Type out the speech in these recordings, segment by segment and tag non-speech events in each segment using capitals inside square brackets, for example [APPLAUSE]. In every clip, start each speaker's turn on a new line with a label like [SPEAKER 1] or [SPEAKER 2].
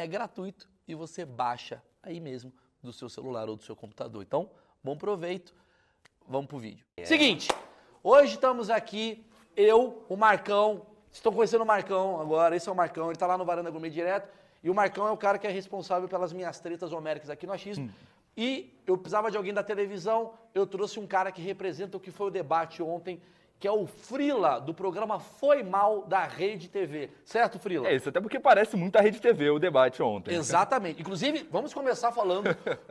[SPEAKER 1] é gratuito e você baixa aí mesmo do seu celular ou do seu computador. Então, bom proveito. Vamos pro vídeo. Seguinte, hoje estamos aqui eu, o Marcão, estou conhecendo o Marcão agora, esse é o Marcão, ele está lá no Varanda Gourmet direto, e o Marcão é o cara que é responsável pelas minhas tretas homéricas aqui no achismo. E eu precisava de alguém da televisão, eu trouxe um cara que representa o que foi o debate ontem, que é o Frila, do programa Foi Mal da Rede TV. Certo, Frila?
[SPEAKER 2] É isso, até porque parece muito a Rede TV o debate ontem.
[SPEAKER 1] Exatamente. Inclusive, vamos começar falando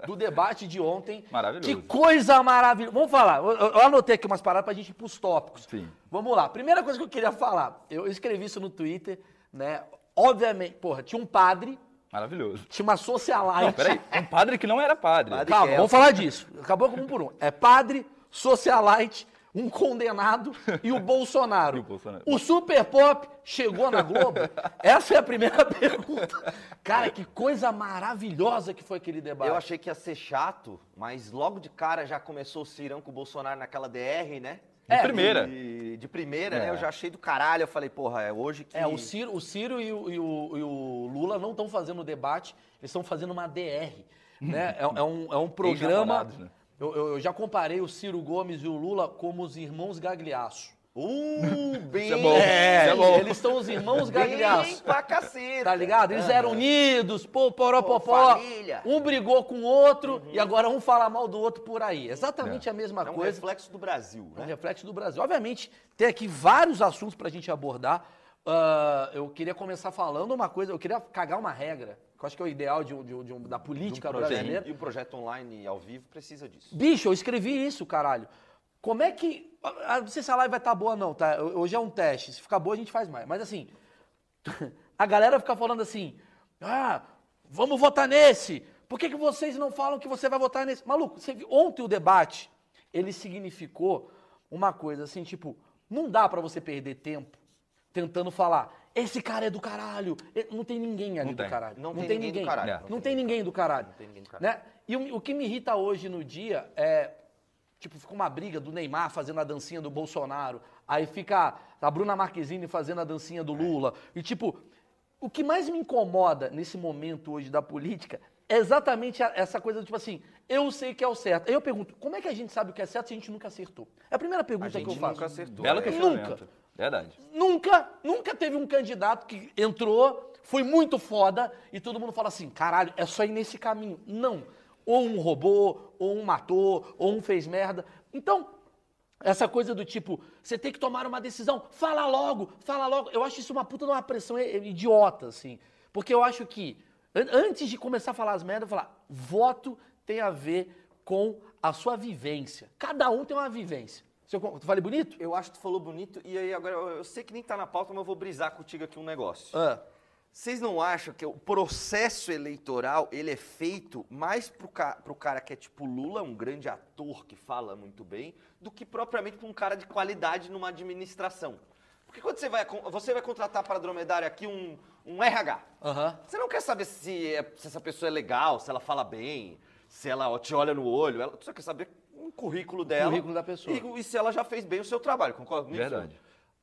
[SPEAKER 1] do debate de
[SPEAKER 2] [LAUGHS]
[SPEAKER 1] ontem.
[SPEAKER 2] Maravilhoso.
[SPEAKER 1] Que coisa maravilhosa. Vamos falar. Eu, eu anotei aqui umas paradas pra gente ir pros tópicos.
[SPEAKER 2] Sim.
[SPEAKER 1] Vamos lá. Primeira coisa que eu queria falar. Eu escrevi isso no Twitter, né? Obviamente, porra, tinha um padre,
[SPEAKER 2] Maravilhoso.
[SPEAKER 1] tinha uma
[SPEAKER 2] Não,
[SPEAKER 1] socialite. [LAUGHS]
[SPEAKER 2] peraí, um padre que não era padre.
[SPEAKER 3] Padre.
[SPEAKER 1] Calma,
[SPEAKER 3] Kelso.
[SPEAKER 1] vamos falar disso. Acabou com um por um. É padre, socialite, um condenado e o Bolsonaro.
[SPEAKER 2] [LAUGHS] E o Bolsonaro.
[SPEAKER 1] O Super Pop chegou na Globo? Essa é a primeira [LAUGHS] pergunta. Cara, que coisa maravilhosa que foi aquele debate.
[SPEAKER 3] Eu achei que ia ser chato, mas logo de cara já começou o Cirão com o Bolsonaro naquela DR, né?
[SPEAKER 2] De primeira.
[SPEAKER 3] De, de primeira,
[SPEAKER 2] É.
[SPEAKER 3] né? Eu já achei do caralho. Eu falei, porra, é hoje que.
[SPEAKER 1] É, o Ciro, o Ciro e, o, e o- e o Lula não estão fazendo debate, eles estão fazendo uma DR. Né?
[SPEAKER 2] [LAUGHS]
[SPEAKER 1] É, é um, é um programa.
[SPEAKER 2] Ex-namorados, né?
[SPEAKER 1] Eu, eu- eu já comparei o Ciro Gomes e o Lula como os irmãos Gagliasso.
[SPEAKER 3] [LAUGHS]
[SPEAKER 2] [LAUGHS]
[SPEAKER 3] Uh, bem.
[SPEAKER 2] é bom,
[SPEAKER 3] [LAUGHS]
[SPEAKER 2] isso é bom.
[SPEAKER 1] eles são os irmãos
[SPEAKER 3] Bem
[SPEAKER 1] Gagliasso.
[SPEAKER 3] pra caceta.
[SPEAKER 1] Tá ligado? Eles
[SPEAKER 3] É.
[SPEAKER 1] eram unidos, pô, poró,
[SPEAKER 3] Pô,
[SPEAKER 1] popó.
[SPEAKER 3] família. Uhum.
[SPEAKER 1] Um brigou com o outro e agora um fala mal do outro por aí. Exatamente a mesma
[SPEAKER 3] É um
[SPEAKER 1] coisa.
[SPEAKER 3] reflexo do Brasil,
[SPEAKER 1] É um
[SPEAKER 3] né?
[SPEAKER 1] reflexo do Brasil. Obviamente, tem aqui vários assuntos pra gente abordar. Ah, eu queria começar falando uma coisa, eu queria cagar uma regra, que eu acho que é o ideal de um- de um- de um- da política brasileira.
[SPEAKER 3] E o projeto online ao vivo precisa disso.
[SPEAKER 1] Bicho, eu escrevi isso, caralho. Como é que. ah, Não sei se a live vai estar boa, não, tá? Hoje é um teste. Se ficar boa, a gente faz mais. Mas assim, [LAUGHS] a galera fica falando assim: ah, vamos votar nesse. Por que, que vocês não falam que você vai votar nesse? Maluco, você viu? ontem o debate, ele significou uma coisa assim, tipo, não dá pra você perder tempo tentando falar, esse cara é do caralho. E- Não tem ninguém ali
[SPEAKER 2] Não
[SPEAKER 1] do
[SPEAKER 2] tem.
[SPEAKER 1] caralho.
[SPEAKER 3] Não tem ninguém do caralho.
[SPEAKER 1] Não,
[SPEAKER 3] Não
[SPEAKER 1] tem, ninguém do caralho.
[SPEAKER 3] Não tem ninguém do caralho.
[SPEAKER 1] Né? E o, o que me irrita hoje no dia é. Tipo, fica uma briga do Neymar fazendo a dancinha do Bolsonaro. Aí fica a Bruna Marquezine fazendo a dancinha do Lula. E, tipo, o que mais me incomoda nesse momento hoje da política é exatamente a- essa coisa do tipo assim: eu sei que é o certo. Aí eu pergunto, como é que a gente sabe o que é certo se a gente nunca acertou? É a primeira
[SPEAKER 3] A
[SPEAKER 1] pergunta
[SPEAKER 3] gente
[SPEAKER 1] que eu faço.
[SPEAKER 3] nunca acertou.
[SPEAKER 2] um Belo
[SPEAKER 3] é.
[SPEAKER 2] questionamento. Verdade.
[SPEAKER 1] Nunca, nunca teve um candidato que entrou, foi muito foda e todo mundo fala assim: caralho, é só ir nesse caminho. Não. Ou um roubou, ou um matou, ou um fez merda. Então, essa coisa do tipo, você tem que tomar uma decisão, fala logo, fala logo. Eu acho isso uma puta de uma pressão i- idiota, assim. Porque eu acho que, an- antes de começar a falar as merdas, eu falar, voto tem a ver com a sua vivência. Cada um tem uma vivência. Se eu con- falei bonito?
[SPEAKER 3] Eu acho que tu falou bonito, e aí agora eu eu sei que nem tá na pauta, mas eu vou brisar contigo aqui um negócio.
[SPEAKER 1] Ah.
[SPEAKER 3] Vocês não acham que o processo eleitoral ele é feito mais pro, ca pro cara que é tipo Lula, um grande ator que fala muito bem, do que propriamente pra um cara de qualidade numa administração? Porque quando você vai, con- você vai contratar para dromedário aqui um, um RH,
[SPEAKER 1] Aham.
[SPEAKER 3] você não quer saber se, é- se essa pessoa é legal, se ela fala bem, se ela ó, te olha no olho, ela, tu só quer saber um currículo dela.
[SPEAKER 1] currículo da pessoa.
[SPEAKER 3] E, e se ela já fez bem o seu trabalho, concorda comigo?
[SPEAKER 2] Verdade.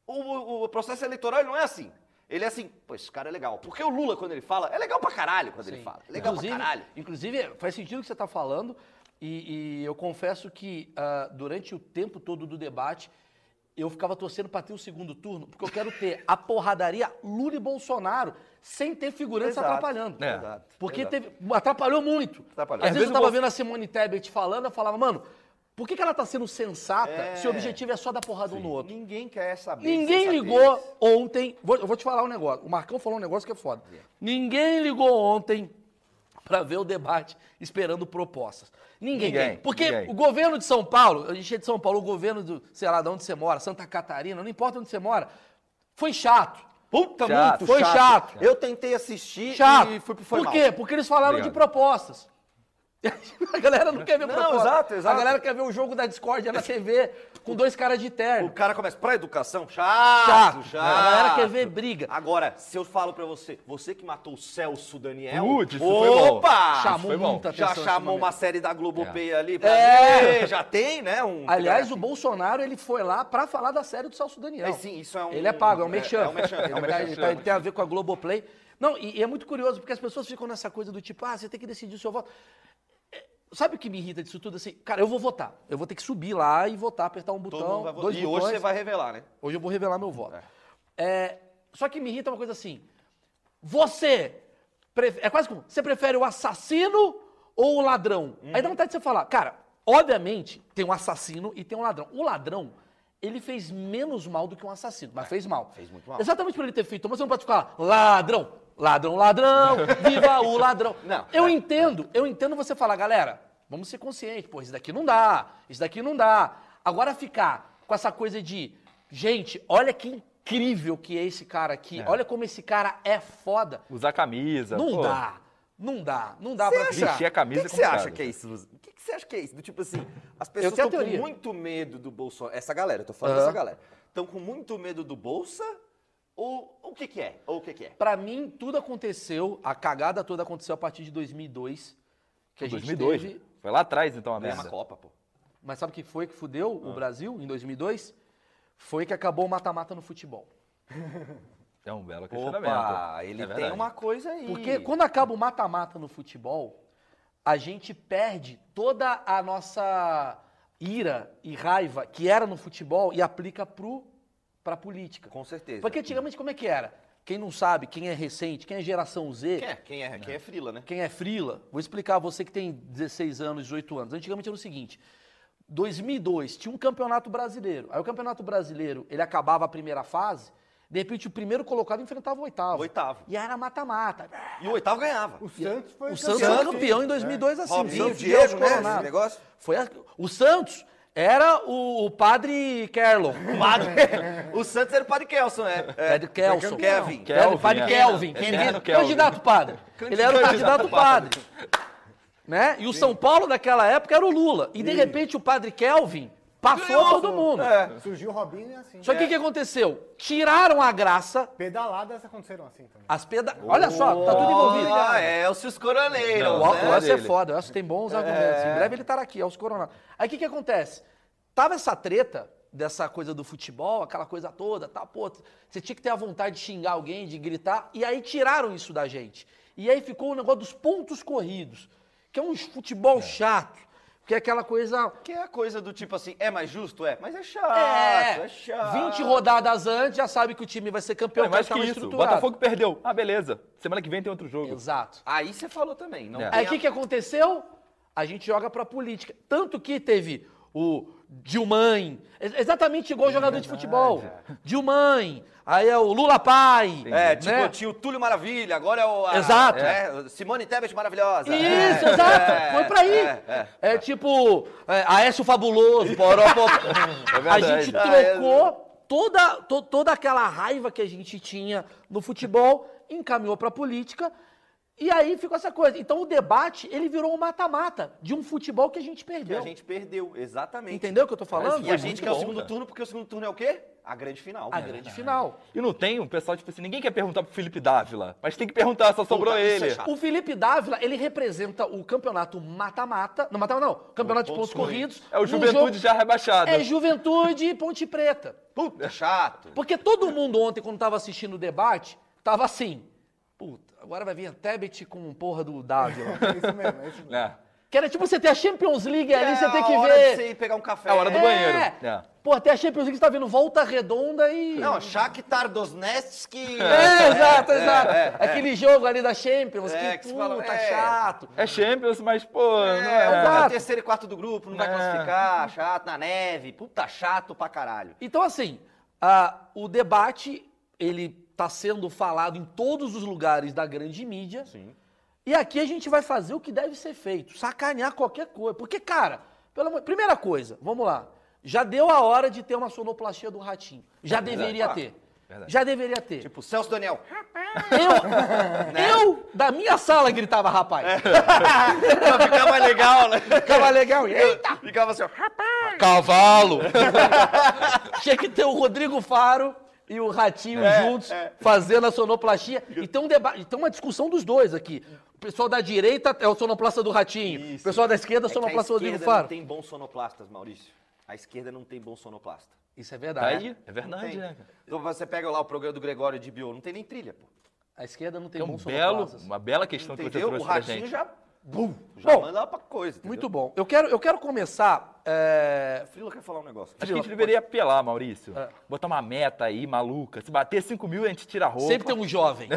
[SPEAKER 3] O, o- o processo eleitoral ele não é assim. Ele é assim, pô, esse cara é legal. Porque o Lula, quando ele fala, é legal pra caralho quando ele
[SPEAKER 1] Sim.
[SPEAKER 3] fala. É legal pra caralho.
[SPEAKER 1] Inclusive, faz sentido o que você tá está falando. E, e eu confesso que ah, durante o tempo todo do debate, Eu ficava torcendo pra ter o segundo turno, porque eu quero ter a porradaria Lula e Bolsonaro sem ter figurantes
[SPEAKER 3] Exato.
[SPEAKER 1] atrapalhando.
[SPEAKER 2] É.
[SPEAKER 3] Exato,
[SPEAKER 1] Porque
[SPEAKER 3] exato.
[SPEAKER 1] teve, atrapalhou muito.
[SPEAKER 3] Atrapalhou.
[SPEAKER 1] Às,
[SPEAKER 2] Às
[SPEAKER 1] vezes eu
[SPEAKER 2] vezes o
[SPEAKER 1] tava
[SPEAKER 2] Bolso-
[SPEAKER 1] vendo a Simone Tebet falando, eu falava, mano, por que, que ela tá sendo sensata
[SPEAKER 3] É.
[SPEAKER 1] se o objetivo é só dar porrada um no outro?
[SPEAKER 3] Ninguém quer saber.
[SPEAKER 1] Ninguém
[SPEAKER 3] sensatez.
[SPEAKER 1] ligou ontem. vou- eu vou te falar um negócio. O Marcão falou um negócio que é foda. Ninguém ligou ontem pra ver o debate esperando propostas. Ninguém.
[SPEAKER 2] Ninguém,
[SPEAKER 1] Porque
[SPEAKER 2] ninguém.
[SPEAKER 1] o governo de São Paulo, a gente é de São Paulo, o governo do, sei lá, de onde você mora, Santa Catarina, não importa onde você mora, foi chato. Puta,
[SPEAKER 2] Chato,
[SPEAKER 1] muito, foi chato. Chato.
[SPEAKER 3] Eu tentei assistir e fui pro foi
[SPEAKER 1] Por
[SPEAKER 3] mal.
[SPEAKER 1] quê? Porque eles falaram
[SPEAKER 2] Obrigado.
[SPEAKER 1] de propostas. [LAUGHS] A galera não quer ver
[SPEAKER 3] Não,
[SPEAKER 1] propostas.
[SPEAKER 3] exato, exato.
[SPEAKER 1] A galera quer ver o jogo da discórdia na TV com dois caras de terno
[SPEAKER 3] O cara começa, pra educação, chato,
[SPEAKER 1] chato. né?
[SPEAKER 3] chato.
[SPEAKER 1] A galera quer ver briga.
[SPEAKER 3] Agora, se eu falo pra você, você que matou o Celso Daniel,
[SPEAKER 2] Putz, isso foi bom.
[SPEAKER 3] opa!
[SPEAKER 1] Chamou
[SPEAKER 2] foi bom.
[SPEAKER 1] muita atenção.
[SPEAKER 3] Ah, já
[SPEAKER 1] esse
[SPEAKER 3] chamou
[SPEAKER 1] momento.
[SPEAKER 3] uma série da Globopay ali pra
[SPEAKER 1] É.
[SPEAKER 3] ver, já tem, né? Um,
[SPEAKER 1] Aliás, o Bolsonaro ele foi lá pra falar da série do Celso Daniel.
[SPEAKER 3] É, sim, isso é um-
[SPEAKER 1] Ele é pago, é um mexão.
[SPEAKER 3] é um
[SPEAKER 1] [LAUGHS]
[SPEAKER 3] merchan, é um merchan.
[SPEAKER 1] ele, tá- ele tem a ver com a Globoplay. Não, e, e é muito curioso, porque as pessoas ficam nessa coisa do tipo, ah, você tem que decidir o seu voto. É, Sabe o que me irrita disso tudo? Assim, cara, eu vou votar. Eu vou ter que subir lá e votar, apertar um
[SPEAKER 3] Todo
[SPEAKER 1] botão,
[SPEAKER 3] mundo vai votar.
[SPEAKER 1] dois
[SPEAKER 3] E
[SPEAKER 1] botões.
[SPEAKER 3] hoje você vai revelar, né?
[SPEAKER 1] Hoje eu vou revelar meu voto. É, só que me irrita uma coisa assim. Você. pref- É quase como. Você prefere o assassino ou o ladrão? Aí
[SPEAKER 3] Uhum.
[SPEAKER 1] dá vontade de você falar. Cara, obviamente tem um assassino e tem um ladrão. O ladrão. Ele fez menos mal do que um assassino, mas fez mal.
[SPEAKER 3] É, fez muito mal.
[SPEAKER 1] Exatamente por ele ter feito, mas você não pode ficar ladrão, ladrão,
[SPEAKER 3] [LAUGHS]
[SPEAKER 1] ladrão, viva o ladrão.
[SPEAKER 3] Não,
[SPEAKER 1] eu
[SPEAKER 3] não.
[SPEAKER 1] entendo, eu entendo você falar, galera, vamos ser conscientes, pô, isso daqui não dá, isso daqui não dá. Agora ficar com essa coisa de, gente, olha que incrível que é esse cara aqui, olha como esse cara é foda.
[SPEAKER 2] Usar camisa.
[SPEAKER 1] Não
[SPEAKER 2] pô.
[SPEAKER 1] dá, não dá, não dá
[SPEAKER 3] Você
[SPEAKER 1] pra
[SPEAKER 2] acha?
[SPEAKER 1] ficar.
[SPEAKER 2] Vestir a camisa
[SPEAKER 3] O que, que
[SPEAKER 2] é
[SPEAKER 3] você
[SPEAKER 2] complicado.
[SPEAKER 3] acha que é isso, Luz? O que, que você acha que é isso? Do tipo assim, as
[SPEAKER 1] tenho
[SPEAKER 3] pessoas
[SPEAKER 1] a
[SPEAKER 3] estão com
[SPEAKER 1] teoria.
[SPEAKER 3] muito medo do Bolsonaro. Essa galera, eu tô falando
[SPEAKER 1] Aham.
[SPEAKER 3] dessa galera. Estão com muito medo do Bolsa? Ou ou o que que é? Ou o que que é?
[SPEAKER 1] Pra mim, tudo aconteceu, a cagada toda aconteceu a partir de 2002, que a gente
[SPEAKER 2] 2002.
[SPEAKER 1] teve...
[SPEAKER 2] Foi lá atrás, então, a
[SPEAKER 3] É uma
[SPEAKER 2] merda.
[SPEAKER 3] Copa, pô.
[SPEAKER 1] Mas sabe o que foi que fudeu o Brasil em 2002? Foi que acabou o mata-mata no futebol.
[SPEAKER 2] É um belo questionamento.
[SPEAKER 3] Opa, ele
[SPEAKER 2] É
[SPEAKER 3] tem
[SPEAKER 2] verdade.
[SPEAKER 3] uma coisa aí.
[SPEAKER 1] Porque quando acaba o mata-mata no futebol, a gente perde toda a nossa ira e raiva que era no futebol e aplica pro, pra política.
[SPEAKER 3] Com certeza.
[SPEAKER 1] Porque antigamente como é que era? Quem não sabe, quem é recente, quem é geração Z,
[SPEAKER 3] Quem é? Quem é, quem é frila, né?
[SPEAKER 1] quem é frila, vou explicar a você que tem 16 anos, 18 anos. Antigamente era o seguinte, 2002 tinha um campeonato brasileiro. Aí o campeonato brasileiro, ele acabava a primeira fase, de repente o primeiro colocado enfrentava o oitavo.
[SPEAKER 3] Oitavo.
[SPEAKER 1] E aí era mata-mata.
[SPEAKER 3] E o oitavo ganhava.
[SPEAKER 4] O Santos foi
[SPEAKER 1] O Santos
[SPEAKER 4] campeão.
[SPEAKER 1] foi campeão em 2002 assim.
[SPEAKER 3] Robinho,
[SPEAKER 1] o Santos
[SPEAKER 3] Diego,
[SPEAKER 1] deu os
[SPEAKER 3] né,
[SPEAKER 1] coronados.
[SPEAKER 3] esse negócio?
[SPEAKER 1] Foi a- O Santos era o, o padre Kerlon. [LAUGHS] É.
[SPEAKER 3] Padre- o Santos era o Padre Kelson, é. é.
[SPEAKER 1] Padre Kelson.
[SPEAKER 3] Kevin.
[SPEAKER 1] Era o
[SPEAKER 2] Kelvin,
[SPEAKER 1] padre
[SPEAKER 2] é.
[SPEAKER 1] Kelvin.
[SPEAKER 2] Kelvin.
[SPEAKER 1] Ninguém-
[SPEAKER 2] Era o Kelvin.
[SPEAKER 1] Candidato padre. Ele era o candidato
[SPEAKER 2] Candidato
[SPEAKER 1] padre. Né? E o São Paulo naquela época era o Lula. E de repente o padre Kelvin passou
[SPEAKER 3] Ganhou.
[SPEAKER 1] todo mundo.
[SPEAKER 4] Surgiu o Robinho e assim. é,
[SPEAKER 1] Só que o que aconteceu? Tiraram a graça,
[SPEAKER 4] Pedaladas aconteceram assim também.
[SPEAKER 1] as peda... Olha só, tá tudo envolvido.
[SPEAKER 3] Ah, é, os seus coroleiros.
[SPEAKER 2] Não,
[SPEAKER 1] O Al-
[SPEAKER 3] né?
[SPEAKER 1] o Elcio é
[SPEAKER 2] dele.
[SPEAKER 1] foda, o Elcio tem bons argumentos. Em breve ele estará aqui, Elcio Coronado. Aí o que, que acontece? Tava essa treta dessa coisa do futebol, aquela coisa toda, tá, pô, você tinha que ter a vontade de xingar alguém, de gritar, e aí tiraram isso da gente. E aí ficou o negócio dos pontos corridos, que é um futebol chato, que é aquela coisa...
[SPEAKER 3] Que é a coisa do tipo assim, é mais justo? É, mas é chato, é,
[SPEAKER 1] É,
[SPEAKER 3] chato.
[SPEAKER 1] 20 rodadas antes, já sabe que o time vai ser campeão,
[SPEAKER 2] É, mais
[SPEAKER 1] porque
[SPEAKER 2] que
[SPEAKER 1] tava
[SPEAKER 2] isso.
[SPEAKER 1] estruturado.
[SPEAKER 2] Botafogo perdeu. Ah, beleza. Semana que vem tem outro jogo.
[SPEAKER 1] Exato.
[SPEAKER 3] Aí você falou também. Não
[SPEAKER 2] É.
[SPEAKER 3] tem
[SPEAKER 1] Aí o que, que aconteceu? A gente joga pra política. Tanto que teve o Dilmãe, ex- exatamente igual jogador de futebol. Dilmãe, aí é o Lula Pai.
[SPEAKER 3] a... É, tipo,
[SPEAKER 1] né?
[SPEAKER 3] tinha o Túlio Maravilha, agora é o... a-
[SPEAKER 1] Exato.
[SPEAKER 3] é, Simone Tebet Maravilhosa.
[SPEAKER 1] Isso,
[SPEAKER 3] É,
[SPEAKER 1] exato.
[SPEAKER 3] é,
[SPEAKER 1] Foi pra aí.
[SPEAKER 3] é, é.
[SPEAKER 1] É, tipo é, Aécio Fabuloso,
[SPEAKER 2] [LAUGHS]
[SPEAKER 1] Poró, A
[SPEAKER 2] É verdade.
[SPEAKER 1] gente
[SPEAKER 3] Ah, é.
[SPEAKER 1] trocou toda, to- toda aquela raiva que a gente tinha no futebol, encaminhou pra política. E aí ficou essa coisa. Então o debate, ele virou um mata-mata de um futebol que a gente
[SPEAKER 3] Que
[SPEAKER 1] perdeu.
[SPEAKER 3] a gente perdeu, exatamente.
[SPEAKER 1] Entendeu o que eu tô falando?
[SPEAKER 3] E a
[SPEAKER 2] Foi
[SPEAKER 3] gente
[SPEAKER 2] muito
[SPEAKER 3] quer o
[SPEAKER 2] bom,
[SPEAKER 3] segundo
[SPEAKER 2] cara.
[SPEAKER 3] turno, porque o segundo turno é o quê? A grande final.
[SPEAKER 1] A
[SPEAKER 3] né?
[SPEAKER 1] grande final.
[SPEAKER 2] E não tem um pessoal, tipo assim, ninguém quer perguntar pro Felipe Dávila. Mas tem que perguntar, só sobrou
[SPEAKER 3] Puta, isso é
[SPEAKER 2] ele.
[SPEAKER 3] chato.
[SPEAKER 1] O Felipe Dávila, ele representa o campeonato mata-mata. Não, mata-mata não. Campeonato de
[SPEAKER 3] Pontos
[SPEAKER 1] pontos corridos.
[SPEAKER 2] É o
[SPEAKER 1] num
[SPEAKER 2] Juventude
[SPEAKER 1] jogo-
[SPEAKER 2] já rebaixado.
[SPEAKER 1] É Juventude e Ponte Preta.
[SPEAKER 3] Puta, chato.
[SPEAKER 1] Porque todo mundo ontem, quando tava assistindo o debate, tava assim. Puta, agora vai vir a Tebet com porra do Dávila. [LAUGHS]
[SPEAKER 2] [LAUGHS]
[SPEAKER 4] É isso mesmo, é isso mesmo.
[SPEAKER 2] É.
[SPEAKER 1] Que era tipo você ter a Champions League ali,
[SPEAKER 3] É
[SPEAKER 1] você tem que
[SPEAKER 3] a hora de
[SPEAKER 1] ver.
[SPEAKER 3] você ir pegar um café.
[SPEAKER 2] É a hora do
[SPEAKER 1] É.
[SPEAKER 2] banheiro. É.
[SPEAKER 1] Pô, até a Champions League você tá vendo volta redonda e.
[SPEAKER 3] Não, Shakhtar é. Donetsk.
[SPEAKER 1] [LAUGHS]
[SPEAKER 3] que
[SPEAKER 1] É, [LAUGHS] exato, exato. Aquele jogo ali da Champions,
[SPEAKER 3] É,
[SPEAKER 1] que,
[SPEAKER 3] que se fala,
[SPEAKER 1] puta,
[SPEAKER 3] é.
[SPEAKER 1] chato.
[SPEAKER 2] É Champions, mas, pô, não
[SPEAKER 3] É, um
[SPEAKER 2] é.
[SPEAKER 3] vai
[SPEAKER 1] exato.
[SPEAKER 3] o terceiro e quarto do grupo, não vai
[SPEAKER 2] É.
[SPEAKER 3] classificar, chato, na neve, puta chato pra caralho.
[SPEAKER 1] Então, assim, ah, o debate, ele tá sendo falado em todos os lugares da grande mídia.
[SPEAKER 3] Sim.
[SPEAKER 1] E aqui a gente vai fazer o que deve ser feito, sacanear qualquer coisa. Porque, cara, pelo amor- primeira coisa, vamos lá. Já deu a hora de ter uma sonoplastia do ratinho. Já deveria ter.
[SPEAKER 2] Verdade.
[SPEAKER 1] Já deveria ter.
[SPEAKER 3] Tipo, Celso Daniel. [LAUGHS]
[SPEAKER 1] Eu, eu, da minha sala, gritava rapaz.
[SPEAKER 3] Não, ficava legal, né? [LAUGHS]
[SPEAKER 1] Ficava legal. Eita!
[SPEAKER 3] Ficava assim, ó.
[SPEAKER 2] Cavalo!
[SPEAKER 1] [LAUGHS] Tinha que ter o Rodrigo Faro e o Ratinho
[SPEAKER 3] É,
[SPEAKER 1] juntos fazendo a sonoplastia. E tem, um deba- e tem uma discussão dos dois aqui. O pessoal da direita é o sonoplasta do Ratinho. O pessoal da esquerda é o
[SPEAKER 3] É que a
[SPEAKER 1] sonoplasta do Rodrigo
[SPEAKER 3] esquerda não
[SPEAKER 1] Faro.
[SPEAKER 3] tem bons sonoplastas, Maurício. A esquerda não tem bom sonoplasta.
[SPEAKER 1] Isso é
[SPEAKER 2] Tá
[SPEAKER 1] verdade.
[SPEAKER 2] aí, é verdade,
[SPEAKER 3] Tem.
[SPEAKER 2] né, cara?
[SPEAKER 3] Então você pega lá o programa do Gregório de Bio, não tem nem trilha, pô.
[SPEAKER 1] A esquerda não tem
[SPEAKER 2] É um
[SPEAKER 1] bons
[SPEAKER 2] belo,
[SPEAKER 1] sonoplastas.
[SPEAKER 2] uma bela questão que você
[SPEAKER 3] Entendeu? O
[SPEAKER 2] trouxe pra
[SPEAKER 3] ratinho
[SPEAKER 2] gente.
[SPEAKER 3] já, bum, já
[SPEAKER 1] Bom,
[SPEAKER 3] manda lá pra coisa, entendeu?
[SPEAKER 1] Muito bom. Eu quero, eu quero começar. é,
[SPEAKER 3] A Frila quer falar um negócio.
[SPEAKER 2] Acho que a gente deveria apelar, Maurício.
[SPEAKER 1] É.
[SPEAKER 2] Botar uma meta aí, maluca. Se bater 5 mil, a gente tira a roupa.
[SPEAKER 1] Sempre tem um
[SPEAKER 2] [LAUGHS]
[SPEAKER 1] jovem.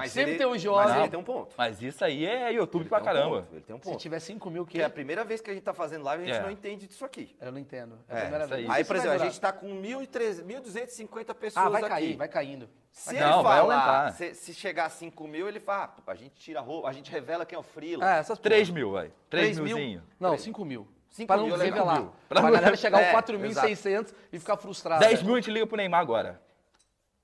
[SPEAKER 3] Mas
[SPEAKER 1] sempre
[SPEAKER 3] ele-
[SPEAKER 1] tem um jovem.
[SPEAKER 3] Mas ele tem um ponto.
[SPEAKER 2] Mas isso aí é YouTube
[SPEAKER 3] Ele
[SPEAKER 2] pra
[SPEAKER 3] tem um
[SPEAKER 2] caramba.
[SPEAKER 3] ponto, Ele tem um
[SPEAKER 1] Se
[SPEAKER 3] ponto.
[SPEAKER 1] tiver 5 mil, que
[SPEAKER 3] Porque é a primeira vez que a gente tá fazendo live, a gente
[SPEAKER 2] É.
[SPEAKER 3] não entende disso aqui.
[SPEAKER 1] Eu não entendo. É a
[SPEAKER 3] É,
[SPEAKER 1] primeira
[SPEAKER 2] isso aí.
[SPEAKER 1] vez.
[SPEAKER 3] Aí,
[SPEAKER 1] Isso vai
[SPEAKER 3] por exemplo, a
[SPEAKER 1] durar.
[SPEAKER 3] gente tá com 1.300, 1.250 pessoas
[SPEAKER 1] Ah, vai
[SPEAKER 3] aqui.
[SPEAKER 1] cair, vai caindo.
[SPEAKER 3] Se
[SPEAKER 2] Não,
[SPEAKER 3] ele
[SPEAKER 2] vai
[SPEAKER 3] falar,
[SPEAKER 2] aumentar.
[SPEAKER 3] se, se chegar a 5 mil, ele fala, ah, pô, a gente tira a roupa, a gente revela quem é o Frila.
[SPEAKER 1] Ah, essas
[SPEAKER 2] 3 mil, vai. 3
[SPEAKER 3] Três mil?
[SPEAKER 2] milzinho.
[SPEAKER 1] Não, 5 mil.
[SPEAKER 3] Cinco
[SPEAKER 1] para não
[SPEAKER 3] mil é legal.
[SPEAKER 1] revelar.
[SPEAKER 3] Mil.
[SPEAKER 1] Pra, a galera chegar
[SPEAKER 3] É,
[SPEAKER 1] ao 4.600 e ficar frustrada.
[SPEAKER 2] 10 mil a gente liga pro Neymar agora.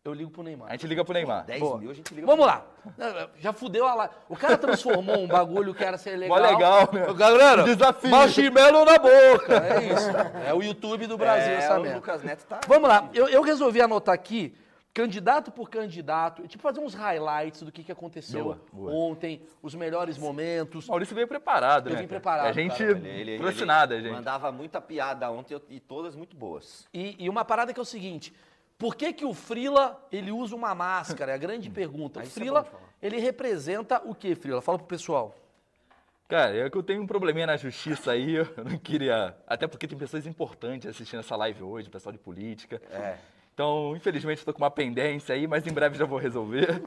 [SPEAKER 1] Eu ligo pro
[SPEAKER 2] A
[SPEAKER 1] Neymar.
[SPEAKER 2] gente liga pro Neymar.
[SPEAKER 3] 10
[SPEAKER 1] Boa.
[SPEAKER 3] mil a gente liga
[SPEAKER 1] Vamos lá. [LAUGHS] Já fudeu a live. O cara transformou um bagulho que era ser
[SPEAKER 2] Mó
[SPEAKER 1] legal.
[SPEAKER 2] legal, né?
[SPEAKER 1] Galera,
[SPEAKER 2] Desafio.
[SPEAKER 1] marshmallow na boca. É isso. É o YouTube do Brasil,
[SPEAKER 3] é,
[SPEAKER 1] essa
[SPEAKER 3] o
[SPEAKER 1] merda.
[SPEAKER 3] Lucas Neto tá...
[SPEAKER 1] Vamos lá, eu, eu resolvi anotar aqui, candidato por candidato, tipo fazer uns highlights do que, que aconteceu
[SPEAKER 2] Boa, boa.
[SPEAKER 1] ontem, os melhores momentos.
[SPEAKER 2] Maurício veio preparado,
[SPEAKER 1] Eu
[SPEAKER 2] né?
[SPEAKER 1] vim
[SPEAKER 2] cara?
[SPEAKER 1] preparado,
[SPEAKER 2] A gente
[SPEAKER 1] cara.
[SPEAKER 2] trouxe nada, gente.
[SPEAKER 3] Mandava muita piada ontem eu- e todas muito boas.
[SPEAKER 1] E, e uma parada que é o seguinte, por que que o Frila, ele usa uma máscara? É a grande pergunta. O
[SPEAKER 3] isso é
[SPEAKER 1] Frila,
[SPEAKER 3] bom de falar.
[SPEAKER 1] ele representa o que, Frila? Fala pro pessoal.
[SPEAKER 2] Cara, é que eu tenho um probleminha na justiça aí, eu [LAUGHS] não queria. Até porque tem pessoas importantes assistindo essa live hoje, pessoal de política.
[SPEAKER 3] É.
[SPEAKER 2] Então, infelizmente, eu tô com uma pendência aí, mas em breve já vou resolver.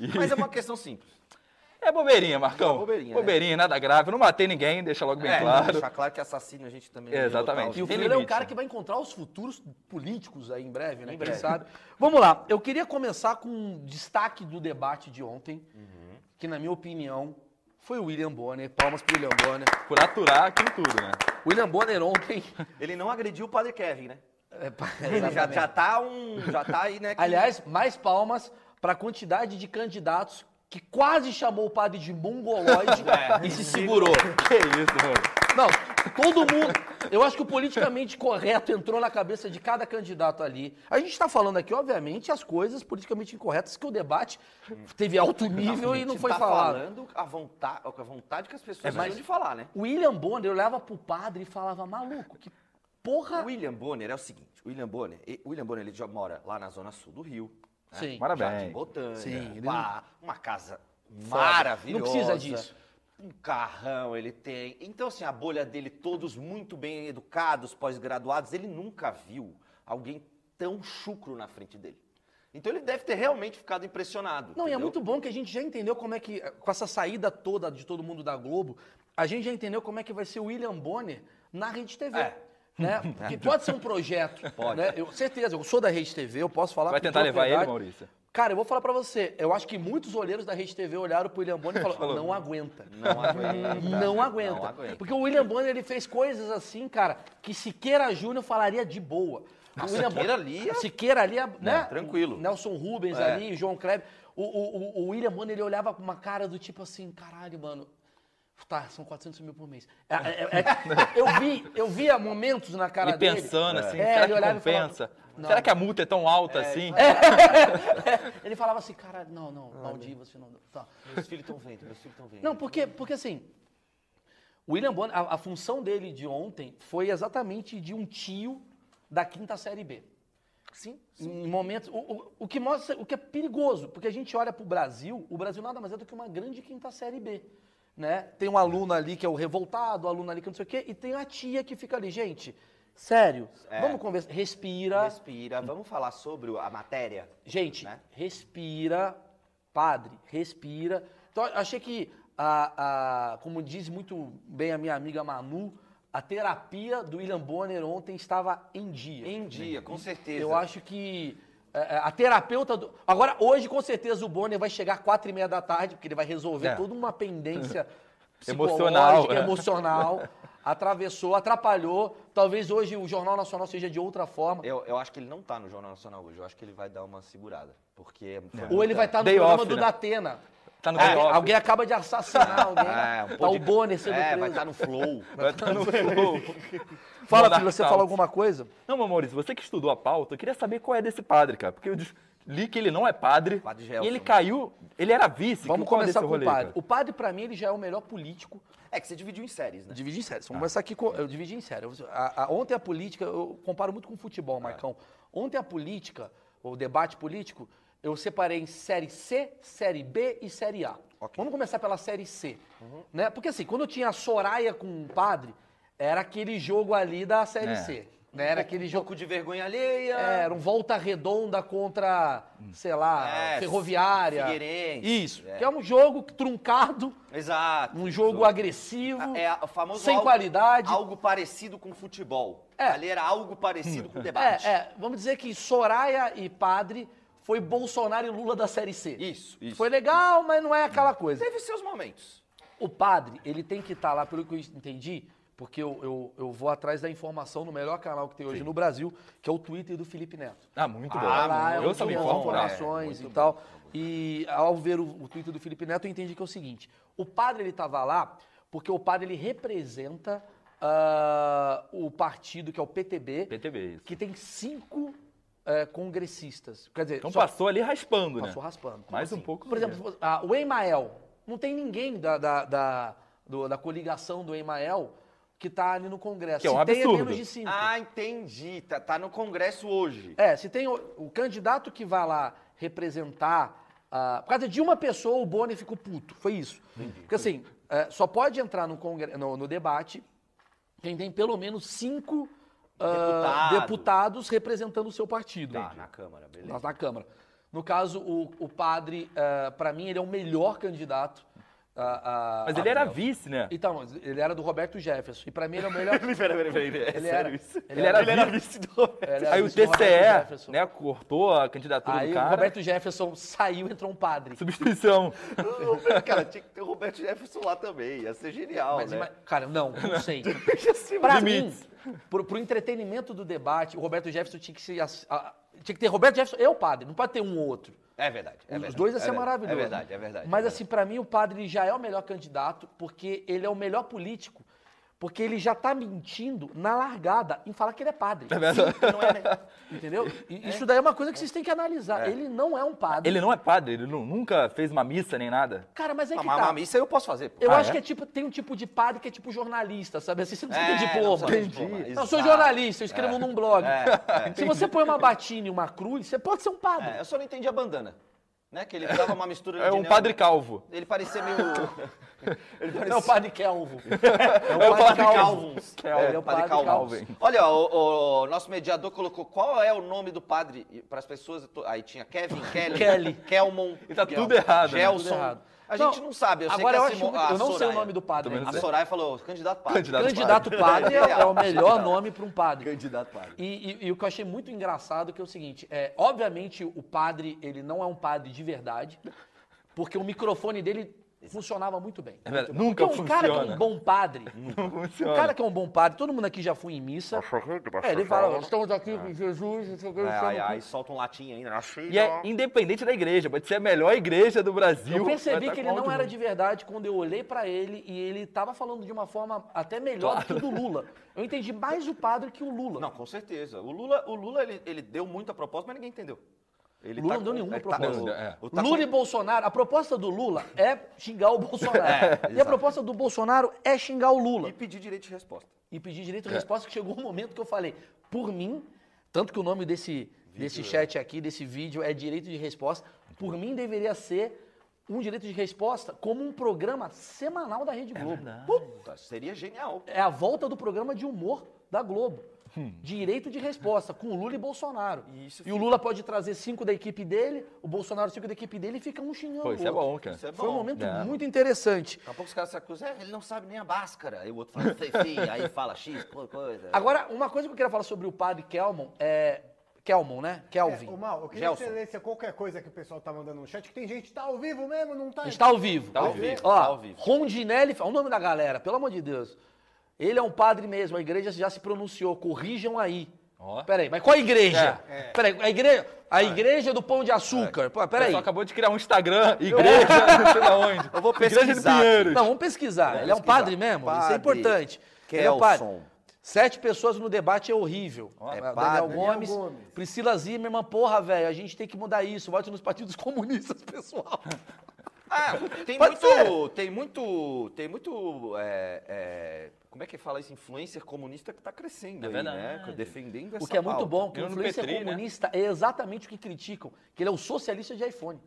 [SPEAKER 2] E-
[SPEAKER 3] Mas é uma questão simples.
[SPEAKER 2] É bobeirinha, Marcão.
[SPEAKER 3] É bobeirinha, né?
[SPEAKER 2] nada grave. Eu não matei ninguém, deixa logo bem
[SPEAKER 3] É,
[SPEAKER 2] claro.
[SPEAKER 3] Deixar claro que assassino a gente também...
[SPEAKER 2] É,
[SPEAKER 3] não ia botar
[SPEAKER 2] exatamente.
[SPEAKER 3] os-
[SPEAKER 1] E o
[SPEAKER 2] Tem
[SPEAKER 1] Frila é um
[SPEAKER 2] limite,
[SPEAKER 1] cara
[SPEAKER 2] né?
[SPEAKER 1] que vai encontrar os futuros políticos aí em breve, né? Quem
[SPEAKER 3] breve.
[SPEAKER 1] sabe. Vamos lá, eu queria começar com um destaque do debate de ontem,
[SPEAKER 3] Uhum.
[SPEAKER 1] que na minha opinião foi o William Bonner. Palmas pro William Bonner.
[SPEAKER 2] Por aturar aquilo tudo, né?
[SPEAKER 1] William Bonner ontem. [LAUGHS]
[SPEAKER 3] Ele não agrediu o Padre Kevin, né?
[SPEAKER 1] É, pá,
[SPEAKER 3] Ele já,
[SPEAKER 1] exatamente.
[SPEAKER 3] já tá um... Já tá
[SPEAKER 1] [LAUGHS]
[SPEAKER 3] aí, né? que-
[SPEAKER 1] Aliás, mais palmas para a quantidade de candidatos que quase chamou o padre de mongoloide
[SPEAKER 3] [LAUGHS] É.
[SPEAKER 1] e se segurou.
[SPEAKER 2] [LAUGHS] Que isso, mano.
[SPEAKER 1] Não, todo mundo. Eu acho que o politicamente correto entrou na cabeça de cada candidato ali. A gente está falando aqui, obviamente, as coisas politicamente incorretas que o debate teve alto nível
[SPEAKER 3] a
[SPEAKER 1] e
[SPEAKER 3] gente
[SPEAKER 1] não foi
[SPEAKER 3] tá
[SPEAKER 1] falado.
[SPEAKER 3] falando a vontade, a vontade que as pessoas
[SPEAKER 1] É, mas-
[SPEAKER 3] tinham de falar, né?
[SPEAKER 1] O William Bonner olhava pro padre e falava, maluco, que porra.
[SPEAKER 3] O William Bonner é o seguinte, o William Bonner, e- o William Bonner ele já mora lá na zona sul do Rio, né?
[SPEAKER 1] Sim.
[SPEAKER 2] Parabéns.
[SPEAKER 3] Jardim Botânico,
[SPEAKER 1] Sim, ele
[SPEAKER 3] pá, uma casa maravilhosa.
[SPEAKER 1] Não precisa disso.
[SPEAKER 3] Um carrão ele tem. Então, assim, a bolha dele, todos muito bem educados, pós-graduados, ele nunca viu alguém tão chucro na frente dele. Então ele deve ter realmente ficado impressionado.
[SPEAKER 1] Não, e é
[SPEAKER 3] entendeu?
[SPEAKER 1] muito bom que a gente já entendeu como é que, com essa saída toda de todo mundo da Globo, a gente já entendeu como é que vai ser o William Bonner na Rede TV.
[SPEAKER 3] É.
[SPEAKER 2] [LAUGHS]
[SPEAKER 1] Né? Porque pode ser um projeto.
[SPEAKER 3] Pode.
[SPEAKER 1] Né? Eu, certeza, eu sou da Rede TV, eu posso falar
[SPEAKER 2] Vai
[SPEAKER 1] com
[SPEAKER 2] tentar levar ele,
[SPEAKER 1] propriedade.
[SPEAKER 2] Maurício?
[SPEAKER 1] Cara, eu vou falar pra você. Eu acho que muitos olheiros da Rede TV olharam pro William Bonner e falaram:
[SPEAKER 2] Falou.
[SPEAKER 1] não aguenta.
[SPEAKER 3] Não aguenta.
[SPEAKER 1] [LAUGHS] Não aguenta.
[SPEAKER 3] Não aguenta.
[SPEAKER 1] Porque o William Bonner ele fez coisas assim, cara, que Siqueira Júnior falaria de boa. O William
[SPEAKER 3] Siqueira
[SPEAKER 1] Bonner-
[SPEAKER 3] ali é-
[SPEAKER 1] Siqueira ali é, né?
[SPEAKER 3] tranquilo.
[SPEAKER 1] O Nelson Rubens
[SPEAKER 3] É.
[SPEAKER 1] ali, João Kleber. O, o, o- o William Bonner ele olhava com uma cara do tipo assim, caralho, mano. Tá, são 400 mil por mês. É, é,
[SPEAKER 3] [LAUGHS]
[SPEAKER 1] é- eu vi, eu via momentos na cara
[SPEAKER 2] Ele
[SPEAKER 1] dele.
[SPEAKER 2] pensando assim,
[SPEAKER 1] É,
[SPEAKER 2] será
[SPEAKER 1] ele
[SPEAKER 2] que
[SPEAKER 1] olhava e falava,
[SPEAKER 2] compensa?
[SPEAKER 1] "Não." é.
[SPEAKER 2] Será que a multa é tão alta assim?
[SPEAKER 1] Ele falava assim, caralho, não, não, Maldivas, não, tá.
[SPEAKER 3] Meus filhos estão vendo, meus filhos estão vendo.
[SPEAKER 1] Não, porque, porque assim, o William Bonner, a, a função dele de ontem foi exatamente de um tio da quinta série B.
[SPEAKER 3] Sim,
[SPEAKER 1] Em momentos, o, o- o que mostra, o que é perigoso, porque a gente olha pro Brasil, o Brasil nada mais é do que uma grande quinta série B. né? Tem um aluno ali que é o revoltado, um aluno ali que não sei o quê, e tem a tia que fica ali, gente. Sério,
[SPEAKER 3] É.
[SPEAKER 1] vamos conversar. Respira.
[SPEAKER 3] Respira. Vamos falar sobre o- a matéria?
[SPEAKER 1] Gente,
[SPEAKER 3] né?
[SPEAKER 1] respira, padre, respira. Então, eu achei que, a, a- como diz muito bem a minha amiga Manu, a terapia do William Bonner ontem estava em dia.
[SPEAKER 3] Em dia, com certeza.
[SPEAKER 1] Eu acho que é, é, a terapeuta do... Agora, hoje, com certeza, o Bonner vai chegar às quatro e meia da tarde, porque ele vai resolver
[SPEAKER 2] É.
[SPEAKER 1] toda uma pendência psicológica,
[SPEAKER 2] Emocional, né?
[SPEAKER 1] emocional. Atravessou, atrapalhou. Talvez hoje o Jornal Nacional seja de outra forma.
[SPEAKER 3] Eu, eu acho que ele não tá no Jornal Nacional hoje. Eu acho que ele vai dar uma segurada. Porque. é foi
[SPEAKER 1] Ou ele
[SPEAKER 3] muita-
[SPEAKER 1] vai estar no
[SPEAKER 2] Day
[SPEAKER 1] programa
[SPEAKER 2] off,
[SPEAKER 1] do
[SPEAKER 2] né?
[SPEAKER 1] Datena.
[SPEAKER 2] Tá no
[SPEAKER 1] Alguém-
[SPEAKER 2] playoff.
[SPEAKER 1] Alguém acaba de
[SPEAKER 2] [LAUGHS]
[SPEAKER 1] assassinar alguém.
[SPEAKER 3] É, um
[SPEAKER 1] tá o
[SPEAKER 3] podcast-
[SPEAKER 1] Bonner sendo
[SPEAKER 3] É,
[SPEAKER 1] preso.
[SPEAKER 3] vai estar
[SPEAKER 2] tá
[SPEAKER 3] no Flow.
[SPEAKER 2] Vai um
[SPEAKER 1] [LAUGHS]
[SPEAKER 2] estar no flow.
[SPEAKER 1] Fala,
[SPEAKER 2] Monarch
[SPEAKER 1] filho, você
[SPEAKER 2] Talks.
[SPEAKER 1] fala alguma coisa?
[SPEAKER 2] Não, meu Maurício, você que estudou a pauta, eu queria saber qual é desse padre, cara. Porque eu des- li que ele não é padre.
[SPEAKER 3] Padre Gelson.
[SPEAKER 2] e ele caiu, ele era vice.
[SPEAKER 1] Vamos
[SPEAKER 2] qual é
[SPEAKER 1] começar
[SPEAKER 2] desse
[SPEAKER 1] com
[SPEAKER 2] rolê,
[SPEAKER 1] o padre.
[SPEAKER 2] cara?
[SPEAKER 1] O padre, pra mim, ele já é o melhor político.
[SPEAKER 3] É que você dividiu em séries, né?
[SPEAKER 1] Divide em séries. Vamos começar aqui com. Eu dividi em séries. A- a- ontem a política, eu comparo muito com o futebol, Marcão. Ontem a política, o debate político, eu separei em série C, série B e série A. Vamos começar pela série C. Né? Porque assim, quando eu tinha a Soraya com o padre, era aquele jogo ali da série
[SPEAKER 2] É.
[SPEAKER 1] C. Né? Era aquele jogo.
[SPEAKER 3] Um de vergonha alheia.
[SPEAKER 1] É, era um volta redonda contra, sei lá,
[SPEAKER 3] É,
[SPEAKER 1] ferroviária.
[SPEAKER 3] Figueirense.
[SPEAKER 1] Isso.
[SPEAKER 3] É.
[SPEAKER 1] Que é um jogo truncado,
[SPEAKER 3] Exato.
[SPEAKER 1] um jogo agressivo,
[SPEAKER 3] É o famoso
[SPEAKER 1] sem
[SPEAKER 3] algo-
[SPEAKER 1] qualidade.
[SPEAKER 3] Algo parecido com futebol.
[SPEAKER 1] É.
[SPEAKER 3] Ali era algo parecido com debate.
[SPEAKER 1] É, é, vamos dizer que Soraya e Padre foi Bolsonaro e Lula da Série C.
[SPEAKER 3] Isso, isso.
[SPEAKER 1] Foi legal, mas não é aquela coisa.
[SPEAKER 3] Teve seus momentos.
[SPEAKER 1] O padre, ele tem que estar lá, pelo que eu entendi, porque eu, eu, eu vou atrás da informação no melhor canal que tem hoje no Brasil, que é o Twitter do Felipe Neto.
[SPEAKER 2] Ah, muito
[SPEAKER 1] Ah,
[SPEAKER 2] bom.
[SPEAKER 1] lá, é
[SPEAKER 2] eu
[SPEAKER 1] onde tem
[SPEAKER 2] sabia
[SPEAKER 1] as
[SPEAKER 2] informo, né?
[SPEAKER 1] informações e tal. E ao ver o, o Twitter do Felipe Neto, eu entendi que é o seguinte: o padre ele estava lá porque o padre ele representa ah, o partido que é o PTB,
[SPEAKER 2] PTB, isso.
[SPEAKER 1] que tem cinco eh, congressistas. Quer dizer,
[SPEAKER 2] Então
[SPEAKER 1] só-
[SPEAKER 2] passou ali raspando, né?
[SPEAKER 1] passou raspando. Como
[SPEAKER 2] Mais um
[SPEAKER 1] assim?
[SPEAKER 2] pouco.
[SPEAKER 1] Por exemplo, ah, o Emael. Não tem ninguém da, da, da, do- da coligação do Emael que tá ali no Congresso.
[SPEAKER 2] Que é um
[SPEAKER 1] Se tem,
[SPEAKER 2] absurdo.
[SPEAKER 1] menos de cinco.
[SPEAKER 3] Ah, entendi. Tá, tá no Congresso hoje.
[SPEAKER 1] É, se tem o, o candidato que vai lá representar. ah, por causa de uma pessoa, o Boni ficou puto. Foi isso. Porque assim, é, só pode entrar no, congre- no- no debate quem tem pelo menos cinco ah,
[SPEAKER 3] Deputado.
[SPEAKER 1] deputados representando o seu partido.
[SPEAKER 3] Tá, na Câmara, beleza.
[SPEAKER 1] Nós na Câmara. No caso, o, o padre, para mim, ele é o melhor candidato. ah, ah,
[SPEAKER 2] Mas
[SPEAKER 1] a-
[SPEAKER 2] ele era vice, né?
[SPEAKER 1] Então, ele era do Roberto Jefferson. E para
[SPEAKER 2] [LAUGHS]
[SPEAKER 1] mim, ele é o melhor.
[SPEAKER 3] Peraí, peraí, peraí, peraí. É
[SPEAKER 1] Ele
[SPEAKER 3] sério
[SPEAKER 1] era-
[SPEAKER 3] isso?
[SPEAKER 1] ele era-
[SPEAKER 3] vice do [LAUGHS]
[SPEAKER 1] Ele era
[SPEAKER 2] Aí o
[SPEAKER 1] vice do Roberto
[SPEAKER 2] TCE,
[SPEAKER 1] Jefferson.
[SPEAKER 2] né, cortou a candidatura
[SPEAKER 1] Aí
[SPEAKER 2] do
[SPEAKER 1] o
[SPEAKER 2] cara.
[SPEAKER 1] Roberto Jefferson saiu, entrou um padre.
[SPEAKER 2] [LAUGHS] Substituição.
[SPEAKER 3] Cara, tinha que ter o Roberto Jefferson lá também. Ia ser genial,
[SPEAKER 1] Mas,
[SPEAKER 3] né?
[SPEAKER 1] ima- cara,
[SPEAKER 2] [LAUGHS]
[SPEAKER 1] não, não sei.
[SPEAKER 3] Ia ser
[SPEAKER 1] Pra mim,
[SPEAKER 2] Limites.
[SPEAKER 1] pro, pro entretenimento do debate, o Roberto Jefferson tinha que se. ass- a- a- tinha que ter Roberto Jefferson e o padre, não pode ter um ou outro.
[SPEAKER 3] É verdade. é
[SPEAKER 1] Os
[SPEAKER 3] verdade,
[SPEAKER 1] dois ia
[SPEAKER 3] é
[SPEAKER 1] ser
[SPEAKER 3] verdade,
[SPEAKER 1] maravilhoso.
[SPEAKER 3] É verdade, é verdade.
[SPEAKER 1] Mas
[SPEAKER 3] é
[SPEAKER 1] assim, pra mim o padre ele já é o melhor candidato, porque ele é o melhor político, porque ele já tá mentindo na largada em falar que ele é padre.
[SPEAKER 3] verdade. Não é, né?
[SPEAKER 1] Entendeu? E Isso daí é uma coisa que vocês têm que analisar. Ele não é um padre.
[SPEAKER 2] Ele não é padre, ele nu- nunca fez uma missa nem nada.
[SPEAKER 1] Cara, mas é
[SPEAKER 3] Não,
[SPEAKER 1] que
[SPEAKER 3] [LAUGHS] mas
[SPEAKER 1] tá.
[SPEAKER 3] uma missa eu posso fazer, pô.
[SPEAKER 1] Eu
[SPEAKER 2] Ah,
[SPEAKER 1] acho
[SPEAKER 2] é?
[SPEAKER 1] que é tipo, tem um tipo de padre que é tipo jornalista, sabe? Assim, você não precisa
[SPEAKER 3] É,
[SPEAKER 1] ter
[SPEAKER 3] não
[SPEAKER 1] diploma.
[SPEAKER 3] precisa de diploma,
[SPEAKER 1] Não, eu sou
[SPEAKER 3] exato.
[SPEAKER 1] jornalista, eu escrevo num blog.
[SPEAKER 3] É,
[SPEAKER 1] Se você põe uma batina e uma cruz, você pode ser um padre.
[SPEAKER 3] É, eu só não entendi a bandana. Né? Que ele dava uma mistura
[SPEAKER 2] [LAUGHS] É
[SPEAKER 3] de
[SPEAKER 2] um
[SPEAKER 3] neo-
[SPEAKER 2] padre calvo.
[SPEAKER 3] Ele parecia meio. ele parecia.
[SPEAKER 1] Não é o padre Kelvo.
[SPEAKER 3] É
[SPEAKER 1] o padre
[SPEAKER 3] Calvins.
[SPEAKER 1] Calvin.
[SPEAKER 3] É,
[SPEAKER 1] É o
[SPEAKER 3] padre
[SPEAKER 1] padre
[SPEAKER 3] Calvin.
[SPEAKER 2] Calvin.
[SPEAKER 3] Olha, o, o nosso mediador colocou qual é o nome do padre para as pessoas. eu tô- Aí tinha Kevin, Kelly,
[SPEAKER 1] Kelly.
[SPEAKER 3] Kelmon.
[SPEAKER 2] E tá
[SPEAKER 3] Gel-
[SPEAKER 2] tudo errado, né?
[SPEAKER 3] Gelson.
[SPEAKER 1] Tudo errado.
[SPEAKER 3] A gente não, sabe. Eu sei
[SPEAKER 1] agora
[SPEAKER 3] que
[SPEAKER 1] eu
[SPEAKER 3] é assim, a
[SPEAKER 1] acho
[SPEAKER 3] Simo-
[SPEAKER 1] muito-
[SPEAKER 3] a
[SPEAKER 1] Eu não sei o
[SPEAKER 3] Soraya-
[SPEAKER 1] nome do padre.
[SPEAKER 2] Também não
[SPEAKER 3] A
[SPEAKER 1] ainda.
[SPEAKER 2] sei.
[SPEAKER 1] [LAUGHS]
[SPEAKER 3] Soraya falou, candidato padre.
[SPEAKER 2] Candidato
[SPEAKER 1] Candidato padre é,
[SPEAKER 3] [LAUGHS]
[SPEAKER 1] é o melhor nome para um padre.
[SPEAKER 3] Candidato padre.
[SPEAKER 1] E, e- e o que eu achei muito engraçado que é o seguinte, é, obviamente o padre, ele não é um padre de verdade, porque o microfone dele funcionava muito bem.
[SPEAKER 2] É verdade, nunca
[SPEAKER 1] Porque um cara que é um
[SPEAKER 2] funciona.
[SPEAKER 1] bom padre,
[SPEAKER 2] Não
[SPEAKER 1] um
[SPEAKER 2] funciona.
[SPEAKER 1] cara que é um bom padre, todo mundo aqui já foi em missa, é, ele fala, estamos aqui com Jesus, não sei o que, não sei o
[SPEAKER 3] Ai,
[SPEAKER 1] que."
[SPEAKER 3] ai, solta um latim ainda.
[SPEAKER 2] E é independente da igreja, pode ser a melhor igreja do Brasil.
[SPEAKER 1] Eu percebi
[SPEAKER 2] vai
[SPEAKER 3] tá
[SPEAKER 1] que
[SPEAKER 2] estar
[SPEAKER 1] ele
[SPEAKER 2] com
[SPEAKER 1] não
[SPEAKER 2] áudio
[SPEAKER 1] era
[SPEAKER 2] ruim.
[SPEAKER 1] de verdade quando eu olhei pra ele e ele tava falando de uma forma até melhor do que o do Lula. Eu entendi mais o padre que o Lula.
[SPEAKER 3] Não, com certeza. O Lula, o Lula ele, ele deu muita proposta, mas ninguém entendeu. Ele
[SPEAKER 1] Lula não deu nenhuma
[SPEAKER 3] ele
[SPEAKER 1] proposta.
[SPEAKER 3] o-
[SPEAKER 2] É.
[SPEAKER 3] o- tá
[SPEAKER 1] Lula e
[SPEAKER 3] com-
[SPEAKER 1] Bolsonaro, a proposta do Lula é xingar o Bolsonaro. [LAUGHS] e a
[SPEAKER 3] É, exato.
[SPEAKER 1] proposta do Bolsonaro é xingar o
[SPEAKER 3] e É.
[SPEAKER 1] Lula.
[SPEAKER 3] pediu direito de resposta.
[SPEAKER 1] E pedir direito à resposta, que chegou um momento que eu falei, por mim, tanto que o nome é desse, desse chat aqui, desse vídeo, é direito de resposta, por mim deveria ser um direito de resposta como um programa semanal da Rede
[SPEAKER 3] É
[SPEAKER 1] Globo.
[SPEAKER 3] Puta, Tá, seria genial.
[SPEAKER 1] É a volta do programa de humor da Globo.
[SPEAKER 2] Hum.
[SPEAKER 1] Direito de resposta, com o Lula e Bolsonaro.
[SPEAKER 3] E isso
[SPEAKER 1] e o Lula pode trazer cinco da equipe dele, o Bolsonaro cinco da equipe dele e fica um xingando.
[SPEAKER 2] Pô, isso
[SPEAKER 1] o
[SPEAKER 2] é
[SPEAKER 1] outro.
[SPEAKER 2] bom, cara.
[SPEAKER 3] Isso é bom.
[SPEAKER 1] Foi um momento
[SPEAKER 2] É.
[SPEAKER 1] muito interessante.
[SPEAKER 3] Daqui a pouco os caras se acusam, é, ele não sabe nem a báscara. Aí o outro fala,
[SPEAKER 1] [LAUGHS]
[SPEAKER 3] sei, sim, aí fala X, co- coisa.
[SPEAKER 1] Agora, uma coisa que eu queria falar sobre o padre Kelmon é. Kelmon, né? Kelvin.
[SPEAKER 4] É, ô, Mal, eu queria que você lesse qualquer coisa que o pessoal tá mandando no chat, que tem gente que tá ao vivo mesmo, não tá?
[SPEAKER 1] A gente tá ao vivo.
[SPEAKER 2] Tá ao vivo,
[SPEAKER 1] Ó,
[SPEAKER 3] tá ao vivo.
[SPEAKER 1] Rondinelli, olha o nome da galera, pelo amor de Deus. Ele é um padre mesmo, a igreja já se pronunciou, corrijam aí.
[SPEAKER 2] Ó.
[SPEAKER 1] Peraí, mas qual igreja?
[SPEAKER 4] É, é.
[SPEAKER 1] Peraí, a igreja, a igreja do Pão de Açúcar. Pô,
[SPEAKER 2] Peraí.
[SPEAKER 1] peraí.
[SPEAKER 2] Só acabou de criar um Instagram,
[SPEAKER 3] [LAUGHS]
[SPEAKER 2] igreja, não sei da onde.
[SPEAKER 3] Eu vou
[SPEAKER 2] Igreja de
[SPEAKER 3] pesquisar aqui.
[SPEAKER 2] Pinheiros.
[SPEAKER 1] Não, vamos pesquisar.
[SPEAKER 3] É,
[SPEAKER 1] Ele é um
[SPEAKER 3] pesquisar.
[SPEAKER 1] padre mesmo, isso é
[SPEAKER 3] Padre
[SPEAKER 1] importante. Ele é um
[SPEAKER 3] Kelson.
[SPEAKER 1] padre. Sete pessoas no debate é horrível.
[SPEAKER 3] é
[SPEAKER 1] Daniel
[SPEAKER 3] padre.
[SPEAKER 1] Gomes,
[SPEAKER 4] Daniel Gomes.
[SPEAKER 1] Priscila Zimmermann, porra, velho, a gente tem que mudar isso. Vote nos partidos [LAUGHS] comunistas, pessoal.
[SPEAKER 3] Ah, tem
[SPEAKER 1] Pode
[SPEAKER 3] muito, tem muito, tem muito, é, é, como é que fala isso, influencer comunista que tá crescendo
[SPEAKER 2] É
[SPEAKER 3] aí, né?
[SPEAKER 2] verdade.
[SPEAKER 3] Defendendo essa
[SPEAKER 1] O que é muito
[SPEAKER 3] pauta.
[SPEAKER 1] bom, que o
[SPEAKER 2] Eu no
[SPEAKER 1] influencer
[SPEAKER 2] Petri, né?
[SPEAKER 1] comunista é exatamente o que criticam, que ele é o socialista de iPhone.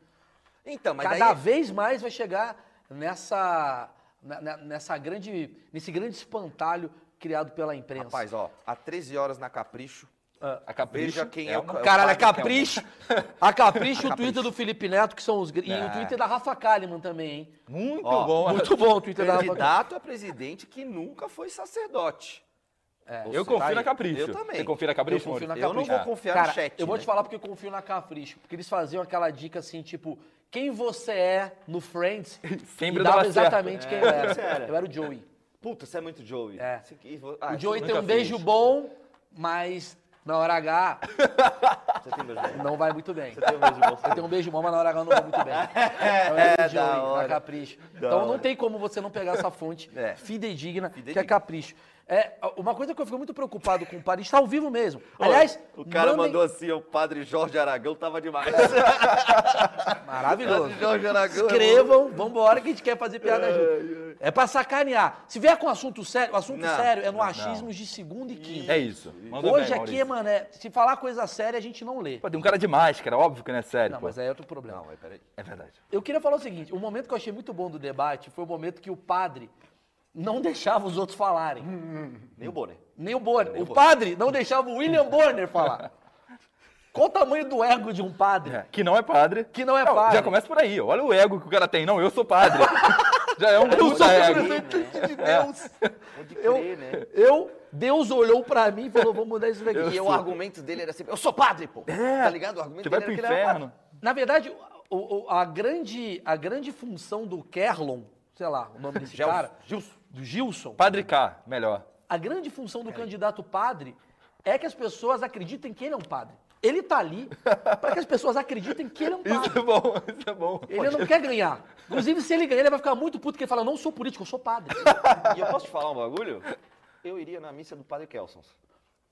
[SPEAKER 3] Então, mas
[SPEAKER 1] Cada
[SPEAKER 3] daí,
[SPEAKER 1] vez mais vai chegar nessa, na- na- nessa grande, nesse grande espantalho criado pela imprensa.
[SPEAKER 3] rapaz, ó, há 13 horas na Capricho,
[SPEAKER 2] A capricho
[SPEAKER 3] veja quem é,
[SPEAKER 2] é
[SPEAKER 3] o...
[SPEAKER 2] uma-
[SPEAKER 3] é o
[SPEAKER 1] Caralho, a
[SPEAKER 3] padre que é o-
[SPEAKER 1] Capricho, [LAUGHS] a Capricho, o Twitter
[SPEAKER 3] Capricho.
[SPEAKER 1] do Felipe Neto, que são os... gr- E o
[SPEAKER 3] É.
[SPEAKER 1] Twitter da Rafa Kalimann também, hein?
[SPEAKER 2] Muito
[SPEAKER 3] Ó,
[SPEAKER 2] bom.
[SPEAKER 1] Muito bom o Twitter da Rafa Kalimann.
[SPEAKER 3] Candidato a presidente que nunca foi sacerdote.
[SPEAKER 1] É.
[SPEAKER 3] Ou
[SPEAKER 2] Eu
[SPEAKER 3] seja,
[SPEAKER 2] confio
[SPEAKER 3] tá
[SPEAKER 2] na
[SPEAKER 3] aí.
[SPEAKER 2] Capricho.
[SPEAKER 3] Eu também.
[SPEAKER 2] Você confia na Capricho,
[SPEAKER 1] Eu confio na
[SPEAKER 2] Maurício?
[SPEAKER 3] Eu não
[SPEAKER 1] Capricho.
[SPEAKER 3] vou confiar
[SPEAKER 1] Cara,
[SPEAKER 3] no chat.
[SPEAKER 1] eu vou
[SPEAKER 3] né?
[SPEAKER 1] te falar porque eu confio na Capricho, porque eles faziam aquela dica assim, tipo, quem você é no
[SPEAKER 3] [LAUGHS]
[SPEAKER 1] Friends,
[SPEAKER 2] Sempre
[SPEAKER 1] e dava
[SPEAKER 2] dava certo.
[SPEAKER 1] exatamente quem eu era.
[SPEAKER 3] Você era.
[SPEAKER 1] Eu era o Joey.
[SPEAKER 3] Puta, você é muito Joey.
[SPEAKER 1] É.
[SPEAKER 3] Você que- vo- ah,
[SPEAKER 1] o Joey
[SPEAKER 3] você
[SPEAKER 1] tem um
[SPEAKER 3] nunca
[SPEAKER 1] beijo
[SPEAKER 3] fez.
[SPEAKER 1] bom, mas na hora H
[SPEAKER 3] Você
[SPEAKER 1] [LAUGHS]
[SPEAKER 3] tem beijo bom.
[SPEAKER 1] não vai muito bem.
[SPEAKER 3] Você tem um beijo bom. É,
[SPEAKER 1] Eu tenho um beijo bom, mas na hora H não vai
[SPEAKER 3] [LAUGHS]
[SPEAKER 1] muito bem. Eu era o
[SPEAKER 3] da
[SPEAKER 1] Joey, na
[SPEAKER 3] hora.
[SPEAKER 1] Capricho.
[SPEAKER 3] Da
[SPEAKER 1] então não
[SPEAKER 3] hora.
[SPEAKER 1] tem como você não pegar essa fonte
[SPEAKER 3] [LAUGHS] É.
[SPEAKER 1] fidedigna, que é
[SPEAKER 3] Fidedigna.
[SPEAKER 1] Capricho. É, uma coisa que eu fico muito preocupado com o Paris, está ao vivo mesmo. Aliás,
[SPEAKER 3] o cara
[SPEAKER 1] mandem-
[SPEAKER 3] mandou assim, o padre Jorge Aragão
[SPEAKER 1] [LAUGHS]
[SPEAKER 3] tava demais.
[SPEAKER 1] Maravilhoso.
[SPEAKER 3] Padre Jorge Aragão.
[SPEAKER 1] Escrevam, vambora que a gente quer fazer piada junto. É pra sacanear. Se vier com assunto sério, o assunto
[SPEAKER 3] Não,
[SPEAKER 1] sério é no
[SPEAKER 2] não.
[SPEAKER 1] achismos de segunda e quinta.
[SPEAKER 2] É isso. Manda
[SPEAKER 1] Hoje
[SPEAKER 2] bem,
[SPEAKER 1] aqui,
[SPEAKER 2] Maurício.
[SPEAKER 1] mano, é, se falar coisa séria, a gente não lê.
[SPEAKER 2] Pô, tem um cara de máscara, óbvio que não é sério,
[SPEAKER 1] Não,
[SPEAKER 2] pô.
[SPEAKER 1] mas aí é outro problema.
[SPEAKER 3] Não, mas peraí.
[SPEAKER 2] É verdade.
[SPEAKER 1] Eu queria falar o seguinte: o momento que eu achei muito bom do debate foi o momento que o padre não [LAUGHS] deixava os outros falarem.
[SPEAKER 3] Nem o Bonner.
[SPEAKER 1] Nem o Bonner. o padre não deixava o William Bonner falar. Qual o tamanho do ego de um padre?
[SPEAKER 2] É, Que não é padre.
[SPEAKER 1] Que não é padre.
[SPEAKER 2] Já começa por aí. Olha o ego que o cara tem. Não, eu
[SPEAKER 1] [LAUGHS]
[SPEAKER 2] sou padre. já é um
[SPEAKER 1] Eu sou
[SPEAKER 2] puta ego.
[SPEAKER 3] né?
[SPEAKER 1] representante de Deus.
[SPEAKER 3] Pode
[SPEAKER 1] Eu-
[SPEAKER 3] crer, né?
[SPEAKER 1] Eu, Deus olhou pra mim e falou, vou mudar isso daqui.
[SPEAKER 3] E o argumento dele era sempre, eu sou padre, pô.
[SPEAKER 2] É.
[SPEAKER 3] Tá ligado? O argumento
[SPEAKER 2] Você vai
[SPEAKER 3] dele
[SPEAKER 2] pro
[SPEAKER 3] era que ele é um era
[SPEAKER 2] inferno.
[SPEAKER 1] Na verdade, o- o- a, grande, a grande função do Kerlon, sei lá o nome desse
[SPEAKER 3] Gelson.
[SPEAKER 1] cara, do Gilson,
[SPEAKER 2] Padre K, melhor.
[SPEAKER 1] a grande função
[SPEAKER 2] É.
[SPEAKER 1] do candidato padre é que as pessoas acreditem que ele é um padre. Ele tá ali pra que as pessoas acreditem que ele é um
[SPEAKER 2] [LAUGHS] Isso é
[SPEAKER 1] padre.
[SPEAKER 2] bom, isso é bom.
[SPEAKER 1] Ele não quer ganhar. Inclusive, se ele ganhar, ele vai ficar muito puto, porque ele fala, não sou político, eu sou padre.
[SPEAKER 3] padre. E eu posso te falar um bagulho? Eu iria na missa do padre Kelson.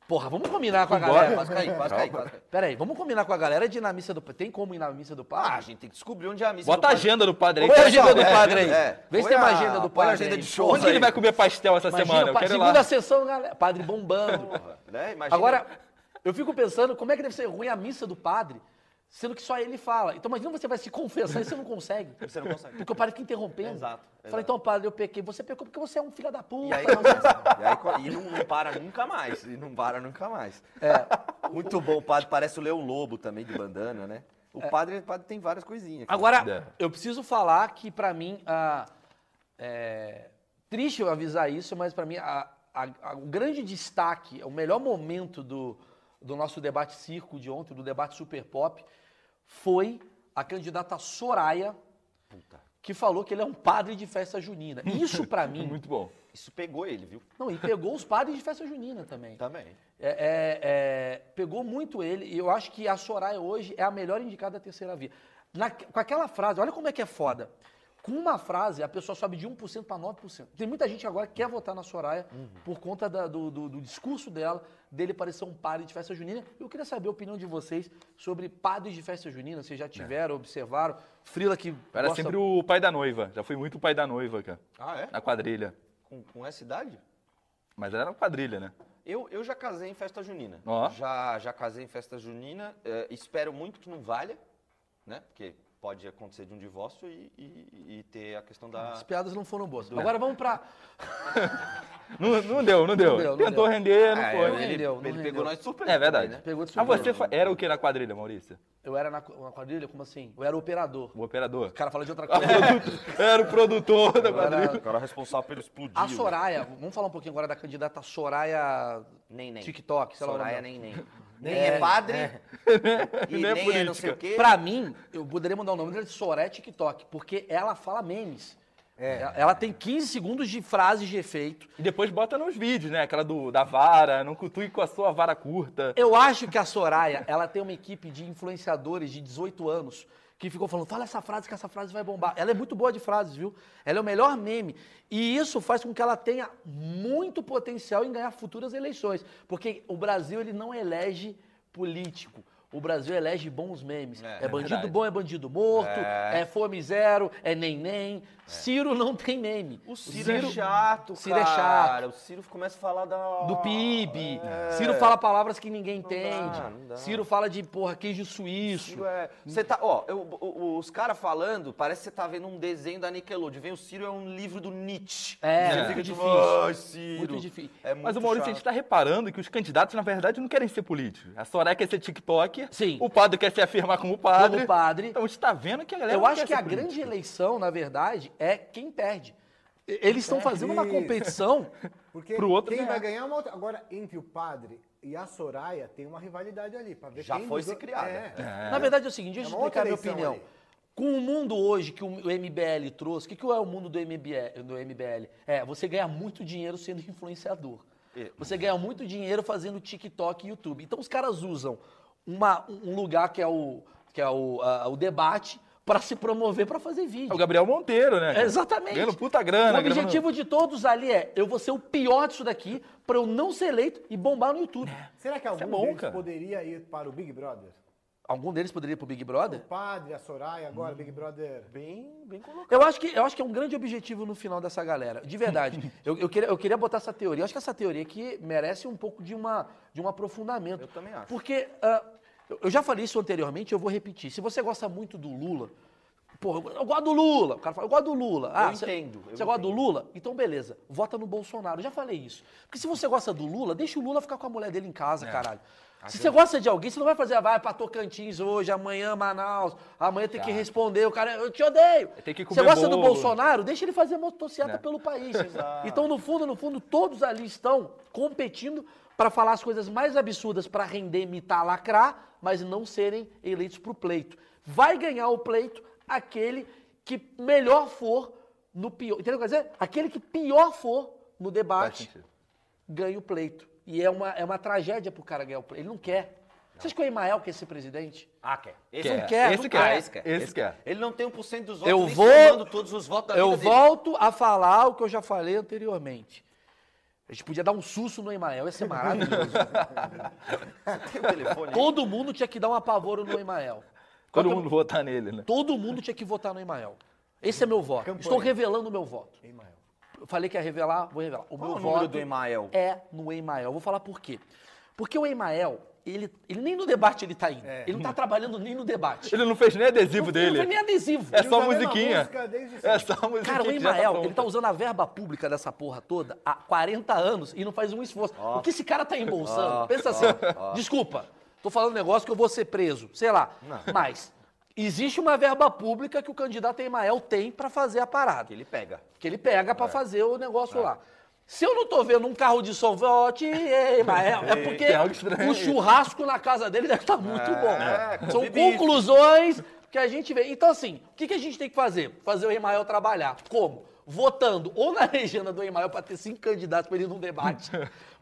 [SPEAKER 1] Porra, vamos combinar com a
[SPEAKER 2] Vambora.
[SPEAKER 1] galera.
[SPEAKER 3] Quase caí, quase caí, quase caí.
[SPEAKER 1] Peraí, vamos combinar com a galera de ir na missa do padre. Tem como ir na missa do padre?
[SPEAKER 3] Ah, a gente tem que descobrir onde é a missa
[SPEAKER 2] Bota
[SPEAKER 3] do
[SPEAKER 2] a
[SPEAKER 3] padre.
[SPEAKER 2] agenda do padre aí.
[SPEAKER 1] Põe a
[SPEAKER 2] Onde
[SPEAKER 1] agenda do
[SPEAKER 3] É,
[SPEAKER 1] padre aí.
[SPEAKER 3] é.
[SPEAKER 1] Vê se
[SPEAKER 3] Põe
[SPEAKER 1] tem uma
[SPEAKER 3] a-
[SPEAKER 1] agenda do
[SPEAKER 3] põe a
[SPEAKER 1] padre.
[SPEAKER 3] agenda
[SPEAKER 1] aí.
[SPEAKER 3] de shows
[SPEAKER 2] ele vai comer pastel essa
[SPEAKER 1] Imagina,
[SPEAKER 2] semana? Eu
[SPEAKER 1] pa-
[SPEAKER 2] quero ir
[SPEAKER 1] segunda
[SPEAKER 2] lá.
[SPEAKER 1] sessão, galera. Padre bombando.
[SPEAKER 3] Né? Imagina.
[SPEAKER 1] Agora, eu fico pensando como é que deve ser ruim a missa do padre, sendo que só ele fala. Então imagina você vai se confessar e você não consegue.
[SPEAKER 3] Você não consegue.
[SPEAKER 1] Porque o padre fica interrompendo.
[SPEAKER 3] Exato,
[SPEAKER 1] Fala,
[SPEAKER 3] exato.
[SPEAKER 1] então, padre, eu pequei. Você pecou porque você é um filho da puta.
[SPEAKER 3] E aí, [LAUGHS]
[SPEAKER 1] não sei o quê.
[SPEAKER 3] e aí co- e não, não para nunca mais. E não para nunca mais.
[SPEAKER 1] É.
[SPEAKER 3] Muito bom, o padre parece o Leão Lobo também, de bandana, né? O
[SPEAKER 1] É.
[SPEAKER 3] padre, o padre tem várias coisinhas. cara.
[SPEAKER 1] Agora,
[SPEAKER 2] É.
[SPEAKER 1] eu preciso falar que pra mim, a- é, triste eu avisar isso, mas pra mim a- a- a- o grande destaque, o melhor momento do, do nosso debate circo de ontem, do debate super pop, foi a candidata Soraya, que falou que ele é um padre de festa junina. Isso pra mim,
[SPEAKER 2] Hum, Muito bom.
[SPEAKER 3] Isso pegou ele, viu?
[SPEAKER 1] não, e pegou os padres de festa junina também.
[SPEAKER 3] Também.
[SPEAKER 1] É, é, é, pegou muito ele e eu acho que a Soraya hoje é a melhor indicada da terceira via. Na- com aquela frase, olha como é que é foda. Com uma frase, a pessoa sobe de 1% para 9%. Tem muita gente agora que quer votar na Soraya
[SPEAKER 2] Uhum.
[SPEAKER 1] por conta da- do, do- do discurso dela, dele parecer um padre de festa junina. Eu queria saber a opinião de vocês sobre padres de festa junina. Vocês já tiveram, observaram? Frila que
[SPEAKER 2] É. Era
[SPEAKER 1] gosta-
[SPEAKER 2] sempre o pai da noiva. Já fui muito o pai da noiva, cara.
[SPEAKER 3] Ah, é?
[SPEAKER 2] Na quadrilha.
[SPEAKER 3] Com, com essa idade?
[SPEAKER 2] Mas era na quadrilha, né?
[SPEAKER 3] Eu, eu já casei em festa junina.
[SPEAKER 2] Ó.
[SPEAKER 3] é, Já, já casei em festa junina. eh, espero muito que não valha, né? Porque pode acontecer de um divórcio e, e- e ter a questão da.
[SPEAKER 1] As piadas não foram boas.
[SPEAKER 2] É.
[SPEAKER 1] Agora vamos pra.
[SPEAKER 2] Não, não deu, não deu.
[SPEAKER 1] Não deu, não
[SPEAKER 2] Tentou
[SPEAKER 1] deu. é,
[SPEAKER 2] render, não
[SPEAKER 3] Ah,
[SPEAKER 2] foi.
[SPEAKER 1] não
[SPEAKER 3] ele,
[SPEAKER 1] rendeu, não
[SPEAKER 3] ele
[SPEAKER 1] rendeu.
[SPEAKER 3] pegou nós de surpresa.
[SPEAKER 2] É verdade.
[SPEAKER 3] também, né?
[SPEAKER 1] Pegou de
[SPEAKER 2] Mas
[SPEAKER 1] surpresa.
[SPEAKER 2] você fa- era o que na quadrilha, Maurício?
[SPEAKER 1] Eu era na, qu- na quadrilha, como assim? Eu era operador.
[SPEAKER 2] O operador?
[SPEAKER 1] O cara fala de outra coisa.
[SPEAKER 2] [LAUGHS] Era o produtor da
[SPEAKER 1] Eu era-
[SPEAKER 2] quadrilha.
[SPEAKER 3] O cara responsável pelo explodir.
[SPEAKER 1] A Soraya, vamos falar um pouquinho agora da candidata Soraya
[SPEAKER 3] Nem, nem.
[SPEAKER 1] TikTok, sei lá o nome
[SPEAKER 3] Soraya,
[SPEAKER 1] dela.
[SPEAKER 3] nem, nem. [LAUGHS] Nem é, padre [LAUGHS] e
[SPEAKER 2] Nem é
[SPEAKER 3] nem, é não sei
[SPEAKER 2] política.
[SPEAKER 3] o quê.
[SPEAKER 1] Pra mim, eu poderia mandar o nome dela de Soraya TikTok, porque ela fala memes. Ela- Ela tem 15 segundos de frases de efeito.
[SPEAKER 2] E depois bota nos vídeos, né? Aquela do, da vara, não cultue com a sua vara curta.
[SPEAKER 1] Eu acho que a Soraya, ela tem uma equipe de influenciadores de 18 anos que ficou falando, fala essa frase que essa frase vai bombar. Ela é muito boa de frases, viu? Ela é o melhor meme. E isso faz com que ela tenha muito potencial em ganhar futuras eleições. Porque o Brasil, ele não elege político. O Brasil elege bons memes. É,
[SPEAKER 3] É,
[SPEAKER 1] bandido
[SPEAKER 2] verdade.
[SPEAKER 1] bom, é bandido morto, é.
[SPEAKER 3] É.
[SPEAKER 1] fome zero, é nem-nem. Ciro não tem meme.
[SPEAKER 3] O Ciro, é chato,
[SPEAKER 1] Ciro é
[SPEAKER 3] cara.
[SPEAKER 1] chato.
[SPEAKER 3] O Ciro começa a falar da... É.
[SPEAKER 1] do PIB. Ciro fala palavras que ninguém entende.
[SPEAKER 3] dá, Ah, não dá.
[SPEAKER 1] Ciro fala de, porra, queijo suíço.
[SPEAKER 3] Ciro é... Você tá... Ó, eu- o- o- os caras falando, parece que você tá vendo um desenho da Nickelodeon. Vem o Ciro, é um livro do Nietzsche.
[SPEAKER 1] É,
[SPEAKER 3] Você
[SPEAKER 1] muito
[SPEAKER 3] fica tipo,
[SPEAKER 1] difícil.
[SPEAKER 3] Ai, Ciro.
[SPEAKER 1] Muito difícil.
[SPEAKER 3] É muito
[SPEAKER 2] Mas o Maurício, a gente
[SPEAKER 3] chato.
[SPEAKER 2] tá reparando que os candidatos, na verdade, não querem ser políticos. A Soraya quer ser TikTok,
[SPEAKER 1] Sim.
[SPEAKER 2] o padre quer se afirmar como padre.
[SPEAKER 1] Como padre.
[SPEAKER 2] Então a gente tá vendo que a galera
[SPEAKER 3] é
[SPEAKER 1] Eu
[SPEAKER 3] um
[SPEAKER 2] não
[SPEAKER 1] acho
[SPEAKER 2] quer
[SPEAKER 1] que a
[SPEAKER 2] ser político.
[SPEAKER 1] grande eleição, na verdade, é quem perde. E- Eles
[SPEAKER 3] É.
[SPEAKER 1] estão fazendo uma
[SPEAKER 3] [LAUGHS]
[SPEAKER 4] Isso.
[SPEAKER 1] competição.
[SPEAKER 4] Porque
[SPEAKER 2] Pro outro
[SPEAKER 4] quem
[SPEAKER 2] ganhar.
[SPEAKER 4] vai ganhar é uma outra. Agora, entre o padre e a Soraya tem uma rivalidade ali. Pra ver
[SPEAKER 3] Já
[SPEAKER 4] quem
[SPEAKER 3] foi
[SPEAKER 4] dos
[SPEAKER 3] se
[SPEAKER 4] dois-
[SPEAKER 3] criada.
[SPEAKER 4] É.
[SPEAKER 1] Na verdade é o seguinte, deixa
[SPEAKER 4] É
[SPEAKER 1] eu
[SPEAKER 4] uma
[SPEAKER 1] explicar
[SPEAKER 4] outra
[SPEAKER 1] a minha opinião.
[SPEAKER 4] eleição aí.
[SPEAKER 1] Com o mundo hoje que o MBL trouxe, o que, que é o mundo do MBL, do MBL? É, você ganha muito dinheiro sendo influenciador.
[SPEAKER 3] É.
[SPEAKER 1] Você ganha muito dinheiro fazendo TikTok e YouTube. Então os caras usam uma- um lugar que é o, que é o, ah, o debate para se promover, para fazer vídeo.
[SPEAKER 2] É o Gabriel Monteiro, né?
[SPEAKER 1] É,
[SPEAKER 2] cara?
[SPEAKER 1] Exatamente.
[SPEAKER 2] Ganhando puta grana.
[SPEAKER 1] O
[SPEAKER 2] gravando-
[SPEAKER 1] objetivo de todos ali é: eu vou ser o pior disso daqui pra eu não ser eleito e bombar no YouTube.
[SPEAKER 4] Será que algum
[SPEAKER 2] bom,
[SPEAKER 4] deles
[SPEAKER 2] cara.
[SPEAKER 4] poderia ir para o Big Brother?
[SPEAKER 1] Algum deles poderia ir pro Big Brother?
[SPEAKER 4] O padre, a Soraya, agora Big Brother.
[SPEAKER 3] Bem, bem colocado.
[SPEAKER 1] Eu acho, que, eu acho que é um grande objetivo no final dessa galera, de
[SPEAKER 3] [LAUGHS]
[SPEAKER 1] verdade. eu, eu queria, eu queria botar essa teoria. Eu acho que essa teoria aqui merece um pouco de, uma, de um aprofundamento.
[SPEAKER 3] Eu também acho.
[SPEAKER 1] Porque ah, eu- eu já falei isso anteriormente, eu vou repetir. Se você gosta muito do Lula, pô, eu, eu gosto do Lula. O cara fala, eu gosto do Lula. Ah,
[SPEAKER 3] Eu
[SPEAKER 1] você-
[SPEAKER 3] entendo, eu
[SPEAKER 1] Você gosta do
[SPEAKER 3] entendo.
[SPEAKER 1] Lula? Então beleza, vota no Bolsonaro. Eu já falei isso. Porque se você gosta do Lula, deixa o Lula ficar com a mulher dele em
[SPEAKER 3] É.
[SPEAKER 1] casa, caralho. Se você gosta de alguém, você não vai fazer, ah, vai pra Tocantins hoje, amanhã Manaus, amanhã
[SPEAKER 3] Tá.
[SPEAKER 1] tem que responder, o cara, eu te odeio.
[SPEAKER 2] Tem que
[SPEAKER 1] Você
[SPEAKER 2] comer
[SPEAKER 1] gosta do
[SPEAKER 2] bolo.
[SPEAKER 1] Bolsonaro? Deixa ele fazer motocicleta
[SPEAKER 2] Né?
[SPEAKER 1] pelo país. então, no fundo, no fundo, todos ali estão competindo para falar as coisas mais absurdas para render, imitar, lacrar, mas não serem eleitos para o pleito. Vai ganhar o pleito aquele que melhor for no pior. Entendeu o que eu quero dizer? Aquele que pior for no
[SPEAKER 2] Faz
[SPEAKER 1] debate
[SPEAKER 2] sentido.
[SPEAKER 1] ganha o pleito. E é uma, é uma tragédia pro cara ganhar o pleito. Ele não quer. Você acha que o Emael quer ser presidente?
[SPEAKER 3] Ah, quer. Esse
[SPEAKER 2] Quer.
[SPEAKER 3] não
[SPEAKER 1] quer,
[SPEAKER 2] Esse
[SPEAKER 1] não
[SPEAKER 2] quer.
[SPEAKER 1] quer.
[SPEAKER 3] Esse quer.
[SPEAKER 2] Esse quer.
[SPEAKER 3] Ele não tem 1% dos votos,
[SPEAKER 1] Eu
[SPEAKER 3] nem
[SPEAKER 1] vou-
[SPEAKER 3] somando todos os votos da
[SPEAKER 1] Eu
[SPEAKER 3] vida dele.
[SPEAKER 1] volto a falar o que eu já falei anteriormente. A gente podia dar um susto no Emael, ia ser maravilhoso.
[SPEAKER 3] [LAUGHS]
[SPEAKER 1] né?
[SPEAKER 3] Tem o telefone
[SPEAKER 1] [LAUGHS]
[SPEAKER 3] aí?
[SPEAKER 1] Todo mundo tinha que dar um apavoro no Emael.
[SPEAKER 2] Todo mundo votar nele, né?
[SPEAKER 1] Todo mundo tinha que votar no Emael. Esse é meu voto.
[SPEAKER 4] Campanha.
[SPEAKER 1] Estou revelando o meu voto.
[SPEAKER 4] Emael.
[SPEAKER 1] Eu falei que ia revelar, vou revelar. é O
[SPEAKER 3] Qual
[SPEAKER 1] meu
[SPEAKER 3] o número
[SPEAKER 1] voto
[SPEAKER 3] do Emael?
[SPEAKER 1] é no Emael. Vou falar por quê. Porque o Emael, ele, ele nem no debate ele tá indo. Ele não tá trabalhando nem no debate.
[SPEAKER 2] Ele não fez nem adesivo
[SPEAKER 1] não,
[SPEAKER 2] dele.
[SPEAKER 1] Não foi nem adesivo. tá
[SPEAKER 2] É
[SPEAKER 4] Ele
[SPEAKER 2] só
[SPEAKER 4] usa a mesma
[SPEAKER 2] musiquinha.
[SPEAKER 4] música desde
[SPEAKER 2] é
[SPEAKER 4] sempre.
[SPEAKER 2] só musiquinha.
[SPEAKER 1] Cara, o
[SPEAKER 2] que já
[SPEAKER 1] Emael,
[SPEAKER 2] pronta.
[SPEAKER 1] ele tá usando a verba pública dessa porra toda há 40 anos e não faz um esforço. O que esse cara tá embolsando?
[SPEAKER 3] Ó,
[SPEAKER 1] Pensa assim, desculpa, tô falando um negócio que eu vou ser preso, sei lá. Mas existe uma verba pública que o candidato Emael tem pra fazer a parada.
[SPEAKER 3] Que ele pega.
[SPEAKER 1] Que ele pega pra fazer o negócio lá. Se eu não tô vendo um carro de som, ó, te- ei, Mael, é
[SPEAKER 2] Tem algo
[SPEAKER 1] porque
[SPEAKER 2] estranho
[SPEAKER 1] o
[SPEAKER 2] aí.
[SPEAKER 1] churrasco na casa dele deve estar muito
[SPEAKER 3] É,
[SPEAKER 1] bom. São
[SPEAKER 3] comi bife.
[SPEAKER 1] conclusões que a gente vê. Então, assim, o que, que a gente tem que fazer? Fazer o Emael trabalhar. Como? Votando ou na [LAUGHS] legenda do Emael pra ter cinco candidatos pra ele ir num
[SPEAKER 2] [LAUGHS]
[SPEAKER 1] debate.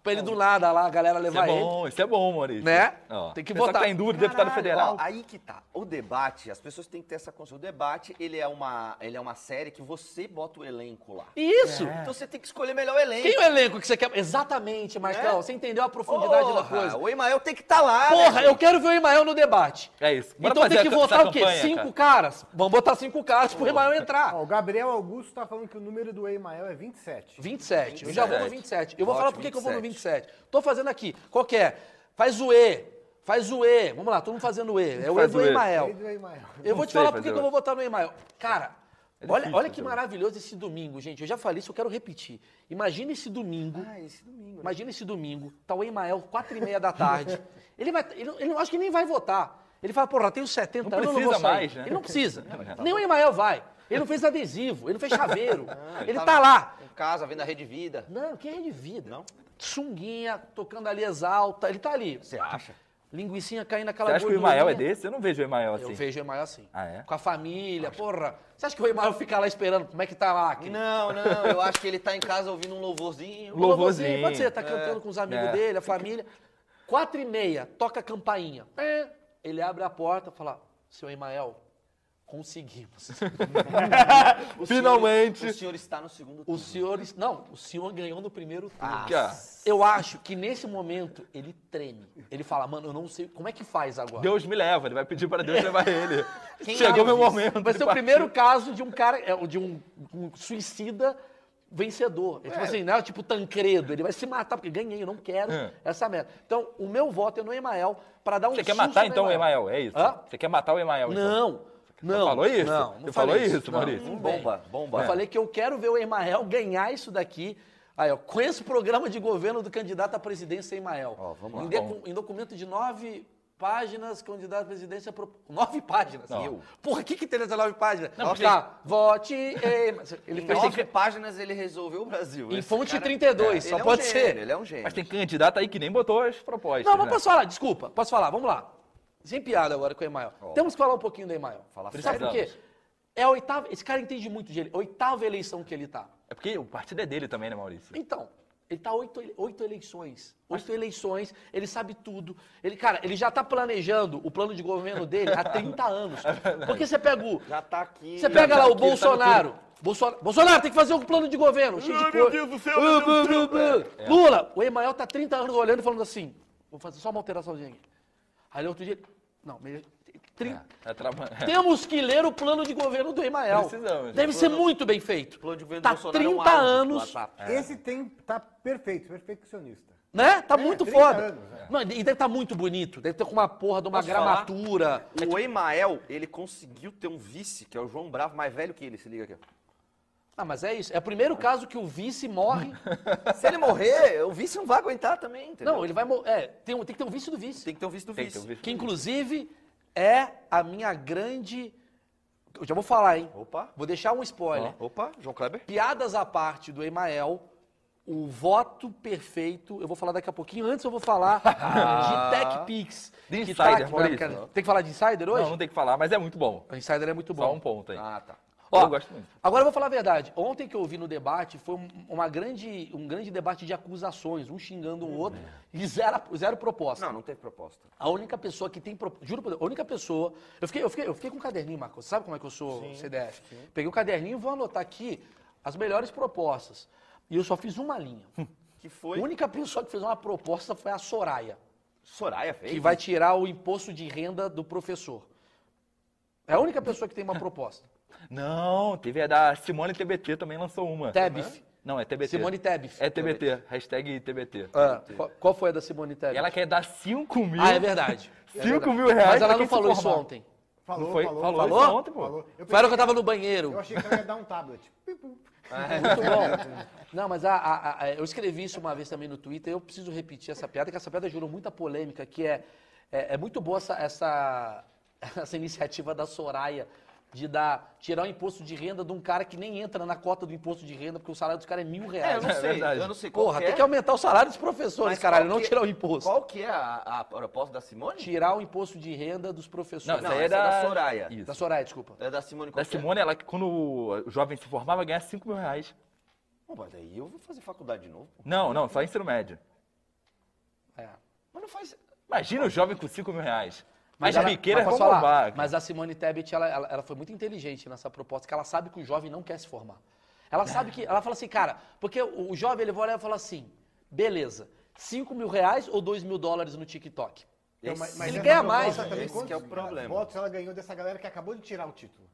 [SPEAKER 1] pra ele do nada lá, a galera
[SPEAKER 2] Isso é
[SPEAKER 1] levar ele.
[SPEAKER 2] bom, isso é bom, Maurício.
[SPEAKER 1] Né?
[SPEAKER 2] Ó,
[SPEAKER 1] Tem que
[SPEAKER 2] pessoal
[SPEAKER 1] votar.
[SPEAKER 2] tá em dúvida, deputado
[SPEAKER 3] Caralho,
[SPEAKER 2] federal.
[SPEAKER 3] ó, aí que tá. O debate, as pessoas têm que ter essa consciência. O debate, ele é uma, ele é uma série que você bota o elenco lá.
[SPEAKER 1] Isso!
[SPEAKER 2] É.
[SPEAKER 3] Então você tem que escolher melhor o elenco.
[SPEAKER 1] É. Quem é o elenco que você quer? Exatamente, Marcão.
[SPEAKER 3] Né?
[SPEAKER 2] É?
[SPEAKER 1] Você entendeu a profundidade da
[SPEAKER 3] Porra,
[SPEAKER 1] coisa.
[SPEAKER 3] O Emael tem que estar lá. né,
[SPEAKER 1] Porra,
[SPEAKER 3] gente?
[SPEAKER 1] eu quero ver o Emael no debate.
[SPEAKER 2] É isso. Bora
[SPEAKER 1] então
[SPEAKER 2] fazer
[SPEAKER 1] tem que
[SPEAKER 2] essa-
[SPEAKER 1] votar
[SPEAKER 2] essa
[SPEAKER 1] o quê?
[SPEAKER 2] campanha,
[SPEAKER 1] cinco
[SPEAKER 2] cara.
[SPEAKER 1] caras? Vamos botar cinco caras pro Emael
[SPEAKER 4] Ó,
[SPEAKER 1] entrar.
[SPEAKER 4] o Gabriel Augusto tá falando que o número do Emael é 27.
[SPEAKER 1] 27. Eu já vou no 27. Eu vou
[SPEAKER 3] Vote
[SPEAKER 1] falar por que que eu vou no
[SPEAKER 3] 27.
[SPEAKER 1] 27. Tô fazendo aqui. Qual que é? Faz o E. Faz o E. Vamos lá, todo mundo fazendo o E. É o E
[SPEAKER 2] Faz
[SPEAKER 1] do
[SPEAKER 2] o E.
[SPEAKER 1] Emael.
[SPEAKER 4] Pedro e Mael.
[SPEAKER 1] Eu
[SPEAKER 2] Não
[SPEAKER 1] vou te
[SPEAKER 2] sei
[SPEAKER 1] falar por que
[SPEAKER 2] fazer
[SPEAKER 1] que eu vou votar no Emael. Cara,
[SPEAKER 2] É
[SPEAKER 1] olha,
[SPEAKER 2] difícil
[SPEAKER 1] olha que
[SPEAKER 2] fazer o-
[SPEAKER 1] maravilhoso esse domingo, gente. Eu já falei isso, eu quero repetir. Imagina esse domingo.
[SPEAKER 3] Ah, esse domingo. né?
[SPEAKER 1] Imagina esse domingo, tá o Emael, quatro e meia da
[SPEAKER 2] [LAUGHS]
[SPEAKER 1] tarde. Ele vai. Ele, ele não acho que nem vai votar. Ele fala, porra, tenho 70
[SPEAKER 2] Não
[SPEAKER 1] anos, eu não vou
[SPEAKER 2] precisa
[SPEAKER 1] sair.
[SPEAKER 2] mais, né?
[SPEAKER 1] Ele não precisa.
[SPEAKER 2] [LAUGHS] Não, já tá
[SPEAKER 1] nem o Emael vai. Ele não fez adesivo, ele não fez
[SPEAKER 2] [LAUGHS]
[SPEAKER 1] chaveiro.
[SPEAKER 3] Ah,
[SPEAKER 1] ele tá lá.
[SPEAKER 3] Em casa, vendo a Rede Vida.
[SPEAKER 1] Não, que é de vida.
[SPEAKER 3] Não?
[SPEAKER 1] Sunguinha, tocando ali exalta. Ele tá ali.
[SPEAKER 3] Você acha?
[SPEAKER 1] Linguicinha caindo naquela
[SPEAKER 2] Você acha que o
[SPEAKER 1] gordurinha.
[SPEAKER 2] Emael é desse? Eu não vejo o Emael assim.
[SPEAKER 1] Eu
[SPEAKER 2] [LAUGHS]
[SPEAKER 1] vejo o Emael assim.
[SPEAKER 2] Ah, é?
[SPEAKER 1] Com a família, porra. Você acha que o Emael fica lá esperando? Como é que tá lá? Que...
[SPEAKER 3] Não, não, eu acho que ele tá em casa ouvindo um louvorzinho.
[SPEAKER 2] Lou- louvorzinho.
[SPEAKER 1] Pode ser, tá cantando com os amigos
[SPEAKER 2] É.
[SPEAKER 1] dele, a família. Quatro e meia, toca a campainha. Pé. Ele abre a porta e fala, seu Emael, conseguimos.
[SPEAKER 2] [LAUGHS]
[SPEAKER 3] O
[SPEAKER 2] Finalmente.
[SPEAKER 3] Senhor, o senhor está no segundo
[SPEAKER 1] O
[SPEAKER 3] turno.
[SPEAKER 1] senhor... Não, o senhor ganhou no primeiro turno.
[SPEAKER 2] Aqui, ó.
[SPEAKER 1] Eu acho que nesse momento ele treme. Ele fala, mano, eu não sei como é que faz agora.
[SPEAKER 2] Deus me leva, ele vai pedir pra Deus levar ele.
[SPEAKER 1] Quem
[SPEAKER 2] Chegou
[SPEAKER 1] abre
[SPEAKER 2] meu
[SPEAKER 1] isso?
[SPEAKER 2] momento.
[SPEAKER 1] Vai ser o
[SPEAKER 2] ele
[SPEAKER 1] primeiro caso de um cara, é, de um, um suicida vencedor. É, tipo assim, não é tipo Tancredo, ele vai se matar porque ganhei, eu não quero
[SPEAKER 2] É.
[SPEAKER 1] essa merda. Então, o meu voto é no Emael pra dar um
[SPEAKER 2] Você quer
[SPEAKER 1] susto
[SPEAKER 2] matar
[SPEAKER 1] no
[SPEAKER 2] então o Emael, é isso?
[SPEAKER 1] Hã?
[SPEAKER 2] Você quer matar o Emael então?
[SPEAKER 1] Não. Não.
[SPEAKER 2] Você falou isso?
[SPEAKER 1] Não, não
[SPEAKER 2] Você falou
[SPEAKER 1] falei
[SPEAKER 2] isso,
[SPEAKER 1] não,
[SPEAKER 2] Maurício?
[SPEAKER 1] não tem.
[SPEAKER 3] Hum, Bomba, bomba.
[SPEAKER 1] É. Eu falei que eu quero ver o Emael ganhar isso daqui. Aí, ó, com esse programa de governo do candidato à presidência Emael.
[SPEAKER 3] Ó, vamos lá.
[SPEAKER 1] Em, decu- em documento de nove páginas, candidato à presidência... Pro... Nove páginas?
[SPEAKER 2] Não.
[SPEAKER 1] Eu. Porra, o que que tem nessas nove páginas?
[SPEAKER 2] Não,
[SPEAKER 1] Ó,
[SPEAKER 2] porque-
[SPEAKER 1] tá, vote Emael. Ele
[SPEAKER 3] Em
[SPEAKER 1] fez
[SPEAKER 3] nove páginas ele resolveu o Brasil.
[SPEAKER 1] em
[SPEAKER 3] Esse
[SPEAKER 1] fonte
[SPEAKER 3] cara-
[SPEAKER 1] 32,
[SPEAKER 3] Ele
[SPEAKER 1] só
[SPEAKER 3] é um
[SPEAKER 1] pode
[SPEAKER 3] gênio,
[SPEAKER 1] ser.
[SPEAKER 3] Ele é um gênio.
[SPEAKER 2] Mas tem candidato aí que nem botou as propostas.
[SPEAKER 1] Não, mas
[SPEAKER 2] né?
[SPEAKER 1] posso falar, desculpa, posso falar, vamos lá. Sem piada agora com o Emael. Temos que falar um pouquinho do Emael.
[SPEAKER 3] Fala
[SPEAKER 1] Sabe
[SPEAKER 2] sério.
[SPEAKER 1] por quê? É a oitava, esse cara entende muito de ele, oitava eleição que ele tá.
[SPEAKER 2] É porque o partido é dele também, né, Maurício?
[SPEAKER 1] Então, ele tá oito, ele- oito eleições. Oito eleições, ele sabe tudo. Ele, cara, ele já tá planejando o plano de governo dele há 30
[SPEAKER 3] [LAUGHS]
[SPEAKER 1] anos.
[SPEAKER 3] É
[SPEAKER 1] Porque você pega o.
[SPEAKER 3] Já tá aqui.
[SPEAKER 1] Você pega lá o
[SPEAKER 2] ele sabe
[SPEAKER 1] Bolsonaro. Bolsonaro. Bolsonaro tem que fazer um plano de governo. cheio de
[SPEAKER 3] Ai, meu
[SPEAKER 1] coisa.
[SPEAKER 3] Deus do céu,
[SPEAKER 1] Ah,
[SPEAKER 3] meu Deus
[SPEAKER 1] blá, blá,
[SPEAKER 3] É.
[SPEAKER 1] blá. Lula, o Emael tá 30 anos olhando e falando assim: vou fazer só uma alteraçãozinha aqui. Aí no outro dia. Não, meio.
[SPEAKER 2] É,
[SPEAKER 1] trinta-
[SPEAKER 2] é traba- [LAUGHS]
[SPEAKER 1] Temos que ler o plano de governo do Emael.
[SPEAKER 2] Precisamos.
[SPEAKER 1] Deve ser muito bem feito.
[SPEAKER 3] né? plano de governo
[SPEAKER 1] tá
[SPEAKER 3] do Bolsonaro é um
[SPEAKER 1] 30
[SPEAKER 3] áudio do
[SPEAKER 1] anos.
[SPEAKER 3] WhatsApp.
[SPEAKER 4] Esse tem, tá perfeito, perfeccionista.
[SPEAKER 1] Né? Tá muito
[SPEAKER 4] 30
[SPEAKER 1] foda.
[SPEAKER 4] anos, é.
[SPEAKER 1] Não, e deve estar muito bonito. Deve ter com uma porra de uma
[SPEAKER 3] Posso
[SPEAKER 1] gramatura.
[SPEAKER 3] O Emael, ele conseguiu ter um vice, que é o João Bravo, mais velho que ele, se liga aqui.
[SPEAKER 1] Ah, mas é isso. É o primeiro caso que o vice morre.
[SPEAKER 3] Se ele morrer, o vice não vai aguentar também, entendeu?
[SPEAKER 1] Não, ele vai morrer. É, tem, um- tem que ter um vice do vice.
[SPEAKER 3] Tem que ter um vice do
[SPEAKER 2] Tem que
[SPEAKER 3] vice.
[SPEAKER 2] ter um vice.
[SPEAKER 1] Que inclusive é a minha grande. Eu já vou falar, hein?
[SPEAKER 3] Opa.
[SPEAKER 1] Vou deixar um spoiler.
[SPEAKER 3] Opa, João Kleber.
[SPEAKER 1] Piadas à parte do Emael, o voto perfeito, eu vou falar daqui a pouquinho. Antes eu vou falar de TechPix.
[SPEAKER 2] De
[SPEAKER 1] que tá aqui
[SPEAKER 2] Insider,
[SPEAKER 1] na
[SPEAKER 2] Maurício.
[SPEAKER 1] minha cara. Tem que falar de Insider hoje?
[SPEAKER 2] Não, não tem que falar, mas é muito bom.
[SPEAKER 1] O Insider é muito bom.
[SPEAKER 2] Só um ponto aí.
[SPEAKER 3] Ah, tá.
[SPEAKER 1] Ó,
[SPEAKER 2] Eu gosto muito.
[SPEAKER 1] Agora eu vou falar a verdade. Ontem que eu ouvi no debate foi um- uma grande, um grande debate de acusações, um xingando o outro e zero, zero proposta.
[SPEAKER 3] É. Não, não teve proposta.
[SPEAKER 1] A única pessoa que tem. pro- Juro por Deus, a única pessoa. Eu fiquei, eu fiquei, eu fiquei com um caderninho, Marcos. Sabe como é que eu sou CDF? Peguei o caderninho e vou anotar aqui as melhores propostas. E eu só fiz uma linha.
[SPEAKER 3] Que foi...
[SPEAKER 1] A única pessoa que fez uma proposta foi a Soraya,
[SPEAKER 3] Soraya fez.
[SPEAKER 1] que vai tirar o imposto de renda do professor. É a única pessoa que tem uma proposta.
[SPEAKER 2] Não, teve a da Simone TBT também lançou uma.
[SPEAKER 1] Tebif.
[SPEAKER 2] Não, é TBT.
[SPEAKER 1] Simone Tebif.
[SPEAKER 2] É TBT, hashtag TBT.
[SPEAKER 1] Ah, qual, qual foi a da Simone Tebet?
[SPEAKER 2] Ela quer dar 5 mil.
[SPEAKER 1] Ah, é verdade.
[SPEAKER 2] 5 mil
[SPEAKER 1] Mas
[SPEAKER 2] reais.
[SPEAKER 1] ela
[SPEAKER 2] pra
[SPEAKER 1] não
[SPEAKER 2] quem se
[SPEAKER 1] falou isso
[SPEAKER 2] formar.
[SPEAKER 1] ontem.
[SPEAKER 4] Falou,
[SPEAKER 2] Não foi?
[SPEAKER 4] falou,
[SPEAKER 2] Falou?
[SPEAKER 4] falou.
[SPEAKER 2] Isso ontem, pô.
[SPEAKER 4] falou.
[SPEAKER 1] Foi a hora
[SPEAKER 4] Eu,
[SPEAKER 1] que
[SPEAKER 4] pensei,
[SPEAKER 1] eu tava no
[SPEAKER 4] eu
[SPEAKER 1] banheiro.
[SPEAKER 4] achei que ela ia dar um tablet.
[SPEAKER 1] Muito bom. [LAUGHS] Não, mas a- a- a- eu escrevi isso uma vez também no Twitter, eu preciso repetir essa piada, que essa piada gerou muita polêmica, que é, é, é muito boa essa, essa, [LAUGHS] essa iniciativa da Soraya de dar, tirar o imposto de renda de um cara que nem entra na cota do imposto de renda, porque o salário dos caras é mil
[SPEAKER 3] É, eu
[SPEAKER 1] reais.
[SPEAKER 3] não
[SPEAKER 2] É
[SPEAKER 3] sei.
[SPEAKER 2] verdade.
[SPEAKER 3] eu não sei qual
[SPEAKER 1] Porra,
[SPEAKER 3] que é.
[SPEAKER 1] tem que aumentar o salário dos professores,
[SPEAKER 3] Mas
[SPEAKER 1] caralho,
[SPEAKER 3] qual
[SPEAKER 1] não
[SPEAKER 3] que- é?
[SPEAKER 1] tirar o imposto.
[SPEAKER 3] Qual que é a, a proposta da Simone?
[SPEAKER 1] Tirar o imposto de renda dos
[SPEAKER 2] Não,
[SPEAKER 1] professores.
[SPEAKER 2] essa
[SPEAKER 3] Não,
[SPEAKER 2] aí é
[SPEAKER 3] essa é
[SPEAKER 2] da...
[SPEAKER 3] da Soraya.
[SPEAKER 2] Isso.
[SPEAKER 1] Da Soraya, desculpa.
[SPEAKER 3] É da Simone
[SPEAKER 2] Da
[SPEAKER 3] qual que é?
[SPEAKER 2] Simone, ela, quando o jovem se formava, ganhava 5 mil reais.
[SPEAKER 3] Pô, mas daí eu vou fazer faculdade de novo. pô.
[SPEAKER 2] Não, não, só ensino médio.
[SPEAKER 1] É.
[SPEAKER 3] Mas não faz...
[SPEAKER 2] Imagina o jovem com 5 mil reais. Mas,
[SPEAKER 1] ela-
[SPEAKER 2] biqueiras
[SPEAKER 1] mas
[SPEAKER 2] vão
[SPEAKER 1] posso falar,
[SPEAKER 2] bombar.
[SPEAKER 1] Mas a Simone Tebet, ela, ela- ela foi muito inteligente nessa proposta, que ela sabe que o jovem não quer se formar. Ela sabe que. Ela fala assim, cara, porque o, o jovem ele vai olhar e fala assim: beleza, 5 mil reais ou 2 mil dólares no TikTok?
[SPEAKER 4] Então,
[SPEAKER 3] Esse-
[SPEAKER 1] mas- ele
[SPEAKER 4] essa
[SPEAKER 1] ganha
[SPEAKER 4] proposta
[SPEAKER 1] mais,
[SPEAKER 4] também,
[SPEAKER 3] esse
[SPEAKER 4] quantos
[SPEAKER 3] que é o problema.
[SPEAKER 4] Votos ela ganhou dessa galera que acabou de tirar o título.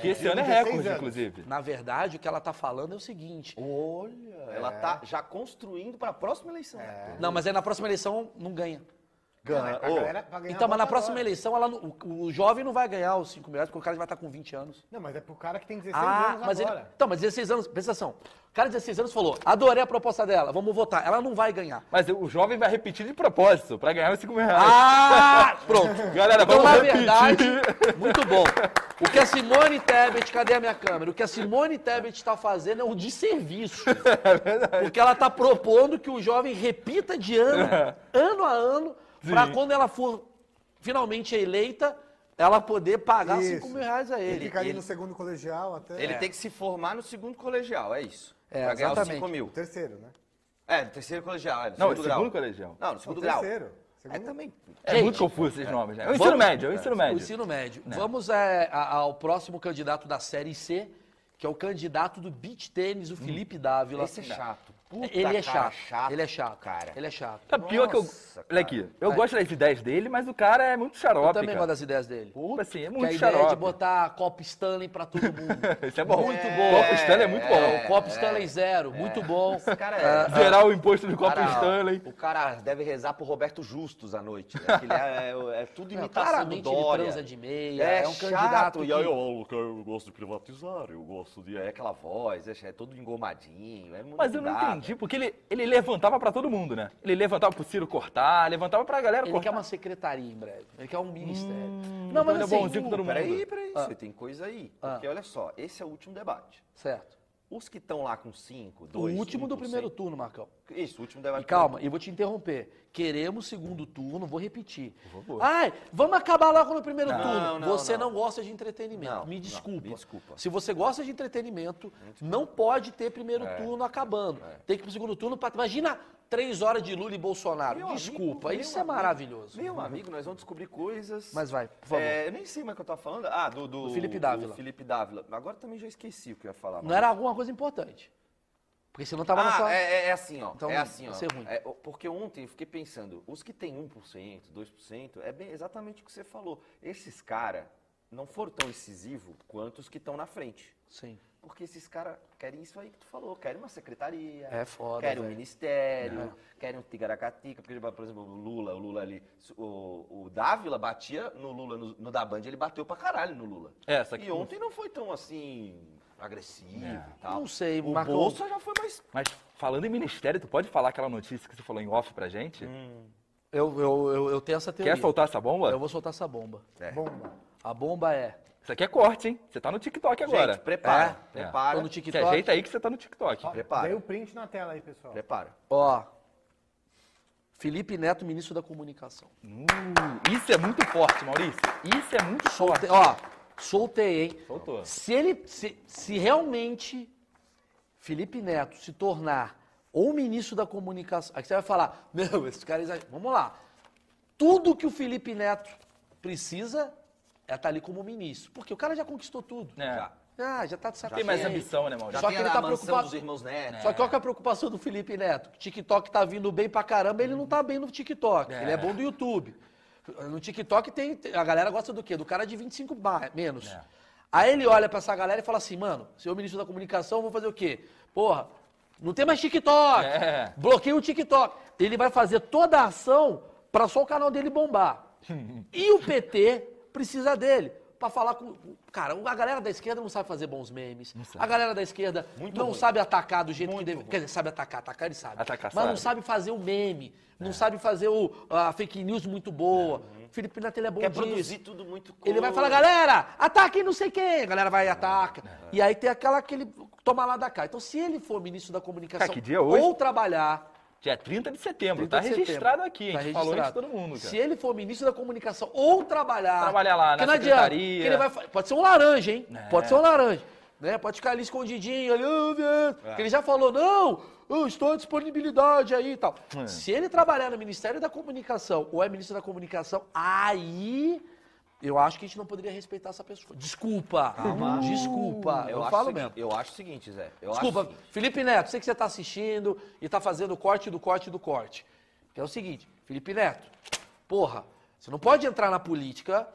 [SPEAKER 2] Que esse ano é
[SPEAKER 4] 16
[SPEAKER 2] recorde,
[SPEAKER 4] anos.
[SPEAKER 2] inclusive.
[SPEAKER 1] Na verdade, o que ela tá falando é o seguinte.
[SPEAKER 3] é. Olha, ela tá já construindo para a próxima eleição.
[SPEAKER 1] Não, mas aí na próxima eleição não ganha.
[SPEAKER 3] Ah,
[SPEAKER 4] Cara, é pra
[SPEAKER 2] Ô,
[SPEAKER 4] galera- pra ganhar
[SPEAKER 1] Então, mas
[SPEAKER 4] voto
[SPEAKER 1] na próxima
[SPEAKER 4] agora.
[SPEAKER 1] eleição, ela não- o, o jovem não vai ganhar os 5 mil reais, porque o cara vai estar com 20 anos.
[SPEAKER 4] Não, mas é pro cara que tem 16 anos
[SPEAKER 1] mas ele.
[SPEAKER 4] agora.
[SPEAKER 1] Então, mas 16 anos, presta atenção. O cara de 16 anos falou: adorei a proposta dela, vamos votar. Ela não vai ganhar.
[SPEAKER 2] Mas o jovem vai repetir de propósito, pra ganhar os 5 mil reais.
[SPEAKER 1] Ah! [LAUGHS] Pronto.
[SPEAKER 2] Galera,
[SPEAKER 1] Então,
[SPEAKER 2] vamos
[SPEAKER 1] na
[SPEAKER 2] Tá repetir.
[SPEAKER 1] verdade, muito bom. O que a Simone Tebet, cadê a minha câmera? O que a Simone Tebet está fazendo é um
[SPEAKER 2] [LAUGHS]
[SPEAKER 1] desserviço.
[SPEAKER 2] É
[SPEAKER 1] Porque ela está propondo que o jovem repita de ano, ano a ano, para
[SPEAKER 2] É. Sim.
[SPEAKER 1] quando ela for finalmente eleita, ela poder pagar
[SPEAKER 4] Isso.
[SPEAKER 1] 5 mil reais a
[SPEAKER 4] Ele
[SPEAKER 1] ele.
[SPEAKER 4] fica ali
[SPEAKER 3] ele-
[SPEAKER 4] no segundo colegial até.
[SPEAKER 3] Ele tem que se formar no segundo colegial, é isso.
[SPEAKER 1] É,
[SPEAKER 3] pra ganhar os
[SPEAKER 1] exatamente.
[SPEAKER 3] 5 mil.
[SPEAKER 4] O terceiro, né?
[SPEAKER 3] É, no terceiro colegial, é, no
[SPEAKER 2] Não, é
[SPEAKER 3] segundo grau.
[SPEAKER 2] segundo colegial.
[SPEAKER 3] Não, no
[SPEAKER 4] É o
[SPEAKER 3] segundo grau.
[SPEAKER 4] terceiro.
[SPEAKER 3] É
[SPEAKER 4] Segundo...
[SPEAKER 3] também.
[SPEAKER 2] É
[SPEAKER 1] Gente,
[SPEAKER 2] muito confuso esses nomes, né? É o
[SPEAKER 1] vamos-
[SPEAKER 2] ensino médio, é o ensino
[SPEAKER 1] O
[SPEAKER 2] médio. Né.
[SPEAKER 1] ensino médio. Vamos é, a- ao próximo candidato da Série C, que é o candidato do beach
[SPEAKER 2] Hum.
[SPEAKER 1] tênis, o Felipe Dávila.
[SPEAKER 3] Esse é chato. Puta,
[SPEAKER 1] Ele é
[SPEAKER 3] cara,
[SPEAKER 1] chato.
[SPEAKER 3] chato.
[SPEAKER 1] Ele é chato.
[SPEAKER 3] Cara.
[SPEAKER 1] Ele é chato.
[SPEAKER 2] É pior que eu.
[SPEAKER 3] Nossa,
[SPEAKER 2] Olha
[SPEAKER 3] cara.
[SPEAKER 2] aqui, eu gosto das ideias dele, mas o cara é muito xarope.
[SPEAKER 1] Eu também
[SPEAKER 2] cara.
[SPEAKER 1] gosto das ideias dele.
[SPEAKER 2] Pô, assim, é
[SPEAKER 1] Que a
[SPEAKER 2] muito
[SPEAKER 1] ideia de
[SPEAKER 2] xarope.
[SPEAKER 1] botar copo Stanley pra todo mundo.
[SPEAKER 2] [LAUGHS] Isso é bom.
[SPEAKER 1] Muito
[SPEAKER 2] É,
[SPEAKER 1] bom.
[SPEAKER 2] Copo Stanley é muito bom.
[SPEAKER 1] É, o copo Stanley zero, muito bom.
[SPEAKER 3] Esse cara é-
[SPEAKER 1] Ah,
[SPEAKER 2] Zerar o imposto do Copo
[SPEAKER 3] Cara,
[SPEAKER 2] Stanley.
[SPEAKER 3] O cara deve rezar pro Roberto Justus à noite, né? Que ele é, é- é tudo
[SPEAKER 1] não,
[SPEAKER 3] imitação do
[SPEAKER 1] claramente ele
[SPEAKER 3] Dória.
[SPEAKER 1] transa de meia, é,
[SPEAKER 3] é,
[SPEAKER 1] um
[SPEAKER 3] chato,
[SPEAKER 1] candidato que...
[SPEAKER 3] E aí, eu, eu, eu gosto de privatizar, eu gosto de... É aquela voz, é, é todo engomadinho, é muito
[SPEAKER 2] Mas eu não
[SPEAKER 3] dado.
[SPEAKER 2] entendi, porque ele, ele levantava pra todo mundo, né? Ele levantava pro Ciro cortar, levantava pra galera
[SPEAKER 1] Ele quer
[SPEAKER 2] cortar.
[SPEAKER 1] uma secretaria em breve, ele quer um ministério.
[SPEAKER 2] então
[SPEAKER 1] não, mas
[SPEAKER 2] ele é
[SPEAKER 1] assim...
[SPEAKER 2] bonzinho com todo mundo.
[SPEAKER 3] Peraí, peraí,
[SPEAKER 1] Ah.
[SPEAKER 3] você tem coisa aí. Porque olha só, esse é o último debate.
[SPEAKER 1] Certo.
[SPEAKER 3] Os que estão lá com 5,
[SPEAKER 1] O
[SPEAKER 3] 2,
[SPEAKER 1] último do primeiro turno, Marcão.
[SPEAKER 3] Isso, o último debate.
[SPEAKER 1] E calma, eu vou te interromper. Queremos segundo turno, vou repetir. Ai, vamos acabar logo no primeiro turno.
[SPEAKER 3] não,
[SPEAKER 1] você não.
[SPEAKER 3] não.
[SPEAKER 1] gosta de entretenimento.
[SPEAKER 3] Não,
[SPEAKER 1] me
[SPEAKER 3] não,
[SPEAKER 1] desculpa.
[SPEAKER 3] me desculpa.
[SPEAKER 1] Se você gosta de entretenimento, não pode ter primeiro
[SPEAKER 3] É,
[SPEAKER 1] turno acabando. Tem que ir pro segundo turno pra. Imagina três horas de Lula e Bolsonaro.
[SPEAKER 3] Meu amigo,
[SPEAKER 1] desculpa,
[SPEAKER 3] meu
[SPEAKER 1] isso
[SPEAKER 3] amigo,
[SPEAKER 1] é maravilhoso.
[SPEAKER 3] Meu amigo, nós vamos descobrir coisas.
[SPEAKER 1] Mas vai, por favor.
[SPEAKER 3] É, eu nem sei mais o que eu tava falando. Ah, do, do,
[SPEAKER 1] Do Felipe Dávila.
[SPEAKER 3] do Felipe Dávila. Agora também já esqueci o que eu ia falar.
[SPEAKER 1] Não era alguma coisa importante. Porque senão tava na
[SPEAKER 3] ah,
[SPEAKER 1] sua.
[SPEAKER 3] é, é- é assim, ó.
[SPEAKER 1] Então,
[SPEAKER 3] é assim, ó.
[SPEAKER 1] vai ser ruim.
[SPEAKER 3] É, ó, porque ontem eu fiquei pensando, os que tem 1%, 2%, é bem exatamente o que você falou. Esses caras não foram tão incisivos quanto os que estão na frente.
[SPEAKER 1] Sim.
[SPEAKER 3] Porque esses caras querem isso aí que tu falou, querem uma secretaria.
[SPEAKER 1] É foda,
[SPEAKER 3] Querem um
[SPEAKER 1] velho.
[SPEAKER 3] ministério, querem um tigaracatica. Porque, por exemplo, o Lula, o Lula ali. O, o Dávila batia no Lula, no, no da Band, ele bateu pra caralho no Lula.
[SPEAKER 2] É, só que-
[SPEAKER 3] E ontem não foi tão assim. agressivo e tal.
[SPEAKER 1] É. Não sei,
[SPEAKER 3] o
[SPEAKER 1] Marcão.
[SPEAKER 3] Bolsa já foi mais.
[SPEAKER 2] Mas falando em ministério, tu pode falar aquela notícia que você falou em off pra gente?
[SPEAKER 3] Hum.
[SPEAKER 1] Eu, eu, eu, eu tenho essa teoria.
[SPEAKER 2] Quer soltar essa bomba?
[SPEAKER 1] Eu vou soltar essa bomba.
[SPEAKER 4] Bomba.
[SPEAKER 1] A bomba é.
[SPEAKER 2] Isso aqui é corte, hein? Você tá no TikTok agora.
[SPEAKER 3] Gente, prepara.
[SPEAKER 2] É, é.
[SPEAKER 3] Prepara.
[SPEAKER 1] Tô no
[SPEAKER 2] Se
[SPEAKER 1] TikTok.
[SPEAKER 2] ajeita aí que você tá no TikTok.
[SPEAKER 3] Prepara.
[SPEAKER 4] Dei o print na tela aí, pessoal.
[SPEAKER 3] Prepara.
[SPEAKER 1] Ó. Felipe Neto, ministro da Comunicação.
[SPEAKER 2] Uh, isso é muito forte, Maurício. Isso é muito forte.
[SPEAKER 1] Solte- ó, soltei, hein?
[SPEAKER 2] Soltou.
[SPEAKER 1] Se ele. Se, se realmente Felipe Neto se tornar ou ministro da comunicação. Aí você vai falar, [LAUGHS] não, esses caras. exa- Vamos lá. Tudo que o Felipe Neto precisa é estar ali como ministro. Porque o cara já conquistou tudo.
[SPEAKER 2] É.
[SPEAKER 1] Ah, já tá de
[SPEAKER 2] Tem
[SPEAKER 1] sacanagem.
[SPEAKER 2] mais ambição, né, Maurício?
[SPEAKER 1] Só que
[SPEAKER 3] tem
[SPEAKER 1] ele
[SPEAKER 3] a
[SPEAKER 1] tá
[SPEAKER 3] mansão
[SPEAKER 1] preocupado-
[SPEAKER 3] dos irmãos Neto.
[SPEAKER 1] Só que qual que é a preocupação do Felipe Neto? TikTok tá vindo bem pra caramba, ele não tá bem no TikTok. Ele é bom do YouTube. No TikTok tem. tem- A galera gosta do quê? Do cara de 25 bar, menos. Aí ele olha pra essa galera e fala assim, mano, senhor ministro da comunicação, eu vou fazer o quê? Porra, não tem mais TikTok.
[SPEAKER 2] É.
[SPEAKER 1] Bloqueia o TikTok. Ele vai fazer toda a ação pra só o canal dele bombar. e o PT precisa dele. Pra falar com. Cara, a galera da esquerda não sabe fazer bons memes. A galera da esquerda não sabe atacar do jeito que deve. Quer dizer, sabe atacar, atacar ele sabe.
[SPEAKER 2] Atacar
[SPEAKER 1] Mas não
[SPEAKER 2] sabe.
[SPEAKER 1] sabe fazer o meme. Não sabe fazer o, a fake news muito boa. Felipe Neto ele é bom
[SPEAKER 3] Quer
[SPEAKER 1] disso.
[SPEAKER 3] produzir tudo muito
[SPEAKER 1] Ele vai falar, galera, ataquem não sei quem. A galera vai e ataca. E aí tem aquela que ele toma lá da cá. Então, se ele for ministro da comunicação
[SPEAKER 2] Cara, que dia é hoje?
[SPEAKER 1] ou trabalhar.
[SPEAKER 2] Dia 30 é de setembro,
[SPEAKER 1] 30
[SPEAKER 2] tá
[SPEAKER 1] de setembro,
[SPEAKER 2] registrado aqui, hein?
[SPEAKER 1] tá
[SPEAKER 2] a gente falou isso pra
[SPEAKER 1] registrado.
[SPEAKER 2] todo mundo, cara.
[SPEAKER 1] Se ele for ministro da comunicação ou trabalhar.
[SPEAKER 2] Trabalhar lá
[SPEAKER 1] porque
[SPEAKER 2] na
[SPEAKER 1] não adianta,
[SPEAKER 2] secretaria. É.
[SPEAKER 1] porque ele vai fa- pode ser um laranja, hein? Pode ser um laranja. Né? Pode ficar ali escondidinho, ali, "Ah, meu",
[SPEAKER 2] É.
[SPEAKER 1] porque ele já falou, não, eu estou à disponibilidade aí e tal.
[SPEAKER 2] É.
[SPEAKER 1] Se ele trabalhar no Ministério da Comunicação ou é ministro da Comunicação, aí eu acho que a gente não poderia respeitar essa pessoa. Desculpa, desculpa, eu,
[SPEAKER 3] acho o
[SPEAKER 1] falo
[SPEAKER 3] seguinte-
[SPEAKER 1] mesmo.
[SPEAKER 3] Eu acho o seguinte, Zé. Eu
[SPEAKER 1] Desculpa,
[SPEAKER 3] acho o seguinte,
[SPEAKER 1] Felipe Neto, sei que você está assistindo e está fazendo o corte do corte do corte. Que é o seguinte, Felipe Neto, porra, você não pode entrar na política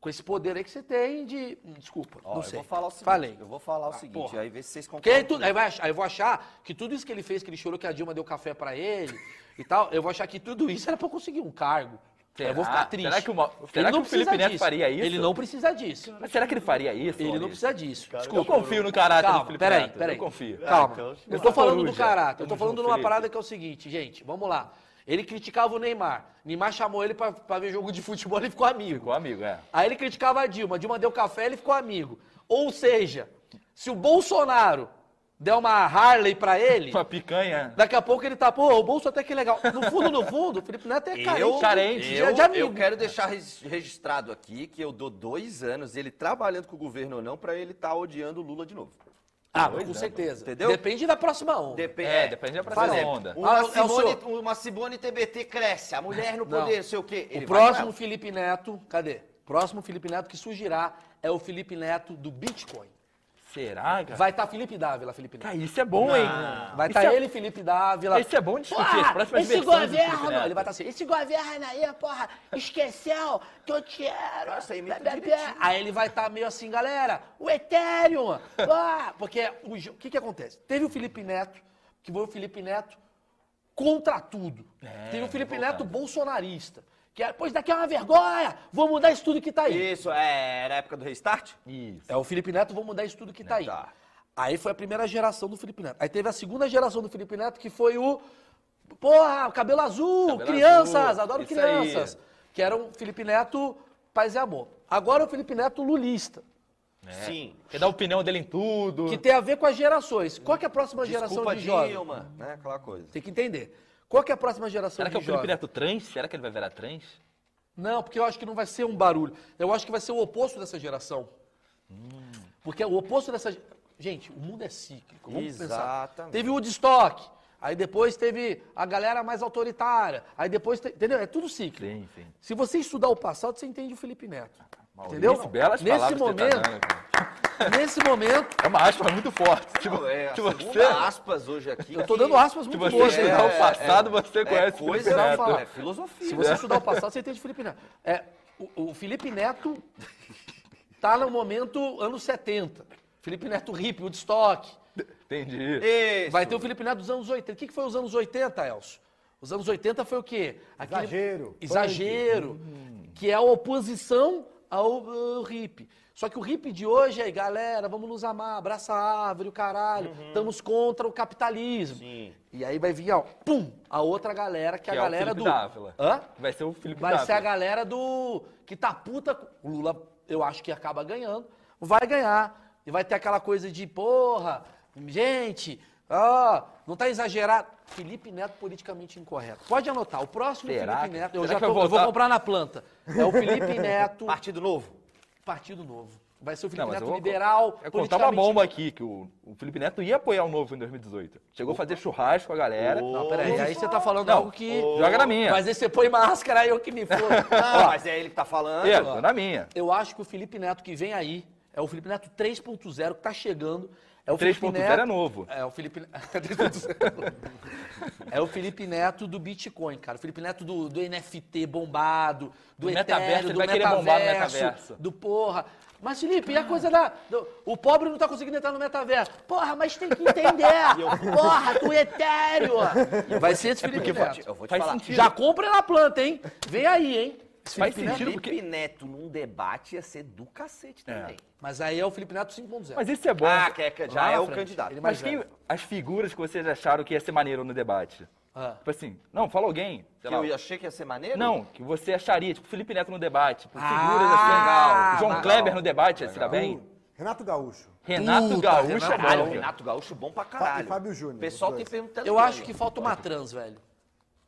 [SPEAKER 1] com esse poder aí que você tem de. hum, Desculpa,
[SPEAKER 3] ó,
[SPEAKER 1] não
[SPEAKER 3] eu
[SPEAKER 1] sei.
[SPEAKER 3] vou falar o seguinte.
[SPEAKER 1] Falei.
[SPEAKER 3] Eu vou falar o seguinte,
[SPEAKER 1] porra.
[SPEAKER 3] aí vê se vocês
[SPEAKER 1] Porque aí,
[SPEAKER 3] concordam.
[SPEAKER 1] tu- aí vai ach- aí eu vou achar que tudo isso que ele fez, que ele chorou que a Dilma deu café pra ele e tal, eu vou achar que tudo isso era pra eu conseguir um cargo. Eu vou ficar triste.
[SPEAKER 2] Será que, uma,
[SPEAKER 1] Ele
[SPEAKER 2] será que
[SPEAKER 1] não
[SPEAKER 2] o Felipe
[SPEAKER 1] precisa
[SPEAKER 2] Neto
[SPEAKER 1] disso.
[SPEAKER 2] faria isso?
[SPEAKER 1] Ele não precisa disso.
[SPEAKER 2] Mas será que ele faria isso?
[SPEAKER 1] Ele não
[SPEAKER 2] Maurício?
[SPEAKER 1] precisa disso.
[SPEAKER 2] Eu confio no caráter do Felipe
[SPEAKER 1] peraí,
[SPEAKER 2] Neto.
[SPEAKER 1] peraí.
[SPEAKER 2] Eu confio.
[SPEAKER 1] Calma.
[SPEAKER 3] Ah, então,
[SPEAKER 1] eu tô
[SPEAKER 2] Vai,
[SPEAKER 1] falando do
[SPEAKER 2] Coruja.
[SPEAKER 1] caráter. Eu
[SPEAKER 2] Tamo
[SPEAKER 1] tô falando
[SPEAKER 2] junto,
[SPEAKER 1] numa
[SPEAKER 2] Felipe.
[SPEAKER 1] parada que é o seguinte, gente, vamos lá. Ele criticava o Neymar. Neymar chamou ele pra, pra ver jogo de futebol e ficou amigo.
[SPEAKER 2] Igual amigo, é.
[SPEAKER 1] Aí ele criticava a Dilma. A Dilma deu café ele ficou amigo. Ou seja, se o Bolsonaro der uma Harley pra ele,
[SPEAKER 2] Uma picanha.
[SPEAKER 1] daqui a pouco ele tá, pô, o Bolso até que é legal. No fundo, no fundo, o Felipe Neto é carente,
[SPEAKER 3] Eu,
[SPEAKER 2] carente.
[SPEAKER 1] de-
[SPEAKER 3] eu,
[SPEAKER 1] de amigo.
[SPEAKER 3] eu quero deixar res- registrado aqui que eu dou dois anos, ele trabalhando com o governo ou não, pra ele estar odiando o Lula de novo.
[SPEAKER 1] Ah, com
[SPEAKER 2] Dois
[SPEAKER 1] certeza.
[SPEAKER 3] Entendeu?
[SPEAKER 1] Depende da próxima onda.
[SPEAKER 3] Depende.
[SPEAKER 2] É, depende da
[SPEAKER 1] Faz
[SPEAKER 2] próxima
[SPEAKER 1] aí.
[SPEAKER 2] onda.
[SPEAKER 1] Ah,
[SPEAKER 3] Uma,
[SPEAKER 1] é o
[SPEAKER 3] Simone,
[SPEAKER 1] senhor.
[SPEAKER 3] uma Simone TBT cresce, a mulher no
[SPEAKER 1] Não.
[SPEAKER 3] poder, não sei o quê. Ele
[SPEAKER 1] o
[SPEAKER 3] vai com
[SPEAKER 1] próximo
[SPEAKER 3] ela.
[SPEAKER 1] Felipe Neto, cadê? O próximo Felipe Neto que surgirá é o Felipe Neto do Bitcoin.
[SPEAKER 2] Será,
[SPEAKER 3] Tá.
[SPEAKER 2] cara?
[SPEAKER 1] Vai estar Felipe Dávila, Felipe Neto.
[SPEAKER 2] Cara, isso é bom, hein?
[SPEAKER 1] Vai
[SPEAKER 2] Isso
[SPEAKER 1] estar
[SPEAKER 2] é-
[SPEAKER 1] ele, Felipe Dávila.
[SPEAKER 2] Isso é bom discutir, as próximas
[SPEAKER 1] esse
[SPEAKER 2] versões do Felipe
[SPEAKER 1] governo,
[SPEAKER 2] Neto.
[SPEAKER 1] ele vai estar assim, esse governo aí, porra, esqueceu que eu te era.
[SPEAKER 3] Nossa, imita
[SPEAKER 1] blá, blá, blá.
[SPEAKER 3] direitinho.
[SPEAKER 1] Aí ele vai estar meio assim, galera, o Ethereum, porra. [LAUGHS] porque o jo- que que acontece? Teve o Felipe Neto, que foi o Felipe Neto contra tudo.
[SPEAKER 2] É,
[SPEAKER 1] Teve o Felipe
[SPEAKER 2] voltado.
[SPEAKER 1] Neto bolsonarista, que é, pois daqui é uma vergonha, vou mudar isso tudo que tá aí.
[SPEAKER 3] Isso, é, era a época do restart?
[SPEAKER 2] Isso.
[SPEAKER 1] É o Felipe Neto, vou mudar isso tudo
[SPEAKER 2] Né,
[SPEAKER 1] que tá aí.
[SPEAKER 3] Tá.
[SPEAKER 1] Aí foi a primeira geração do Felipe Neto. Aí teve a segunda geração do Felipe Neto, que foi o. Porra, cabelo azul,
[SPEAKER 2] Cabelo
[SPEAKER 1] crianças,
[SPEAKER 2] azul,
[SPEAKER 1] adoro
[SPEAKER 2] isso
[SPEAKER 1] crianças.
[SPEAKER 2] aí.
[SPEAKER 1] Que era o Felipe Neto paz e amor. Agora o Felipe Neto lulista,
[SPEAKER 3] Sim.
[SPEAKER 2] Quer dar a opinião dele em tudo.
[SPEAKER 1] que tem a ver com as gerações. Qual que é a próxima
[SPEAKER 3] Desculpa
[SPEAKER 1] geração de jovens?
[SPEAKER 3] Dilma, né? Aquela coisa.
[SPEAKER 1] Tem que entender. Qual que é a próxima geração
[SPEAKER 2] Será
[SPEAKER 1] de
[SPEAKER 2] que é o Felipe
[SPEAKER 1] jovens?
[SPEAKER 2] Neto trans? Será que ele vai virar trans?
[SPEAKER 1] Não, porque eu acho que não vai ser um barulho. Eu acho que vai ser o oposto dessa geração. Porque o oposto dessa. ge- Gente, o mundo é cíclico. Vamos pensar.
[SPEAKER 3] Exatamente.
[SPEAKER 1] Teve o Woodstock, aí depois teve a galera mais autoritária, aí depois. te- Entendeu? É tudo cíclico.
[SPEAKER 2] Sim, sim.
[SPEAKER 1] Se você estudar o passado, você entende o Felipe Neto.
[SPEAKER 2] Maurício,
[SPEAKER 1] entendeu?
[SPEAKER 2] Belas
[SPEAKER 1] nesse
[SPEAKER 2] palavras que você tá
[SPEAKER 1] momento,
[SPEAKER 2] dando, cara.
[SPEAKER 1] nesse momento,
[SPEAKER 2] É uma aspa muito forte. [LAUGHS] Tipo,
[SPEAKER 3] Não, é, a
[SPEAKER 2] se
[SPEAKER 3] segunda
[SPEAKER 2] você,
[SPEAKER 3] aspas hoje aqui.
[SPEAKER 1] eu tô
[SPEAKER 3] que-
[SPEAKER 1] dando
[SPEAKER 2] [LAUGHS]
[SPEAKER 1] aspas
[SPEAKER 2] se
[SPEAKER 1] muito
[SPEAKER 2] você
[SPEAKER 1] boas.
[SPEAKER 3] é-
[SPEAKER 2] estudar
[SPEAKER 1] né?
[SPEAKER 2] o passado, você
[SPEAKER 3] é
[SPEAKER 2] conhece o
[SPEAKER 3] coisa
[SPEAKER 2] Felipe
[SPEAKER 1] não
[SPEAKER 2] Neto.
[SPEAKER 1] fala.
[SPEAKER 3] É filosofia.
[SPEAKER 1] Se você
[SPEAKER 2] Né?
[SPEAKER 1] estudar o passado, você entende o Felipe Neto. É, o, o Felipe Neto tá no momento anos 70. Felipe Neto hippie, Woodstock.
[SPEAKER 2] Entendi.
[SPEAKER 3] Isso.
[SPEAKER 1] Vai ter o Felipe Neto dos anos 80. O que, que foi os anos 80, Elcio? Os anos 80 foi o quê? Aquele-
[SPEAKER 4] Exagero.
[SPEAKER 1] Exagero.
[SPEAKER 2] Hum.
[SPEAKER 1] Que é a oposição ao, ao hippie. Só que o hippie de hoje é, galera, vamos nos amar, abraça a árvore, o caralho.
[SPEAKER 2] Uhum.
[SPEAKER 1] Estamos contra o capitalismo.
[SPEAKER 3] Sim.
[SPEAKER 1] E aí vai vir, ó, pum, a outra galera, que, é a
[SPEAKER 2] Que é o
[SPEAKER 1] galera
[SPEAKER 2] Felipe
[SPEAKER 1] do...
[SPEAKER 2] Dávila.
[SPEAKER 1] Hã?
[SPEAKER 2] Vai ser o Felipe
[SPEAKER 1] Vai ser a
[SPEAKER 2] Dávila.
[SPEAKER 1] galera do. que tá puta. com- O Lula, eu acho que acaba ganhando. Vai ganhar. E vai ter aquela coisa de, porra, gente, ó, não tá exagerado. Felipe Neto politicamente incorreto. Pode anotar, o próximo
[SPEAKER 2] Será
[SPEAKER 1] Felipe
[SPEAKER 2] que-
[SPEAKER 1] Neto. Eu
[SPEAKER 2] será
[SPEAKER 1] já
[SPEAKER 2] que
[SPEAKER 1] tô,
[SPEAKER 2] vai
[SPEAKER 1] eu vou
[SPEAKER 2] voltar?
[SPEAKER 1] comprar na planta. É o Felipe Neto,
[SPEAKER 3] Partido Novo.
[SPEAKER 1] Partido Novo. Vai ser o Felipe
[SPEAKER 2] Não, mas eu
[SPEAKER 1] Neto
[SPEAKER 2] vou
[SPEAKER 1] liberal.
[SPEAKER 2] Eu contar uma
[SPEAKER 1] politicamente-
[SPEAKER 2] bomba aqui, que o, o Felipe Neto ia apoiar o Novo em 2018. Chegou a fazer churrasco com a galera.
[SPEAKER 1] Não, peraí, aí você tá falando
[SPEAKER 2] Não,
[SPEAKER 1] algo que.
[SPEAKER 2] joga na minha.
[SPEAKER 1] Mas aí você põe máscara aí eu que me
[SPEAKER 2] [LAUGHS]
[SPEAKER 1] for.
[SPEAKER 3] Ah, mas é ele que tá falando.
[SPEAKER 2] É,
[SPEAKER 3] ó.
[SPEAKER 2] na minha.
[SPEAKER 1] Eu acho que o Felipe Neto que vem aí é o Felipe Neto 3.0 que tá chegando. É o Felipe
[SPEAKER 2] 3.0
[SPEAKER 1] Neto-
[SPEAKER 2] é novo.
[SPEAKER 1] É o Felipe [LAUGHS] 3.0. É o Felipe Neto do Bitcoin, cara. O Felipe Neto do, do NFT bombado, do,
[SPEAKER 2] Do metaverso,
[SPEAKER 1] Ethereum,
[SPEAKER 2] ele
[SPEAKER 1] do
[SPEAKER 2] vai querer bombar no
[SPEAKER 1] metaverso,
[SPEAKER 2] metaverso.
[SPEAKER 1] do porra. Mas, Felipe, e a coisa da. do- o pobre não tá conseguindo entrar no metaverso. Porra, mas tem que
[SPEAKER 2] [LAUGHS]
[SPEAKER 1] entender. Porra, do Ethereum. Vai ser esse Felipe
[SPEAKER 3] Eu vou te,
[SPEAKER 1] Neto.
[SPEAKER 3] eu vou te
[SPEAKER 2] Faz
[SPEAKER 3] falar.
[SPEAKER 2] sentido.
[SPEAKER 1] Já compra na planta, hein? Vem aí, hein? Esse
[SPEAKER 2] Faz
[SPEAKER 1] Felipe Neto-
[SPEAKER 2] sentido,
[SPEAKER 3] Felipe
[SPEAKER 2] porque-
[SPEAKER 3] Neto num debate ia ser do cacete também.
[SPEAKER 1] Mas aí é o Felipe Neto 5.0.
[SPEAKER 2] Mas esse é bom.
[SPEAKER 3] Ah, que é- que
[SPEAKER 1] Lá
[SPEAKER 3] já
[SPEAKER 1] na
[SPEAKER 3] é o
[SPEAKER 1] frente.
[SPEAKER 3] candidato.
[SPEAKER 1] Ele- mais
[SPEAKER 2] Mas quem,
[SPEAKER 1] velho.
[SPEAKER 2] as figuras que vocês acharam que ia ser maneiro no debate?
[SPEAKER 1] Ah.
[SPEAKER 2] Tipo assim, não, fala alguém. Sei
[SPEAKER 3] Que
[SPEAKER 2] lá,
[SPEAKER 3] eu achei que ia ser maneiro?
[SPEAKER 2] Não, que você acharia, tipo, Felipe Neto no debate, tipo,
[SPEAKER 1] Ah,
[SPEAKER 2] figuras assim.
[SPEAKER 1] legal.
[SPEAKER 2] João
[SPEAKER 1] Legal.
[SPEAKER 2] Kleber no debate, se dá bem?
[SPEAKER 4] Hum, Renato Gaúcho.
[SPEAKER 2] Renato
[SPEAKER 1] Puta,
[SPEAKER 2] Gaúcho
[SPEAKER 1] Renato
[SPEAKER 2] é
[SPEAKER 3] Caralho,
[SPEAKER 2] bom.
[SPEAKER 3] Ah, Renato Gaúcho bom pra caralho.
[SPEAKER 4] E Fábio Júnior,
[SPEAKER 3] O pessoal
[SPEAKER 4] os
[SPEAKER 3] tem
[SPEAKER 4] dois.
[SPEAKER 3] perguntando.
[SPEAKER 1] Eu
[SPEAKER 3] pra
[SPEAKER 1] acho
[SPEAKER 3] mim.
[SPEAKER 1] que falta uma trans, velho.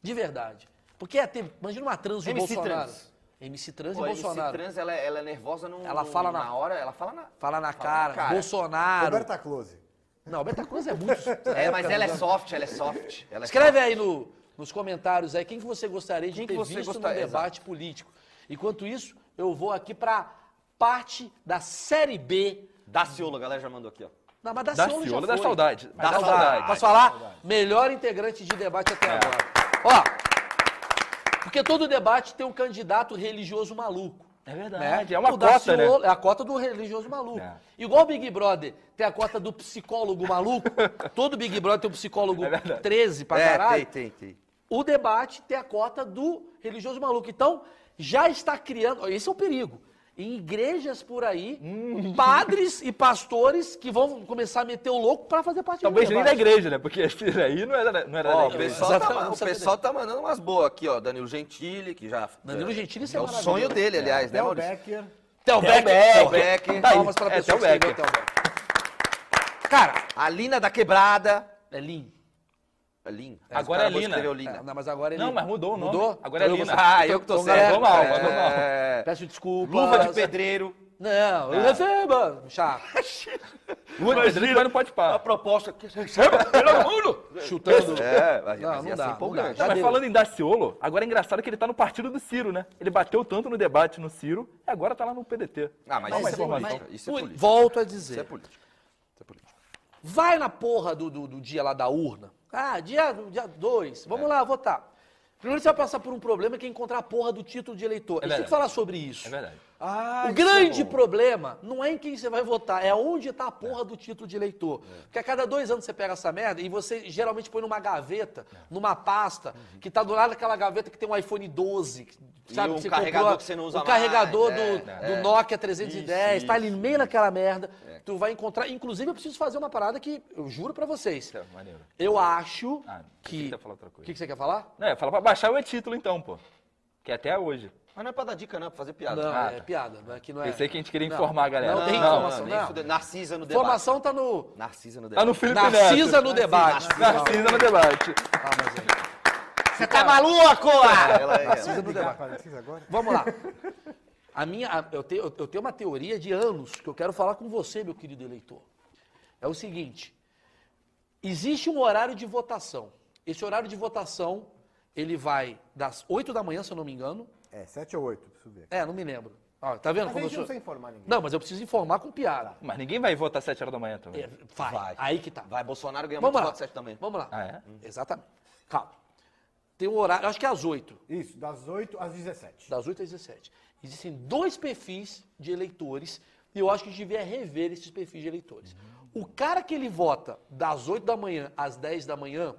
[SPEAKER 1] De verdade. Porque é ter, imagina uma trans e o
[SPEAKER 3] MC
[SPEAKER 1] Bolsonaro.
[SPEAKER 3] trans.
[SPEAKER 1] MC trans
[SPEAKER 3] Pô,
[SPEAKER 1] e
[SPEAKER 3] a MC
[SPEAKER 1] Bolsonaro.
[SPEAKER 3] trans, ela, é- ela é nervosa no,
[SPEAKER 1] Ela
[SPEAKER 3] no-
[SPEAKER 1] fala na-
[SPEAKER 3] na hora, ela fala na...
[SPEAKER 1] Fala na
[SPEAKER 3] Fala
[SPEAKER 1] cara,
[SPEAKER 3] na cara.
[SPEAKER 1] Bolsonaro.
[SPEAKER 4] Roberta Close.
[SPEAKER 1] Não, Beta Cruz é muito. [LAUGHS]
[SPEAKER 3] É, mas ela é soft, ela é soft. Ela é
[SPEAKER 1] né? Escreve aí no- nos comentários aí quem que você gostaria de
[SPEAKER 3] Quem que
[SPEAKER 1] ter
[SPEAKER 3] você
[SPEAKER 1] visto
[SPEAKER 3] gostaria,
[SPEAKER 1] no debate político. Enquanto isso, eu vou aqui pra parte da série B.
[SPEAKER 3] Daciolo, a galera já mandou aqui, ó.
[SPEAKER 1] Não, mas da
[SPEAKER 2] Da
[SPEAKER 1] Ciolo já
[SPEAKER 2] Ciolo, da
[SPEAKER 1] foi.
[SPEAKER 2] saudade.
[SPEAKER 1] Da
[SPEAKER 2] Da
[SPEAKER 1] saudade.
[SPEAKER 2] saudade. É.
[SPEAKER 1] Posso falar? Melhor integrante de debate até agora. Ó, porque todo debate tem um candidato religioso maluco.
[SPEAKER 2] É
[SPEAKER 1] Né?
[SPEAKER 2] verdade, é uma
[SPEAKER 1] O
[SPEAKER 2] cota,
[SPEAKER 1] Daciolo
[SPEAKER 2] né?
[SPEAKER 1] É a cota do religioso maluco.
[SPEAKER 2] É.
[SPEAKER 1] Igual o Big Brother tem a cota
[SPEAKER 2] [LAUGHS]
[SPEAKER 1] do psicólogo maluco, todo Big Brother tem um psicólogo
[SPEAKER 2] É verdade.
[SPEAKER 1] 13 pra
[SPEAKER 3] é,
[SPEAKER 1] caralho.
[SPEAKER 3] tem, tem, tem.
[SPEAKER 1] o debate ter a cota do religioso maluco. Então, já está criando. ó, Esse é o perigo. Em igrejas por aí,
[SPEAKER 3] Hum.
[SPEAKER 1] padres e pastores que vão começar a meter o louco para fazer parte
[SPEAKER 2] Talvez
[SPEAKER 1] do
[SPEAKER 2] nem
[SPEAKER 1] debate.
[SPEAKER 2] da igreja, né? Porque [LAUGHS] esse aí não era, não era
[SPEAKER 3] Ó,
[SPEAKER 2] da
[SPEAKER 3] o
[SPEAKER 2] igreja.
[SPEAKER 3] pessoal, tá,
[SPEAKER 1] Exatamente,
[SPEAKER 3] ma-
[SPEAKER 1] não
[SPEAKER 3] o
[SPEAKER 1] sabe
[SPEAKER 3] pessoal tá mandando umas boas aqui, ó. Danilo Gentili, que já.
[SPEAKER 1] Danilo Gentili, isso é
[SPEAKER 3] é o
[SPEAKER 1] maravilhoso. É.
[SPEAKER 3] sonho dele, aliás, né,
[SPEAKER 4] Del
[SPEAKER 3] Maurício?
[SPEAKER 4] Becker.
[SPEAKER 3] É,
[SPEAKER 1] Theo
[SPEAKER 2] Theo
[SPEAKER 1] Becker.
[SPEAKER 3] um
[SPEAKER 1] Theo
[SPEAKER 2] Becker.
[SPEAKER 1] Becker.
[SPEAKER 2] Tá aí.
[SPEAKER 1] Palmas para a
[SPEAKER 2] É,
[SPEAKER 1] pessoa
[SPEAKER 2] Theo
[SPEAKER 1] que escreveu
[SPEAKER 2] Becker.
[SPEAKER 1] Theo Becker.
[SPEAKER 3] Cara, a Lina da Quebrada.
[SPEAKER 1] É lindo.
[SPEAKER 3] É Lin.
[SPEAKER 2] Agora
[SPEAKER 3] Cara,
[SPEAKER 2] é
[SPEAKER 3] vou
[SPEAKER 2] Lina.
[SPEAKER 3] escrever o Lina.
[SPEAKER 1] Não, mas
[SPEAKER 3] é
[SPEAKER 1] agora ele...
[SPEAKER 2] Não, mas mudou o nome.
[SPEAKER 1] Mudou?
[SPEAKER 2] Agora é
[SPEAKER 1] Então eu
[SPEAKER 2] Lina.
[SPEAKER 1] vou-
[SPEAKER 3] Ah, eu que tô
[SPEAKER 1] Então,
[SPEAKER 3] certo.
[SPEAKER 1] galera,
[SPEAKER 2] Vamos mal, vamos mal.
[SPEAKER 3] É...
[SPEAKER 1] Peço desculpas.
[SPEAKER 3] Luva de É. pedreiro.
[SPEAKER 1] Não, eu receba. Chato.
[SPEAKER 2] O Pedro é mas não pode
[SPEAKER 3] A
[SPEAKER 2] parar.
[SPEAKER 3] proposta que
[SPEAKER 1] Chutando.
[SPEAKER 3] É, mas
[SPEAKER 1] Não, não
[SPEAKER 3] ia
[SPEAKER 1] dá,
[SPEAKER 3] ser
[SPEAKER 1] não
[SPEAKER 3] empolgante.
[SPEAKER 1] dá. Já
[SPEAKER 2] mas
[SPEAKER 1] deu.
[SPEAKER 2] falando em Daciolo, agora é engraçado que ele tá no partido do Ciro, né? Ele bateu tanto no debate no Ciro, e agora tá lá no PDT.
[SPEAKER 3] Ah, mas
[SPEAKER 2] Dá uma
[SPEAKER 3] isso é
[SPEAKER 2] informação.
[SPEAKER 3] política. Isso é
[SPEAKER 1] Ui,
[SPEAKER 3] política.
[SPEAKER 1] Volto a
[SPEAKER 3] Isso é
[SPEAKER 1] dizer.
[SPEAKER 3] político. Isso é político.
[SPEAKER 1] Vai na porra do, do, do dia lá da urna. Ah, dia 2. Dia dois. Vamos
[SPEAKER 2] É.
[SPEAKER 1] lá votar. Primeiro você vai passar por um problema que é encontrar a porra do título de eleitor. a gente tem que
[SPEAKER 2] verdade.
[SPEAKER 1] falar sobre isso.
[SPEAKER 2] É verdade.
[SPEAKER 1] o grande problema não é em quem você vai votar, é onde está a porra do título de eleitor.
[SPEAKER 3] É.
[SPEAKER 1] Porque a cada dois anos você pega essa merda e você geralmente põe numa gaveta, numa pasta, que tá do lado daquela gaveta que tem um iPhone 12. que-
[SPEAKER 3] E
[SPEAKER 1] Sabe,
[SPEAKER 3] um
[SPEAKER 1] que você
[SPEAKER 3] carregador
[SPEAKER 1] comprou,
[SPEAKER 3] que você não usa
[SPEAKER 1] O carregador
[SPEAKER 3] mais,
[SPEAKER 1] do,
[SPEAKER 3] é,
[SPEAKER 1] do Nokia 310,
[SPEAKER 3] Isso, É.
[SPEAKER 1] tá ali no meio daquela merda. Tu vai encontrar. Inclusive, eu preciso fazer uma parada que eu juro pra vocês.
[SPEAKER 3] Então,
[SPEAKER 2] Isso é maneiro.
[SPEAKER 1] Eu acho
[SPEAKER 2] Ah,
[SPEAKER 1] que.
[SPEAKER 2] que você ia falar outra
[SPEAKER 1] O
[SPEAKER 2] coisa.
[SPEAKER 1] que, que você quer falar?
[SPEAKER 2] Não, é, fala pra baixar o título então, pô. Que é até hoje.
[SPEAKER 3] Mas não é pra dar dica, não, é pra fazer piada.
[SPEAKER 1] Não,
[SPEAKER 2] Ah,
[SPEAKER 1] é
[SPEAKER 2] tá.
[SPEAKER 1] piada. Não é que não é.
[SPEAKER 2] Pensei que a gente queria
[SPEAKER 1] Não.
[SPEAKER 2] informar a galera.
[SPEAKER 1] Não, tem
[SPEAKER 3] Não, assim,
[SPEAKER 1] informação,
[SPEAKER 3] nem
[SPEAKER 1] não.
[SPEAKER 3] fudeu. Narcisa no debate.
[SPEAKER 1] Informação tá no.
[SPEAKER 3] Narcisa no
[SPEAKER 2] Tá
[SPEAKER 3] debate.
[SPEAKER 2] no Felipe
[SPEAKER 1] Narcisa
[SPEAKER 2] Neto.
[SPEAKER 1] no debate.
[SPEAKER 2] Narcisa no debate.
[SPEAKER 1] Ah, mas é.
[SPEAKER 3] Você tá maluco? ah? Ela é,
[SPEAKER 4] Vai
[SPEAKER 3] ela.
[SPEAKER 4] brigar com a Narcisa agora?
[SPEAKER 1] Vamos lá. A minha, a- eu, tenho, eu tenho uma teoria de anos que eu quero falar com você, meu querido eleitor. É o seguinte: existe um horário de votação. Esse horário de votação, ele vai das 8 da manhã, se eu não me engano.
[SPEAKER 4] É, 7 ou 8, preciso ver.
[SPEAKER 1] É, não me lembro. Ó, tá vendo
[SPEAKER 4] Mas a
[SPEAKER 1] como eu
[SPEAKER 4] gente
[SPEAKER 1] sou?
[SPEAKER 4] não precisa informar ninguém.
[SPEAKER 1] Não, mas eu preciso informar com piada.
[SPEAKER 2] Mas ninguém vai votar às 7 horas da manhã também.
[SPEAKER 1] É, vai.
[SPEAKER 3] Vai.
[SPEAKER 1] Aí que tá.
[SPEAKER 3] Vai, Bolsonaro ganha
[SPEAKER 1] Vamos
[SPEAKER 3] muito
[SPEAKER 1] lá.
[SPEAKER 3] voto certo também.
[SPEAKER 1] Vamos lá.
[SPEAKER 2] Ah, é?
[SPEAKER 1] Exatamente. Calma. Tem um horário, acho que é às 8.
[SPEAKER 4] Isso, das 8 às 17.
[SPEAKER 1] das 8 às 17. Existem dois perfis de eleitores e eu acho que a gente devia rever esses perfis de eleitores. O cara que ele vota das 8 da manhã às 10 da manhã,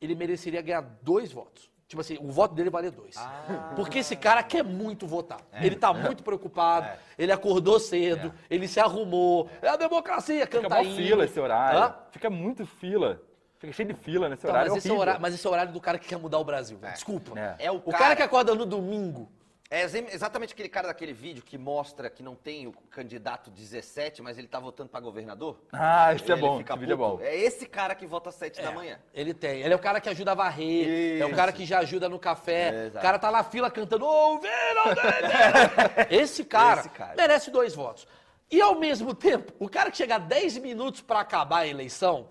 [SPEAKER 1] ele mereceria ganhar dois votos. Tipo assim, o voto dele valer dois.
[SPEAKER 2] Ah.
[SPEAKER 1] Porque esse cara quer muito votar.
[SPEAKER 2] É.
[SPEAKER 1] Ele tá muito preocupado, ele acordou cedo, ele se arrumou. É, a democracia,
[SPEAKER 2] Fica mó
[SPEAKER 1] cantainha.
[SPEAKER 2] fila esse horário.
[SPEAKER 1] Hã?
[SPEAKER 2] Fica muito fila. Fica cheio de fila nesse
[SPEAKER 1] Tá,
[SPEAKER 2] horário.
[SPEAKER 1] mas, esse é o
[SPEAKER 2] horrível.
[SPEAKER 1] horário, mas esse é o horário do cara que quer mudar o Brasil. velho. Desculpa.
[SPEAKER 2] É.
[SPEAKER 3] É o
[SPEAKER 1] o cara
[SPEAKER 3] cara
[SPEAKER 1] que acorda no domingo
[SPEAKER 3] É ex- exatamente aquele cara daquele vídeo que mostra que não tem o candidato 17, mas ele tá votando pra governador?
[SPEAKER 2] Ah, isso é
[SPEAKER 3] Ele
[SPEAKER 2] bom.
[SPEAKER 3] fica
[SPEAKER 2] Esse vídeo é
[SPEAKER 3] puto.
[SPEAKER 2] bom.
[SPEAKER 3] É esse cara que vota às 7 da manhã.
[SPEAKER 1] Ele tem. Ele é o cara que ajuda a varrer, é o cara que já ajuda no
[SPEAKER 3] É,
[SPEAKER 1] café.
[SPEAKER 3] exato.
[SPEAKER 1] o cara tá na fila cantando, ô, Verão
[SPEAKER 2] [LAUGHS]
[SPEAKER 1] Esse cara,
[SPEAKER 3] Esse cara.
[SPEAKER 1] merece dois votos. E ao mesmo tempo, o cara que chega a 10 minutos pra acabar a eleição,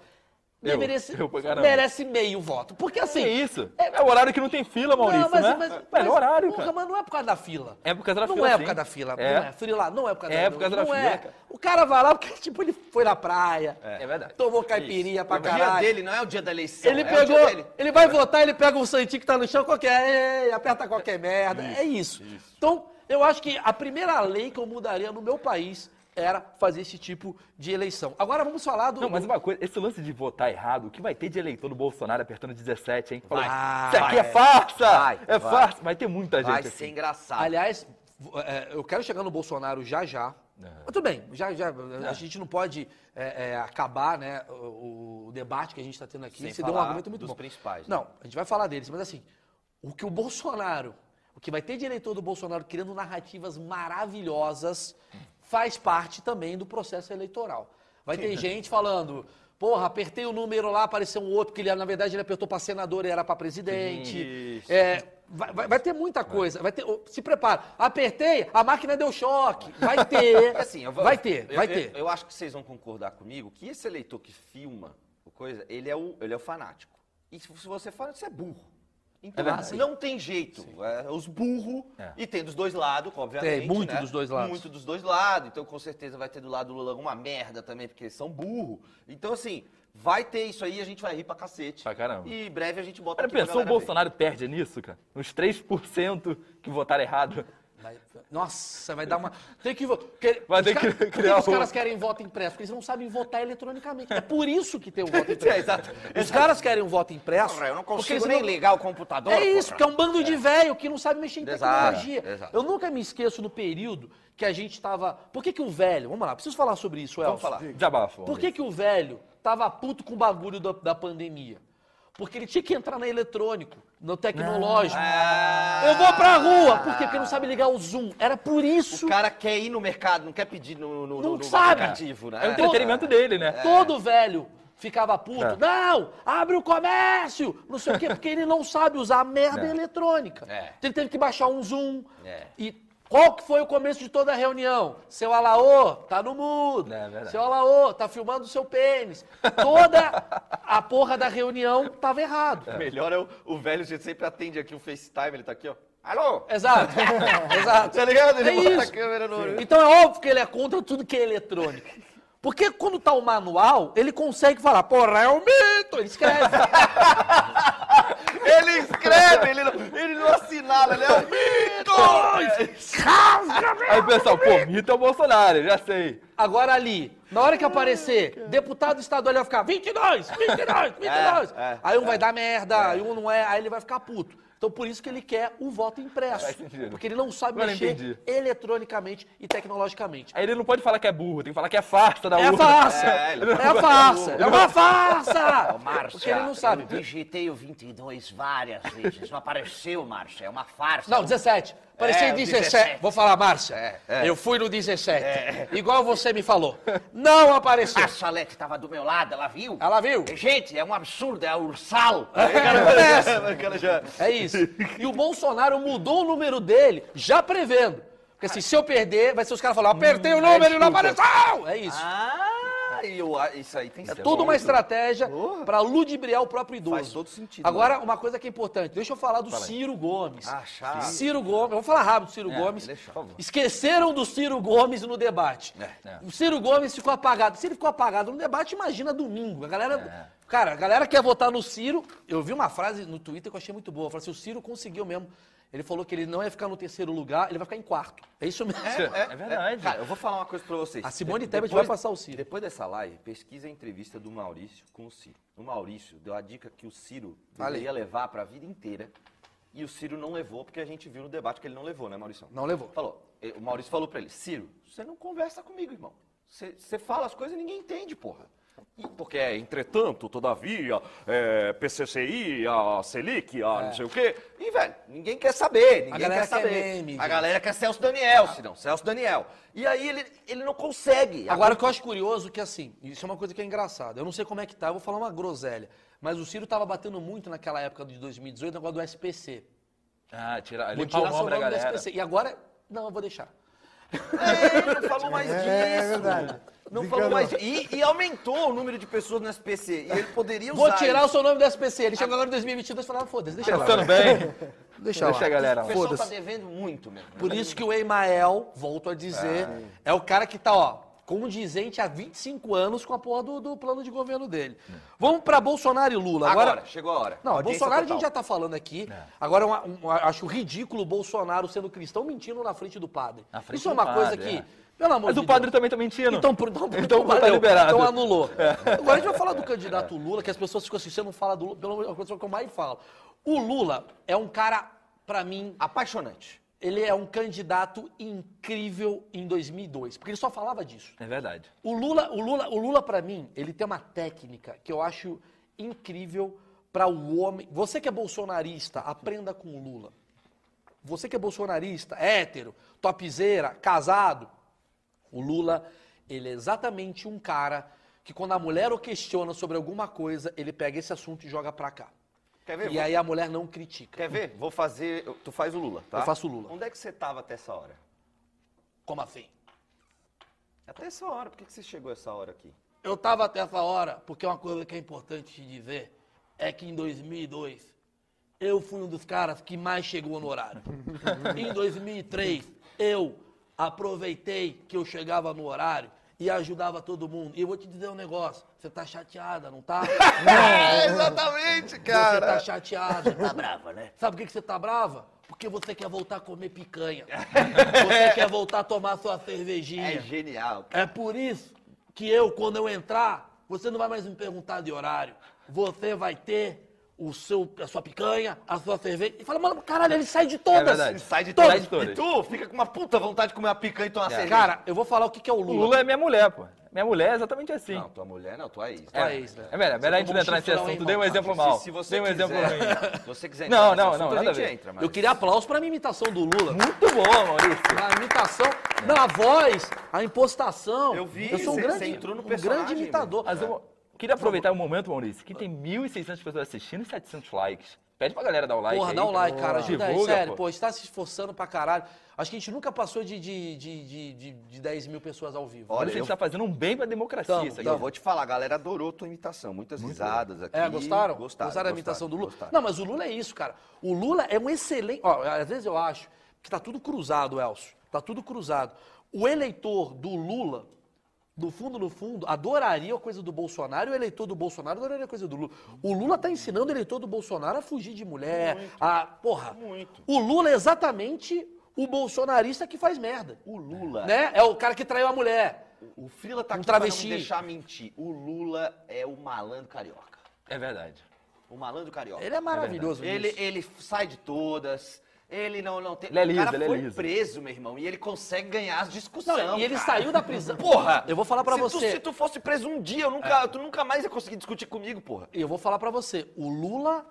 [SPEAKER 2] Eu,
[SPEAKER 1] merece,
[SPEAKER 2] eu pra caramba.
[SPEAKER 1] merece meio voto. Porque assim.
[SPEAKER 2] Que isso? É o horário que não tem fila, Maurício, né? Mas, é o horário,
[SPEAKER 1] porra,
[SPEAKER 2] cara.
[SPEAKER 1] mas não é por causa da fila.
[SPEAKER 2] É por causa da
[SPEAKER 1] não
[SPEAKER 2] fila,
[SPEAKER 1] é por
[SPEAKER 2] sim.
[SPEAKER 1] causa da fila.
[SPEAKER 2] É.
[SPEAKER 1] Não é. Fui lá, não é por causa
[SPEAKER 2] É
[SPEAKER 1] da
[SPEAKER 2] por causa da
[SPEAKER 1] não
[SPEAKER 2] fila,
[SPEAKER 1] é.
[SPEAKER 2] cara.
[SPEAKER 1] O cara vai lá porque, tipo, ele foi na praia.
[SPEAKER 2] É verdade.
[SPEAKER 1] Tomou caipirinha pra
[SPEAKER 3] O dia
[SPEAKER 1] caralho.
[SPEAKER 3] dele não é o dia da eleição.
[SPEAKER 1] Ele
[SPEAKER 3] é o
[SPEAKER 1] pegou,
[SPEAKER 3] dia dele.
[SPEAKER 1] ele vai votar, ele pega um santinho que tá no chão, qualquer, ei, aperta qualquer merda, é isso. Então, eu acho que a primeira lei que eu mudaria no meu país era fazer esse tipo de eleição. Agora vamos falar do...
[SPEAKER 2] Não, mas uma coisa, esse lance de votar errado, o que vai ter de eleitor do Bolsonaro apertando 17, hein? Falou,
[SPEAKER 1] Vai.
[SPEAKER 2] Isso aqui é
[SPEAKER 3] Vai.
[SPEAKER 2] farsa!
[SPEAKER 3] Vai,
[SPEAKER 2] é
[SPEAKER 3] vai.
[SPEAKER 2] farsa! Vai ter muita gente
[SPEAKER 3] Vai
[SPEAKER 2] assim.
[SPEAKER 3] ser engraçado.
[SPEAKER 1] Aliás, vo- é, eu quero chegar no Bolsonaro já já. Mas tudo bem, já, já, a gente não pode é, é, acabar né, o, o debate que a gente está tendo aqui.
[SPEAKER 3] Sem
[SPEAKER 1] Você deu um
[SPEAKER 3] falar
[SPEAKER 1] argumento muito
[SPEAKER 3] dos
[SPEAKER 1] bom.
[SPEAKER 3] principais, né?
[SPEAKER 1] Não, a gente vai falar deles, mas assim, o que o Bolsonaro, o que vai ter de eleitor do Bolsonaro criando narrativas maravilhosas, faz parte também do processo eleitoral. Vai
[SPEAKER 3] né?
[SPEAKER 1] ter gente falando. Porra, apertei o número lá, apareceu um outro, porque ele, na verdade ele apertou para senador e era para presidente. É, vai, vai- vai ter muita coisa. Vai ter, oh, se prepara. Apertei, a máquina deu choque. Vai ter.
[SPEAKER 3] Porque [LAUGHS] assim, eu vou-
[SPEAKER 1] vai ter,
[SPEAKER 3] eu-
[SPEAKER 1] vai
[SPEAKER 3] eu-
[SPEAKER 1] ter.
[SPEAKER 3] Eu, acho que vocês vão concordar comigo que esse eleitor que filma o coisa, ele é o, ele é o fanático. E se você fala, você é burro. Então,
[SPEAKER 1] verdade.
[SPEAKER 3] não tem jeito. É, os burros,
[SPEAKER 2] É.
[SPEAKER 3] e tem dos dois lados, obviamente.
[SPEAKER 1] Tem, muito
[SPEAKER 3] né?
[SPEAKER 1] dos dois lados.
[SPEAKER 3] Muito dos dois lados. Então, com certeza, vai ter do lado do Lula alguma merda também, porque eles são burro. Então, assim, vai ter isso aí, a gente vai rir pra cacete.
[SPEAKER 2] Pra caramba.
[SPEAKER 3] E em breve a gente bota
[SPEAKER 2] Cara,
[SPEAKER 3] aqui pra
[SPEAKER 2] pensou o
[SPEAKER 3] galera ver.
[SPEAKER 2] Bolsonaro perde nisso, cara? Uns 3% que votaram errado.
[SPEAKER 1] Vai- nossa, vai dar uma. Tem que. vo- que-
[SPEAKER 2] Vai
[SPEAKER 1] os
[SPEAKER 2] ter que
[SPEAKER 1] caras- Por que
[SPEAKER 2] criar
[SPEAKER 1] os caras
[SPEAKER 2] um-
[SPEAKER 1] querem voto impresso? Porque eles não sabem votar eletronicamente. É por isso
[SPEAKER 2] [LAUGHS]
[SPEAKER 1] que tem o voto
[SPEAKER 3] [LAUGHS] É,
[SPEAKER 1] impresso.
[SPEAKER 3] exato.
[SPEAKER 1] Os caras querem um voto impresso.
[SPEAKER 3] Porra, eu não
[SPEAKER 1] porque
[SPEAKER 3] consigo
[SPEAKER 1] eles
[SPEAKER 3] nem
[SPEAKER 1] não-
[SPEAKER 3] ligar o computador.
[SPEAKER 1] É isso, porque
[SPEAKER 3] porra.
[SPEAKER 1] é um bando de velho que não sabe mexer em
[SPEAKER 3] Exato,
[SPEAKER 1] tecnologia.
[SPEAKER 3] exato.
[SPEAKER 1] Eu nunca me esqueço do período que a gente tava. Por que, que o velho. Vamos lá, preciso falar sobre isso, Elcio.
[SPEAKER 3] Vamos falar.
[SPEAKER 2] Desabafo.
[SPEAKER 1] Por que, que o velho tava puto com o bagulho da, da pandemia? Porque ele tinha que entrar na eletrônico, no tecnológico. Eu vou pra rua! Por quê? Porque não sabe ligar o Zoom. Era por isso.
[SPEAKER 3] O cara quer ir no mercado, não quer pedir no, no,
[SPEAKER 1] Não
[SPEAKER 3] no- no
[SPEAKER 1] sabe.
[SPEAKER 3] aplicativo, né?
[SPEAKER 2] É o entretenimento dele, né?
[SPEAKER 1] [LAUGHS] Todo velho ficava puto.
[SPEAKER 2] É.
[SPEAKER 1] Não! Abre o comércio! Não sei o quê, porque ele não sabe usar a merda
[SPEAKER 2] É.
[SPEAKER 1] eletrônica.
[SPEAKER 3] É.
[SPEAKER 1] Então ele teve que baixar um Zoom.
[SPEAKER 3] É.
[SPEAKER 1] E qual que foi o começo de toda a reunião? Seu Alaô tá no mudo.
[SPEAKER 2] É, verdade.
[SPEAKER 1] seu Alaô tá filmando o seu pênis. Toda a porra da reunião tava errado.
[SPEAKER 3] O [LAUGHS] melhor é o, o velho, a gente sempre atende aqui o FaceTime, ele tá aqui, ó. Alô?
[SPEAKER 1] Exato. Exato.
[SPEAKER 3] Tá ligado? Ele
[SPEAKER 1] É
[SPEAKER 3] bota
[SPEAKER 1] isso.
[SPEAKER 3] a câmera no...
[SPEAKER 1] Então é óbvio que ele é contra tudo que é eletrônico. Porque quando tá o manual, ele consegue falar, porra, é um mito, ele escreve.
[SPEAKER 3] Ele escreve, ele não, ele não assinala, ele é um [LAUGHS]
[SPEAKER 1] É
[SPEAKER 3] mito!
[SPEAKER 2] Aí o pessoal, pô, mito é o Bolsonaro, já sei.
[SPEAKER 1] Agora ali, na hora que aparecer, deputado estadual ele vai ficar 22, 22, 22.
[SPEAKER 3] É, é,
[SPEAKER 1] aí um vai dar merda, aí um não é, aí ele vai ficar puto. Então por isso que ele quer o voto impresso.
[SPEAKER 2] Faz sentido.
[SPEAKER 1] Porque ele não sabe
[SPEAKER 2] Agora eu entendi.
[SPEAKER 1] mexer eletronicamente e tecnologicamente.
[SPEAKER 2] Aí ele não pode falar que é burro, tem que falar que é farsa da
[SPEAKER 1] É a
[SPEAKER 2] urna.
[SPEAKER 1] farsa!
[SPEAKER 3] É,
[SPEAKER 1] É,
[SPEAKER 3] ele não
[SPEAKER 1] a farsa! É uma farsa!
[SPEAKER 5] Márcia,
[SPEAKER 1] Porque ele não sabe.
[SPEAKER 5] ah, Eu digitei o 22 várias vezes. Não apareceu, Márcia. É uma farsa.
[SPEAKER 1] Não, 17. Parecia
[SPEAKER 3] É,
[SPEAKER 1] 17.
[SPEAKER 3] 17.
[SPEAKER 1] Vou falar, Márcia. Eu fui no 17. Igual você me falou. Não apareceu.
[SPEAKER 5] [LAUGHS] A Salete estava do meu lado, ela viu?
[SPEAKER 1] Ela viu?
[SPEAKER 5] Gente, é um absurdo, é a Ursal.
[SPEAKER 1] [LAUGHS]
[SPEAKER 3] Aquela já...
[SPEAKER 1] É isso. E o Bolsonaro mudou o número dele, já prevendo. Porque assim, se eu perder, vai ser os caras falando, apertei o número e não apareceu! É isso.
[SPEAKER 3] Ah, e eu- ah, isso aí tem
[SPEAKER 1] É toda uma estratégia pra ludibriar o próprio idoso.
[SPEAKER 3] Faz todo sentido, né?
[SPEAKER 1] Agora, uma coisa que é importante, deixa eu falar do Ciro Gomes.
[SPEAKER 3] Ah, chato.
[SPEAKER 1] Ciro Gomes, vamos falar rápido do Ciro Gomes.
[SPEAKER 3] ele é chato.
[SPEAKER 1] Esqueceram do Ciro Gomes no debate.
[SPEAKER 2] É.
[SPEAKER 1] O Ciro Gomes ficou apagado. Se ele ficou apagado no debate, imagina domingo. A galera.
[SPEAKER 3] É.
[SPEAKER 1] Cara, a galera quer votar no Ciro. Eu vi uma frase no Twitter que eu achei muito boa. Falou assim: o Ciro conseguiu mesmo. Ele falou que ele não ia ficar no terceiro lugar, ele vai ficar em quarto. É isso mesmo.
[SPEAKER 2] É verdade.
[SPEAKER 3] Cara, eu vou falar uma coisa pra vocês.
[SPEAKER 1] A Simone
[SPEAKER 3] De-
[SPEAKER 1] Tebet
[SPEAKER 3] depois-
[SPEAKER 1] vai passar o Ciro.
[SPEAKER 3] Depois dessa live, pesquisa a entrevista do Maurício com o Ciro. O Maurício deu a dica que o Ciro deveria levar pra vida inteira. E o Ciro não levou, porque a gente viu no debate que ele não levou, né, Maurício?
[SPEAKER 1] Não levou.
[SPEAKER 3] Falou. eh, O Maurício falou pra ele, Ciro, você não conversa comigo, irmão. Você você fala as coisas e ninguém entende, porra. E-
[SPEAKER 6] Porque é, entretanto, todavia, é, PCCI, a Selic, a não sei o quê.
[SPEAKER 3] E, velho, ninguém quer saber, ninguém
[SPEAKER 1] É. galera
[SPEAKER 3] quer
[SPEAKER 1] quer
[SPEAKER 3] saber.
[SPEAKER 1] meme,
[SPEAKER 3] a
[SPEAKER 1] gente.
[SPEAKER 3] galera quer é Celso Daniel,
[SPEAKER 1] Ah.
[SPEAKER 3] Cirão, Celso Daniel. E aí ele, ele não consegue.
[SPEAKER 1] Agora, o que eu acho curioso é que, assim, isso é uma coisa que é engraçada. Eu não sei como é que tá, eu vou falar uma groselha. Mas o Ciro tava batendo muito naquela época de 2018, negócio do SPC.
[SPEAKER 2] Ah, tira,
[SPEAKER 1] Vou
[SPEAKER 2] limpar
[SPEAKER 1] tirar
[SPEAKER 2] o
[SPEAKER 1] seu
[SPEAKER 2] ombro da
[SPEAKER 1] nome do
[SPEAKER 2] galera.
[SPEAKER 1] SPC. E agora, não, eu vou deixar.
[SPEAKER 3] É, Ele não falou mais disso.
[SPEAKER 4] [LAUGHS] É verdade.
[SPEAKER 3] Não falou
[SPEAKER 4] Desencanou.
[SPEAKER 3] mais disso. E, e aumentou o número de pessoas no SPC. E ele poderia usar.
[SPEAKER 1] Vou tirar o
[SPEAKER 3] isso.
[SPEAKER 1] seu nome do SPC. Ele chegou agora em 2022 e falou, ah, foda-se, deixa lá.
[SPEAKER 2] Pensando bem,
[SPEAKER 1] Deixa lá.
[SPEAKER 2] Tá deixa a galera lá.
[SPEAKER 3] O pessoal tá devendo muito mesmo.
[SPEAKER 1] Por isso que o Emael, volto a dizer, é o cara que tá, ó, condizente há 25 anos com a porra do, do plano de governo dele. Vamos pra Bolsonaro e Lula.
[SPEAKER 3] Agora,
[SPEAKER 1] Agora,
[SPEAKER 3] chegou a hora.
[SPEAKER 1] Não,
[SPEAKER 3] Audiência
[SPEAKER 1] Bolsonaro a gente já
[SPEAKER 3] total.
[SPEAKER 1] tá falando aqui.
[SPEAKER 2] É.
[SPEAKER 1] Agora, uma- um- acho ridículo o Bolsonaro sendo cristão mentindo na frente do padre.
[SPEAKER 2] Na frente
[SPEAKER 1] Isso é
[SPEAKER 2] do
[SPEAKER 1] uma coisa
[SPEAKER 2] padre,
[SPEAKER 1] que,
[SPEAKER 2] é.
[SPEAKER 1] pelo amor
[SPEAKER 2] Mas
[SPEAKER 1] de
[SPEAKER 2] o padre
[SPEAKER 1] Deus.
[SPEAKER 2] também tá mentindo.
[SPEAKER 1] Então, por- então,
[SPEAKER 2] Então tá
[SPEAKER 1] valeu,
[SPEAKER 2] liberado. É.
[SPEAKER 1] Então anulou. Agora a gente vai falar do candidato Lula, que as pessoas ficam assim, você não fala do Lula, pelo amor de Deus, é uma coisa que eu mais falo. O Lula é um cara, pra mim,
[SPEAKER 3] Apaixonante.
[SPEAKER 1] ele é um candidato incrível em 2002, porque ele só falava disso.
[SPEAKER 2] É verdade.
[SPEAKER 1] O Lula, o Lula, o Lula para mim, ele tem uma técnica que eu acho incrível para o homem. Você que é bolsonarista, aprenda com o Lula. Você que é bolsonarista, hétero, topzeira, casado, o Lula, ele é exatamente um cara que quando a mulher o questiona sobre alguma coisa, ele pega esse assunto e joga pra cá.
[SPEAKER 3] Quer ver?
[SPEAKER 1] E
[SPEAKER 3] Vou-
[SPEAKER 1] aí a mulher não critica.
[SPEAKER 3] Quer ver? Vou fazer. Tu faz o Lula, tá?
[SPEAKER 1] Eu faço o Lula.
[SPEAKER 3] Onde é que você tava até essa hora?
[SPEAKER 1] Como assim?
[SPEAKER 3] Até essa hora. Por que que você chegou essa hora aqui?
[SPEAKER 1] Eu tava até essa hora, porque uma coisa que é importante te dizer é que em 2002 eu fui um dos caras que mais chegou no horário. em 2003 eu aproveitei que eu chegava no horário e ajudava todo mundo. E eu vou te dizer um negócio: você tá chateada, não tá?
[SPEAKER 3] É, exatamente,
[SPEAKER 1] Você
[SPEAKER 3] cara.
[SPEAKER 1] tá chateada.
[SPEAKER 5] Tá brava, né?
[SPEAKER 1] Sabe por que que você tá brava? Porque você quer voltar a comer picanha. Você quer voltar a tomar sua
[SPEAKER 3] É
[SPEAKER 1] cervejinha.
[SPEAKER 3] genial.
[SPEAKER 1] É por isso que eu, quando eu entrar, você não vai mais me perguntar de horário. Você vai ter o seu, a sua picanha, a sua cerveja. E fala, mano, caralho, ele sai de todas.
[SPEAKER 2] É verdade.
[SPEAKER 3] Ele sai de
[SPEAKER 1] Todas.
[SPEAKER 3] todas.
[SPEAKER 2] todas.
[SPEAKER 3] E tu fica com uma puta vontade de comer uma picanha e tomar cerveja.
[SPEAKER 1] É. Cara, eu vou falar o que, que é o
[SPEAKER 2] O
[SPEAKER 1] Lula.
[SPEAKER 2] Lula é minha mulher, pô. Minha mulher é exatamente assim.
[SPEAKER 3] Não, tua mulher não, tua ex.
[SPEAKER 1] Tua ex, né?
[SPEAKER 2] É melhor, melhor a gente
[SPEAKER 1] tomou
[SPEAKER 2] não
[SPEAKER 1] um
[SPEAKER 2] entrar nesse
[SPEAKER 1] chifrão, hein,
[SPEAKER 2] assunto. Dei um
[SPEAKER 1] irmão?
[SPEAKER 2] exemplo
[SPEAKER 3] Se,
[SPEAKER 2] mal.
[SPEAKER 3] se você
[SPEAKER 2] Dei um
[SPEAKER 3] quiser,
[SPEAKER 2] exemplo ruim.
[SPEAKER 3] se você quiser
[SPEAKER 2] Não,
[SPEAKER 3] entrar
[SPEAKER 2] não,
[SPEAKER 3] nesse
[SPEAKER 2] não,
[SPEAKER 3] assunto,
[SPEAKER 2] nada
[SPEAKER 3] a gente
[SPEAKER 2] a ver.
[SPEAKER 3] entra, mas...
[SPEAKER 1] Eu queria aplauso pra minha imitação do Lula.
[SPEAKER 2] Muito bom, Maurício.
[SPEAKER 1] A imitação, na voz, a impostação.
[SPEAKER 3] Eu vi,
[SPEAKER 1] eu sou um
[SPEAKER 3] você-
[SPEAKER 1] grande,
[SPEAKER 3] você entrou no
[SPEAKER 1] um
[SPEAKER 3] personagem,
[SPEAKER 1] grande imitador.
[SPEAKER 2] Mas eu queria aproveitar o momento, Maurício, que tem 1.600 pessoas assistindo e 700 likes. Pede pra galera dar o like
[SPEAKER 1] Porra,
[SPEAKER 2] aí.
[SPEAKER 1] dá um like, cara. Ajuda aí,
[SPEAKER 2] Divulga,
[SPEAKER 1] sério.
[SPEAKER 2] pô.
[SPEAKER 1] Pô, a gente tá se esforçando pra caralho. Acho que a gente nunca passou de, de, de, de, de, de 10 mil pessoas ao vivo.
[SPEAKER 2] Olha,
[SPEAKER 3] Olha,
[SPEAKER 2] a gente
[SPEAKER 3] eu-
[SPEAKER 2] tá fazendo um bem pra democracia
[SPEAKER 1] Tamo,
[SPEAKER 2] isso aqui.
[SPEAKER 1] tamo.
[SPEAKER 3] Eu vou te falar, a galera adorou tua imitação. Muitas risadas aqui.
[SPEAKER 1] É, gostaram?
[SPEAKER 3] Gostaram.
[SPEAKER 1] da imitação do Lula?
[SPEAKER 3] gostaram.
[SPEAKER 1] Não, mas o Lula é isso, cara. O Lula é um excelente. Ó, às vezes eu acho que tá tudo cruzado, Elcio. Tá tudo cruzado. O eleitor do Lula, no fundo, no fundo, adoraria a coisa do Bolsonaro e o eleitor do Bolsonaro adoraria a coisa do Lula. O Lula tá ensinando o eleitor do Bolsonaro a fugir de mulher, a. Porra. Muito. O Lula é exatamente o bolsonarista que faz merda.
[SPEAKER 3] O Lula.
[SPEAKER 1] Né? É o cara que traiu a mulher.
[SPEAKER 3] O Frila tá
[SPEAKER 1] Um
[SPEAKER 3] aqui pra não me
[SPEAKER 1] travesti.
[SPEAKER 3] deixar mentir. O Lula é o malandro carioca.
[SPEAKER 2] É verdade.
[SPEAKER 3] O malandro carioca.
[SPEAKER 1] Ele é maravilhoso.
[SPEAKER 3] Ele,
[SPEAKER 1] nisso.
[SPEAKER 3] ele sai de todas. Ele não, não tem.
[SPEAKER 2] Ele é liso,
[SPEAKER 3] o cara
[SPEAKER 2] ele é
[SPEAKER 3] foi
[SPEAKER 2] liso.
[SPEAKER 3] preso, meu irmão, e ele consegue ganhar as discussões.
[SPEAKER 1] Não, e ele
[SPEAKER 3] cara.
[SPEAKER 1] saiu da prisão.
[SPEAKER 3] Porra!
[SPEAKER 1] Eu vou falar pra
[SPEAKER 3] se
[SPEAKER 1] você. É.
[SPEAKER 3] Tu, se tu fosse preso um dia, eu nunca, tu nunca mais ia conseguir discutir comigo, porra.
[SPEAKER 1] E eu vou falar pra você, o Lula,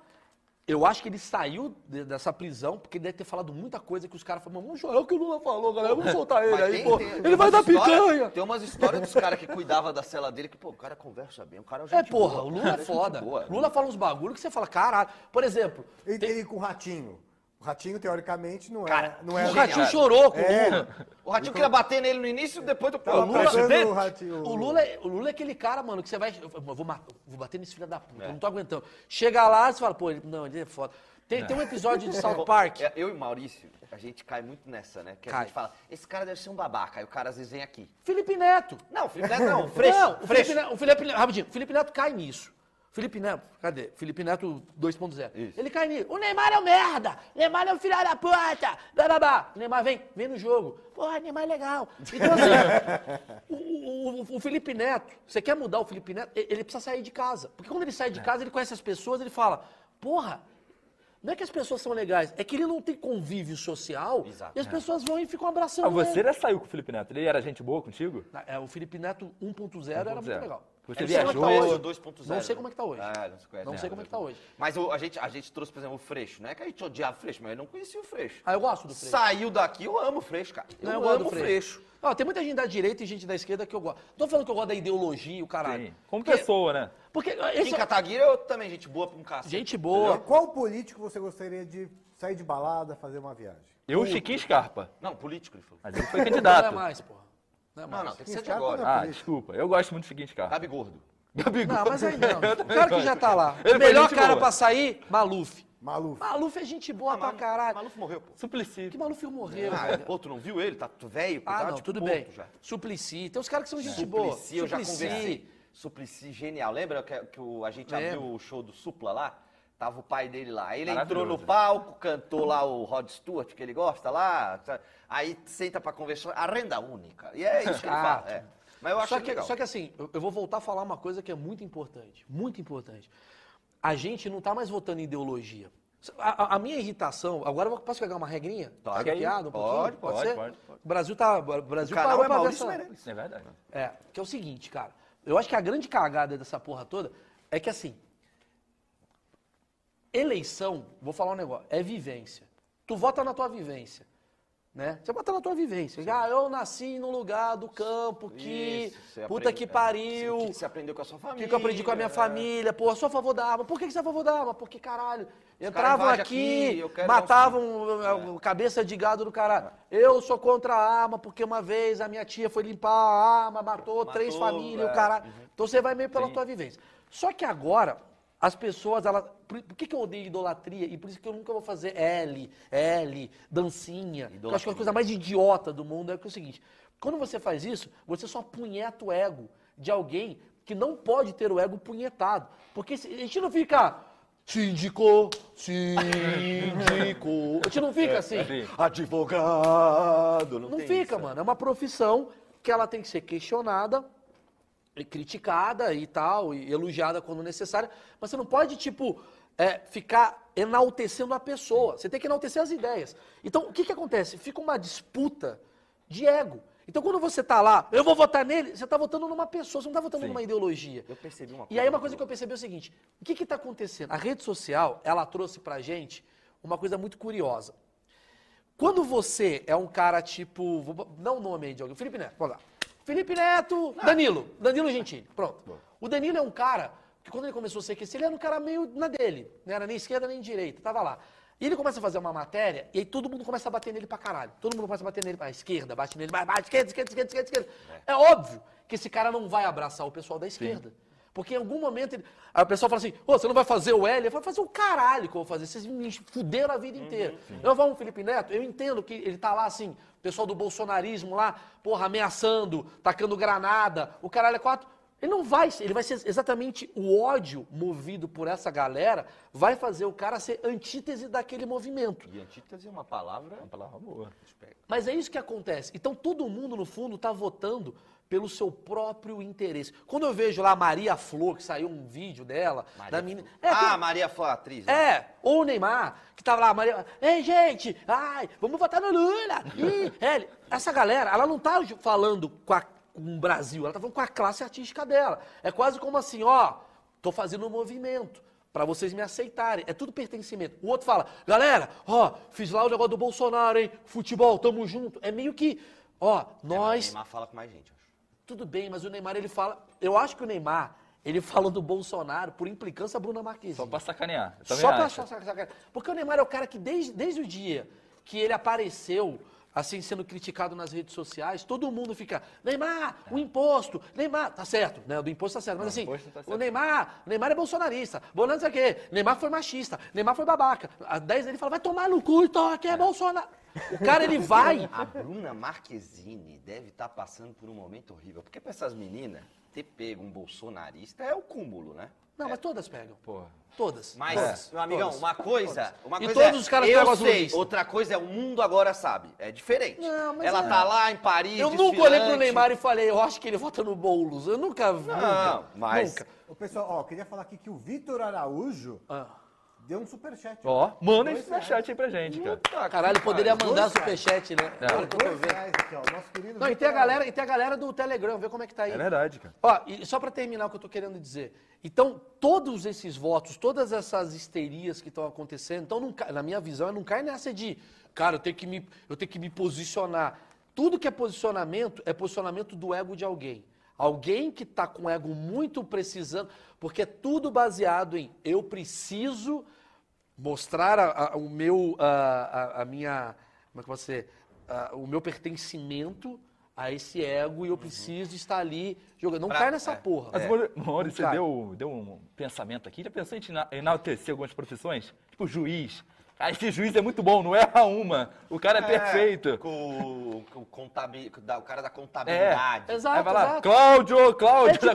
[SPEAKER 1] eu acho que ele saiu de- dessa prisão porque ele deve ter falado muita coisa que os caras falaram, vamos chorar o que o Lula falou, galera, vamos soltar ele
[SPEAKER 3] Mas
[SPEAKER 1] aí,
[SPEAKER 3] tem-
[SPEAKER 1] pô.
[SPEAKER 3] tem-
[SPEAKER 1] Ele
[SPEAKER 3] tem
[SPEAKER 1] vai dar
[SPEAKER 3] umas histórias-
[SPEAKER 1] picanha.
[SPEAKER 3] Tem umas histórias dos caras que cuidavam da cela dele que, pô, o cara conversa bem, o cara é
[SPEAKER 1] É,
[SPEAKER 3] gente
[SPEAKER 1] porra,
[SPEAKER 3] boa,
[SPEAKER 1] o
[SPEAKER 3] o
[SPEAKER 1] Lula
[SPEAKER 3] cara
[SPEAKER 1] é
[SPEAKER 3] gente
[SPEAKER 1] foda.
[SPEAKER 3] boa. né?
[SPEAKER 1] Lula fala uns bagulho que você fala, caralho. Por exemplo,
[SPEAKER 4] E,
[SPEAKER 1] tem-
[SPEAKER 4] e com o ratinho. O ratinho, teoricamente, não é.
[SPEAKER 3] Cara,
[SPEAKER 4] não é
[SPEAKER 1] o
[SPEAKER 3] genial.
[SPEAKER 1] Ratinho chorou com o
[SPEAKER 4] É.
[SPEAKER 1] Lula.
[SPEAKER 3] O Ratinho
[SPEAKER 1] um-
[SPEAKER 3] queria bater nele no início, depois do
[SPEAKER 4] Tava
[SPEAKER 3] tá o
[SPEAKER 1] é
[SPEAKER 3] Lula-
[SPEAKER 4] precisando
[SPEAKER 3] presidente.
[SPEAKER 4] o ratinho.
[SPEAKER 1] O Lula, é, o Lula é aquele cara, mano, que você vai. Eu vou, matar- vou bater nesse filho da
[SPEAKER 3] É.
[SPEAKER 1] puta, eu não tô aguentando. Chega lá, você fala, pô, ele, não, ele é foda. Tem, tem um
[SPEAKER 3] [LAUGHS]
[SPEAKER 1] episódio de South Park.
[SPEAKER 3] É, Eu e Maurício, a gente cai muito nessa, né? Que a
[SPEAKER 1] Cai.
[SPEAKER 3] gente fala, esse cara deve ser um babaca. Aí o cara às vezes vem aqui.
[SPEAKER 1] Felipe Neto.
[SPEAKER 3] Não, Felipe Neto não, fresco.
[SPEAKER 1] Não, o Felipe,
[SPEAKER 3] fresco.
[SPEAKER 1] Neto, o Felipe Neto- rapidinho, o Felipe Neto cai nisso. Felipe Neto, cadê? Felipe Neto 2.0.
[SPEAKER 3] Isso.
[SPEAKER 1] Ele cai nisso. O Neymar é um merda! Neymar é um filho da puta! Bababá. O Neymar vem, vem no jogo. Porra, Neymar é legal. Então, assim,
[SPEAKER 2] [LAUGHS]
[SPEAKER 1] o, o- o- o Felipe Neto, você quer mudar o Felipe Neto? E- Ele precisa sair de casa. Porque quando ele sai
[SPEAKER 2] É.
[SPEAKER 1] de casa, ele conhece as pessoas, ele fala, porra, não é que as pessoas são legais, é que ele não tem convívio social
[SPEAKER 3] Exato.
[SPEAKER 1] e as pessoas vão e ficam abraçando
[SPEAKER 2] É. Ah, você
[SPEAKER 1] ele.
[SPEAKER 2] já saiu com o Felipe Neto. Ele era Um gente boa contigo?
[SPEAKER 1] É, o Felipe Neto 1.0 era muito
[SPEAKER 2] 1.0.
[SPEAKER 1] legal.
[SPEAKER 2] Você
[SPEAKER 1] Eu não sei
[SPEAKER 2] viajou?
[SPEAKER 1] como é que tá hoje.
[SPEAKER 3] o 2.0.
[SPEAKER 1] Não sei como é que tá hoje.
[SPEAKER 3] Ah, não se conhece.
[SPEAKER 1] Não sei como é que tá hoje.
[SPEAKER 3] Mas o- a, gente, a gente trouxe, por exemplo, o Freixo. Não é que a gente odiava o Freixo, mas eu não conhecia o Freixo.
[SPEAKER 1] Ah, eu gosto do Freixo.
[SPEAKER 3] Saiu daqui, eu amo o Freixo, cara. Eu,
[SPEAKER 1] Não,
[SPEAKER 3] amo
[SPEAKER 1] do
[SPEAKER 3] o Freixo.
[SPEAKER 1] Ó, tem muita gente da direita e gente da esquerda que eu gosto. Tô falando que eu gosto da ideologia, o caralho.
[SPEAKER 2] Sim. Como
[SPEAKER 3] é
[SPEAKER 1] Porque-
[SPEAKER 2] pessoa, né?
[SPEAKER 1] Porque ó,
[SPEAKER 3] Kim
[SPEAKER 1] esse... é
[SPEAKER 3] Kataguiri eu também, gente boa pra um cacete.
[SPEAKER 1] gente boa.
[SPEAKER 4] Qual político você gostaria de sair de balada, fazer uma viagem?
[SPEAKER 2] Eu, Chiquinho Scarpa.
[SPEAKER 3] Não, político, ele falou.
[SPEAKER 2] Mas ele
[SPEAKER 1] [LAUGHS]
[SPEAKER 2] foi
[SPEAKER 1] Não é
[SPEAKER 2] candidato.
[SPEAKER 1] mais, porra. Não é mais.
[SPEAKER 3] Não, não, tem que
[SPEAKER 4] Quem
[SPEAKER 3] ser de
[SPEAKER 4] sabe
[SPEAKER 3] agora.
[SPEAKER 4] não.
[SPEAKER 2] Ah, desculpa. Eu gosto muito do Chiquinho Scarpa.
[SPEAKER 3] Gabi Gordo.
[SPEAKER 2] Gabigol.
[SPEAKER 1] Tá- Não, mas aí
[SPEAKER 3] [LAUGHS]
[SPEAKER 1] não. O cara que já tá lá.
[SPEAKER 2] Ele
[SPEAKER 1] O
[SPEAKER 2] foi
[SPEAKER 1] melhor
[SPEAKER 2] gente
[SPEAKER 1] cara
[SPEAKER 2] boa.
[SPEAKER 1] pra sair, Maluf.
[SPEAKER 4] Maluf.
[SPEAKER 1] Maluf é gente boa pra
[SPEAKER 3] Malu-
[SPEAKER 1] caralho.
[SPEAKER 3] Ah, Maluf morreu, pô.
[SPEAKER 2] [LAUGHS] Suplicy.
[SPEAKER 1] Que Maluf morreu.
[SPEAKER 3] Ah,
[SPEAKER 1] velho.
[SPEAKER 3] pô, tu não viu ele? Tá tu velho,
[SPEAKER 1] Ah,
[SPEAKER 3] tá
[SPEAKER 1] não,
[SPEAKER 3] de
[SPEAKER 1] tudo
[SPEAKER 3] ponto
[SPEAKER 1] bem.
[SPEAKER 3] Já.
[SPEAKER 1] Suplicy. Tem uns caras que são gente boa.
[SPEAKER 3] Suplicy, eu já conversei. Suplicy, genial. Lembra que, que o- a gente
[SPEAKER 1] Lembro.
[SPEAKER 3] abriu o show do Supla lá? Tava o pai dele lá. Ele entrou
[SPEAKER 2] Maravilhoso.
[SPEAKER 3] no palco, cantou lá o Rod Stewart, que ele gosta lá. tá? Aí senta pra conversar. A renda única. E é isso que ele
[SPEAKER 1] Ah,
[SPEAKER 3] fala. é. Mas eu acho
[SPEAKER 1] só que,
[SPEAKER 3] legal.
[SPEAKER 1] só que assim, eu, eu vou voltar a falar uma coisa que é muito importante, muito importante. A gente não tá mais votando em ideologia. A, a- a minha irritação, agora eu vou- posso pegar uma regrinha?
[SPEAKER 3] Claro.
[SPEAKER 1] Ser piada um
[SPEAKER 3] Pode,
[SPEAKER 1] pouquinho?
[SPEAKER 2] pode,
[SPEAKER 1] ser?
[SPEAKER 2] pode,
[SPEAKER 1] O Brasil tá, o Brasil
[SPEAKER 3] o canal
[SPEAKER 1] parou
[SPEAKER 3] é
[SPEAKER 1] pra ver
[SPEAKER 3] Maurício
[SPEAKER 1] essa-
[SPEAKER 3] Meirelles.
[SPEAKER 2] É verdade.
[SPEAKER 1] é, que é o seguinte, cara. Eu acho que a grande cagada dessa porra toda é que assim. Eleição, vou falar um negócio, é vivência. Tu vota na tua vivência. Né? Você vota na tua vivência. Ah, eu nasci num lugar do campo que.
[SPEAKER 3] Isso, você
[SPEAKER 1] puta
[SPEAKER 3] aprende-
[SPEAKER 1] que
[SPEAKER 3] é.
[SPEAKER 1] pariu.
[SPEAKER 3] O que que você aprendeu com a sua
[SPEAKER 1] O
[SPEAKER 3] família?
[SPEAKER 1] que, que eu aprendi com a minha família? Pô, eu sou a favor da arma. Por que, que você é a favor da arma? Porque, caralho, entravam
[SPEAKER 3] invadem
[SPEAKER 1] aqui,
[SPEAKER 3] aqui, eu quero dar um É.
[SPEAKER 1] matavam uh, uh, cabeça de gado do caralho. Eu sou contra a arma, porque uma vez a minha tia foi limpar a arma, matou, três famílias, o
[SPEAKER 3] é.
[SPEAKER 1] caralho. Então você vai meio pela tua vivência. Só que agora, as pessoas, elas. Por, por que, que eu odeio idolatria? E por isso que eu nunca vou fazer L, L, dancinha. Eu acho que a coisa mais idiota do mundo é que é o seguinte: Quando você faz isso, você só punheta o ego de alguém que não pode ter o ego punhetado. Porque se- a gente não fica. Síndico, síndico. A gente não fica assim.
[SPEAKER 3] Advogado. Não,
[SPEAKER 1] Não
[SPEAKER 3] tem
[SPEAKER 1] fica,
[SPEAKER 3] isso.
[SPEAKER 1] mano. É uma profissão que ela tem que ser questionada, e criticada e tal, e elogiada quando necessária. Mas você não pode, tipo, é, ficar enaltecendo a pessoa. Você tem que enaltecer as ideias. Então, o que, que acontece? Fica uma disputa de ego. Então, quando você tá lá, eu vou votar nele, você tá votando numa pessoa, você não tá votando numa ideologia.
[SPEAKER 3] Eu percebi uma
[SPEAKER 1] E aí uma coisa que eu percebi é o seguinte, o que está acontecendo? A rede social, ela trouxe pra gente uma coisa muito curiosa. Quando você é um cara tipo, vou bo- não o nome aí de alguém, Felipe Neto, vamos lá. Felipe Neto, Danilo, Danilo Gentili, pronto. O Danilo é um cara que quando ele começou a ser aquecido, ele era um cara meio na dele, não era nem esquerda nem direita, tava lá. E ele começa a fazer uma matéria, e aí todo mundo começa a bater nele pra caralho. Todo mundo começa a bater nele pra esquerda, bate nele, bate, bate, esquerda, esquerda, esquerda, esquerda, esquerda. É. óbvio que esse cara não vai abraçar o pessoal da esquerda. Porque em algum momento ele... Aí o pessoal fala assim, ô, você não vai fazer o L? Eu falo, fazer o caralho que eu vou fazer. Vocês me fuderam a vida inteira. eu vou um Felipe Neto, eu entendo que ele tá lá assim, o pessoal do bolsonarismo lá, porra, ameaçando, tacando granada, o caralho é quatro. Ele não vai, ser- ele vai ser exatamente o ódio movido por essa galera, vai fazer o cara ser antítese daquele movimento.
[SPEAKER 3] E antítese é uma palavra. Uma palavra boa.
[SPEAKER 1] Mas é isso que acontece. Então todo mundo, no fundo, está votando pelo seu próprio interesse. Quando eu vejo lá a Maria Flor, que saiu um vídeo dela, da menina. É,
[SPEAKER 3] ah,
[SPEAKER 1] tem-
[SPEAKER 3] Maria foi a atriz. né?
[SPEAKER 1] é, ou o Neymar, que tava lá, Maria. Ei, gente, ai, vamos votar no Lula. Ih, é, essa galera, ela não tá falando com, a- com o Brasil, ela tá falando com a classe artística dela. É quase como assim, ó, tô fazendo um movimento. Pra vocês me aceitarem. É tudo pertencimento. O outro fala, galera, ó, fiz lá o negócio do Bolsonaro, hein? Futebol, tamo junto. É meio que, ó,
[SPEAKER 3] Mas o
[SPEAKER 1] nós
[SPEAKER 3] Neymar fala com mais gente, eu acho.
[SPEAKER 1] tudo bem, mas o Neymar, ele fala. Eu acho que o Neymar, ele [LAUGHS] fala do Bolsonaro por implicância a Bruna Marquezine.
[SPEAKER 2] Só pra sacanear. Eu também
[SPEAKER 1] Só pra
[SPEAKER 2] acho.
[SPEAKER 1] achar saca- saca- Porque o Neymar é o cara que desde, desde o dia que ele apareceu, assim, sendo criticado nas redes sociais, todo mundo fica, Neymar, o imposto, Neymar, tá certo, né? O do imposto tá certo, mas assim,
[SPEAKER 2] É. imposto tá
[SPEAKER 1] o
[SPEAKER 2] certo.
[SPEAKER 1] Neymar, o Neymar é bolsonarista, Bolsonaro não sei o quê, Neymar foi machista, Neymar foi babaca. Às 10 ele fala, vai tomar no cu, então aqui é Bolsonaro. O cara, ele
[SPEAKER 2] [LAUGHS]
[SPEAKER 1] vai.
[SPEAKER 3] A Bruna Marquezine deve
[SPEAKER 1] tá
[SPEAKER 3] estar passando por um momento horrível. Porque pra essas meninas, ter pego um bolsonarista é o cúmulo, né?
[SPEAKER 1] Não, mas todas pegam,
[SPEAKER 2] Porra.
[SPEAKER 1] todas.
[SPEAKER 3] Mas,
[SPEAKER 2] É.
[SPEAKER 1] todas,
[SPEAKER 3] meu amigão,
[SPEAKER 1] todas.
[SPEAKER 3] uma coisa. Uma
[SPEAKER 1] E
[SPEAKER 3] coisa
[SPEAKER 1] todos
[SPEAKER 3] é,
[SPEAKER 1] os caras pegam
[SPEAKER 3] eu
[SPEAKER 1] as
[SPEAKER 3] sei,
[SPEAKER 1] lulistas.
[SPEAKER 3] outra coisa é o mundo agora sabe. É diferente.
[SPEAKER 1] Não, mas
[SPEAKER 3] Ela
[SPEAKER 1] é.
[SPEAKER 3] tá lá em Paris.
[SPEAKER 1] Eu nunca olhei pro
[SPEAKER 3] desfilante.
[SPEAKER 1] Neymar e falei, eu acho que ele vota no Boulos. Eu nunca vi.
[SPEAKER 3] Não, mas.
[SPEAKER 1] Nunca.
[SPEAKER 4] Ô, pessoal, ó, queria falar aqui que o Vitor Araújo
[SPEAKER 1] Ah.
[SPEAKER 4] deu um superchat.
[SPEAKER 2] Ó, manda esse
[SPEAKER 4] Dois
[SPEAKER 1] é.
[SPEAKER 4] reais.
[SPEAKER 2] superchat aí pra gente, cara.
[SPEAKER 1] Caralho, poderia mandar
[SPEAKER 4] Ah, dois, cara. É.
[SPEAKER 1] superchat, né? Agora que eu tô
[SPEAKER 4] Dois
[SPEAKER 1] vendo.
[SPEAKER 4] reais aqui, ó, nosso querido
[SPEAKER 1] Não, e
[SPEAKER 4] Vitor
[SPEAKER 1] tem a
[SPEAKER 4] Araújo.
[SPEAKER 1] galera, e tem a galera do Telegram, vê como é que tá aí.
[SPEAKER 2] É verdade, cara.
[SPEAKER 1] Ó, e só pra terminar o que eu tô querendo dizer. Então, todos esses votos, todas essas histerias que estão acontecendo, então não cai- na minha visão, não cai nessa de, cara, eu tenho que me, eu tenho que me posicionar. Tudo que é posicionamento é posicionamento do ego de alguém. Alguém que tá com o ego muito precisando, porque é tudo baseado em eu preciso mostrar a- a- o meu a, a- a minha como é que eu posso dizer? A- o meu pertencimento a esse ego e eu preciso estar ali jogando não
[SPEAKER 3] Uhum. Pra-
[SPEAKER 1] cai nessa
[SPEAKER 3] é.
[SPEAKER 1] porra
[SPEAKER 2] Mas, Mori- Mori,
[SPEAKER 1] Não
[SPEAKER 2] você
[SPEAKER 1] cai.
[SPEAKER 2] deu, deu um pensamento aqui. Já pensou em te ena- enaltecer algumas profissões? Tipo, juiz. Ah, esse juiz é muito bom, não erra uma. O cara é, perfeito.
[SPEAKER 3] Com, com o contabi- da- o cara da contabilidade.
[SPEAKER 2] Aí
[SPEAKER 1] É, exato,
[SPEAKER 2] vai lá,
[SPEAKER 1] exato.
[SPEAKER 2] Cláudio, Cláudio
[SPEAKER 1] É tipo
[SPEAKER 2] da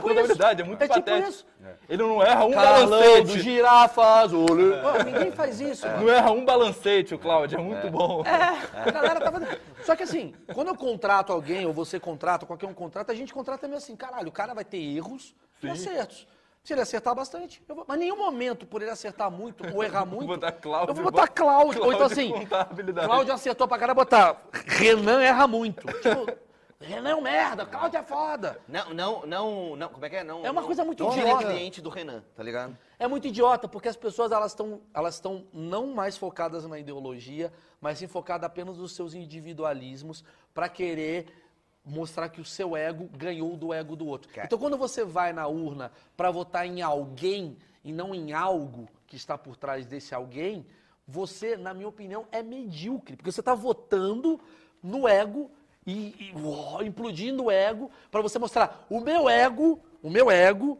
[SPEAKER 1] isso.
[SPEAKER 2] contabilidade. É muito
[SPEAKER 1] É tipo
[SPEAKER 2] patético.
[SPEAKER 1] isso.
[SPEAKER 2] Ele não erra um
[SPEAKER 1] Carlão do
[SPEAKER 2] balancete.
[SPEAKER 1] girafas olê. Pô, ninguém faz
[SPEAKER 3] É.
[SPEAKER 1] isso mano.
[SPEAKER 2] Não erra um balancete, o Cláudio. É muito bom.
[SPEAKER 1] É, a galera tá fazendo. Só que assim, quando eu contrato alguém, ou você contrata, qualquer um contrata, a gente contrata meio assim, caralho, o cara vai ter erros e acertos. Se ele acertar bastante, eu vou... mas em nenhum momento, por ele acertar muito ou errar muito,
[SPEAKER 2] botar Cláudio,
[SPEAKER 1] eu vou botar Cláudio. Ou então
[SPEAKER 2] Cláudio
[SPEAKER 1] assim,
[SPEAKER 2] Contabilidade.
[SPEAKER 1] Cláudio acertou pra cara, botar Renan erra muito. Tipo, Renan é um merda, Cláudio é foda.
[SPEAKER 3] Não, não, não, não. Como é que é? Não,
[SPEAKER 1] É uma
[SPEAKER 3] não-
[SPEAKER 1] coisa muito
[SPEAKER 3] não
[SPEAKER 1] idiota.
[SPEAKER 3] é cliente do Renan, tá ligado?
[SPEAKER 1] É muito idiota, porque as pessoas elas estão elas estão não mais focadas na ideologia, mas sim focadas apenas nos seus individualismos para querer mostrar que o seu ego ganhou do ego do outro. Então quando você vai na urna para votar em alguém e não em algo que está por trás desse alguém, você, na minha opinião, é medíocre, porque você está votando no ego e, e, uó, implodindo o ego para você mostrar o meu ego, o meu ego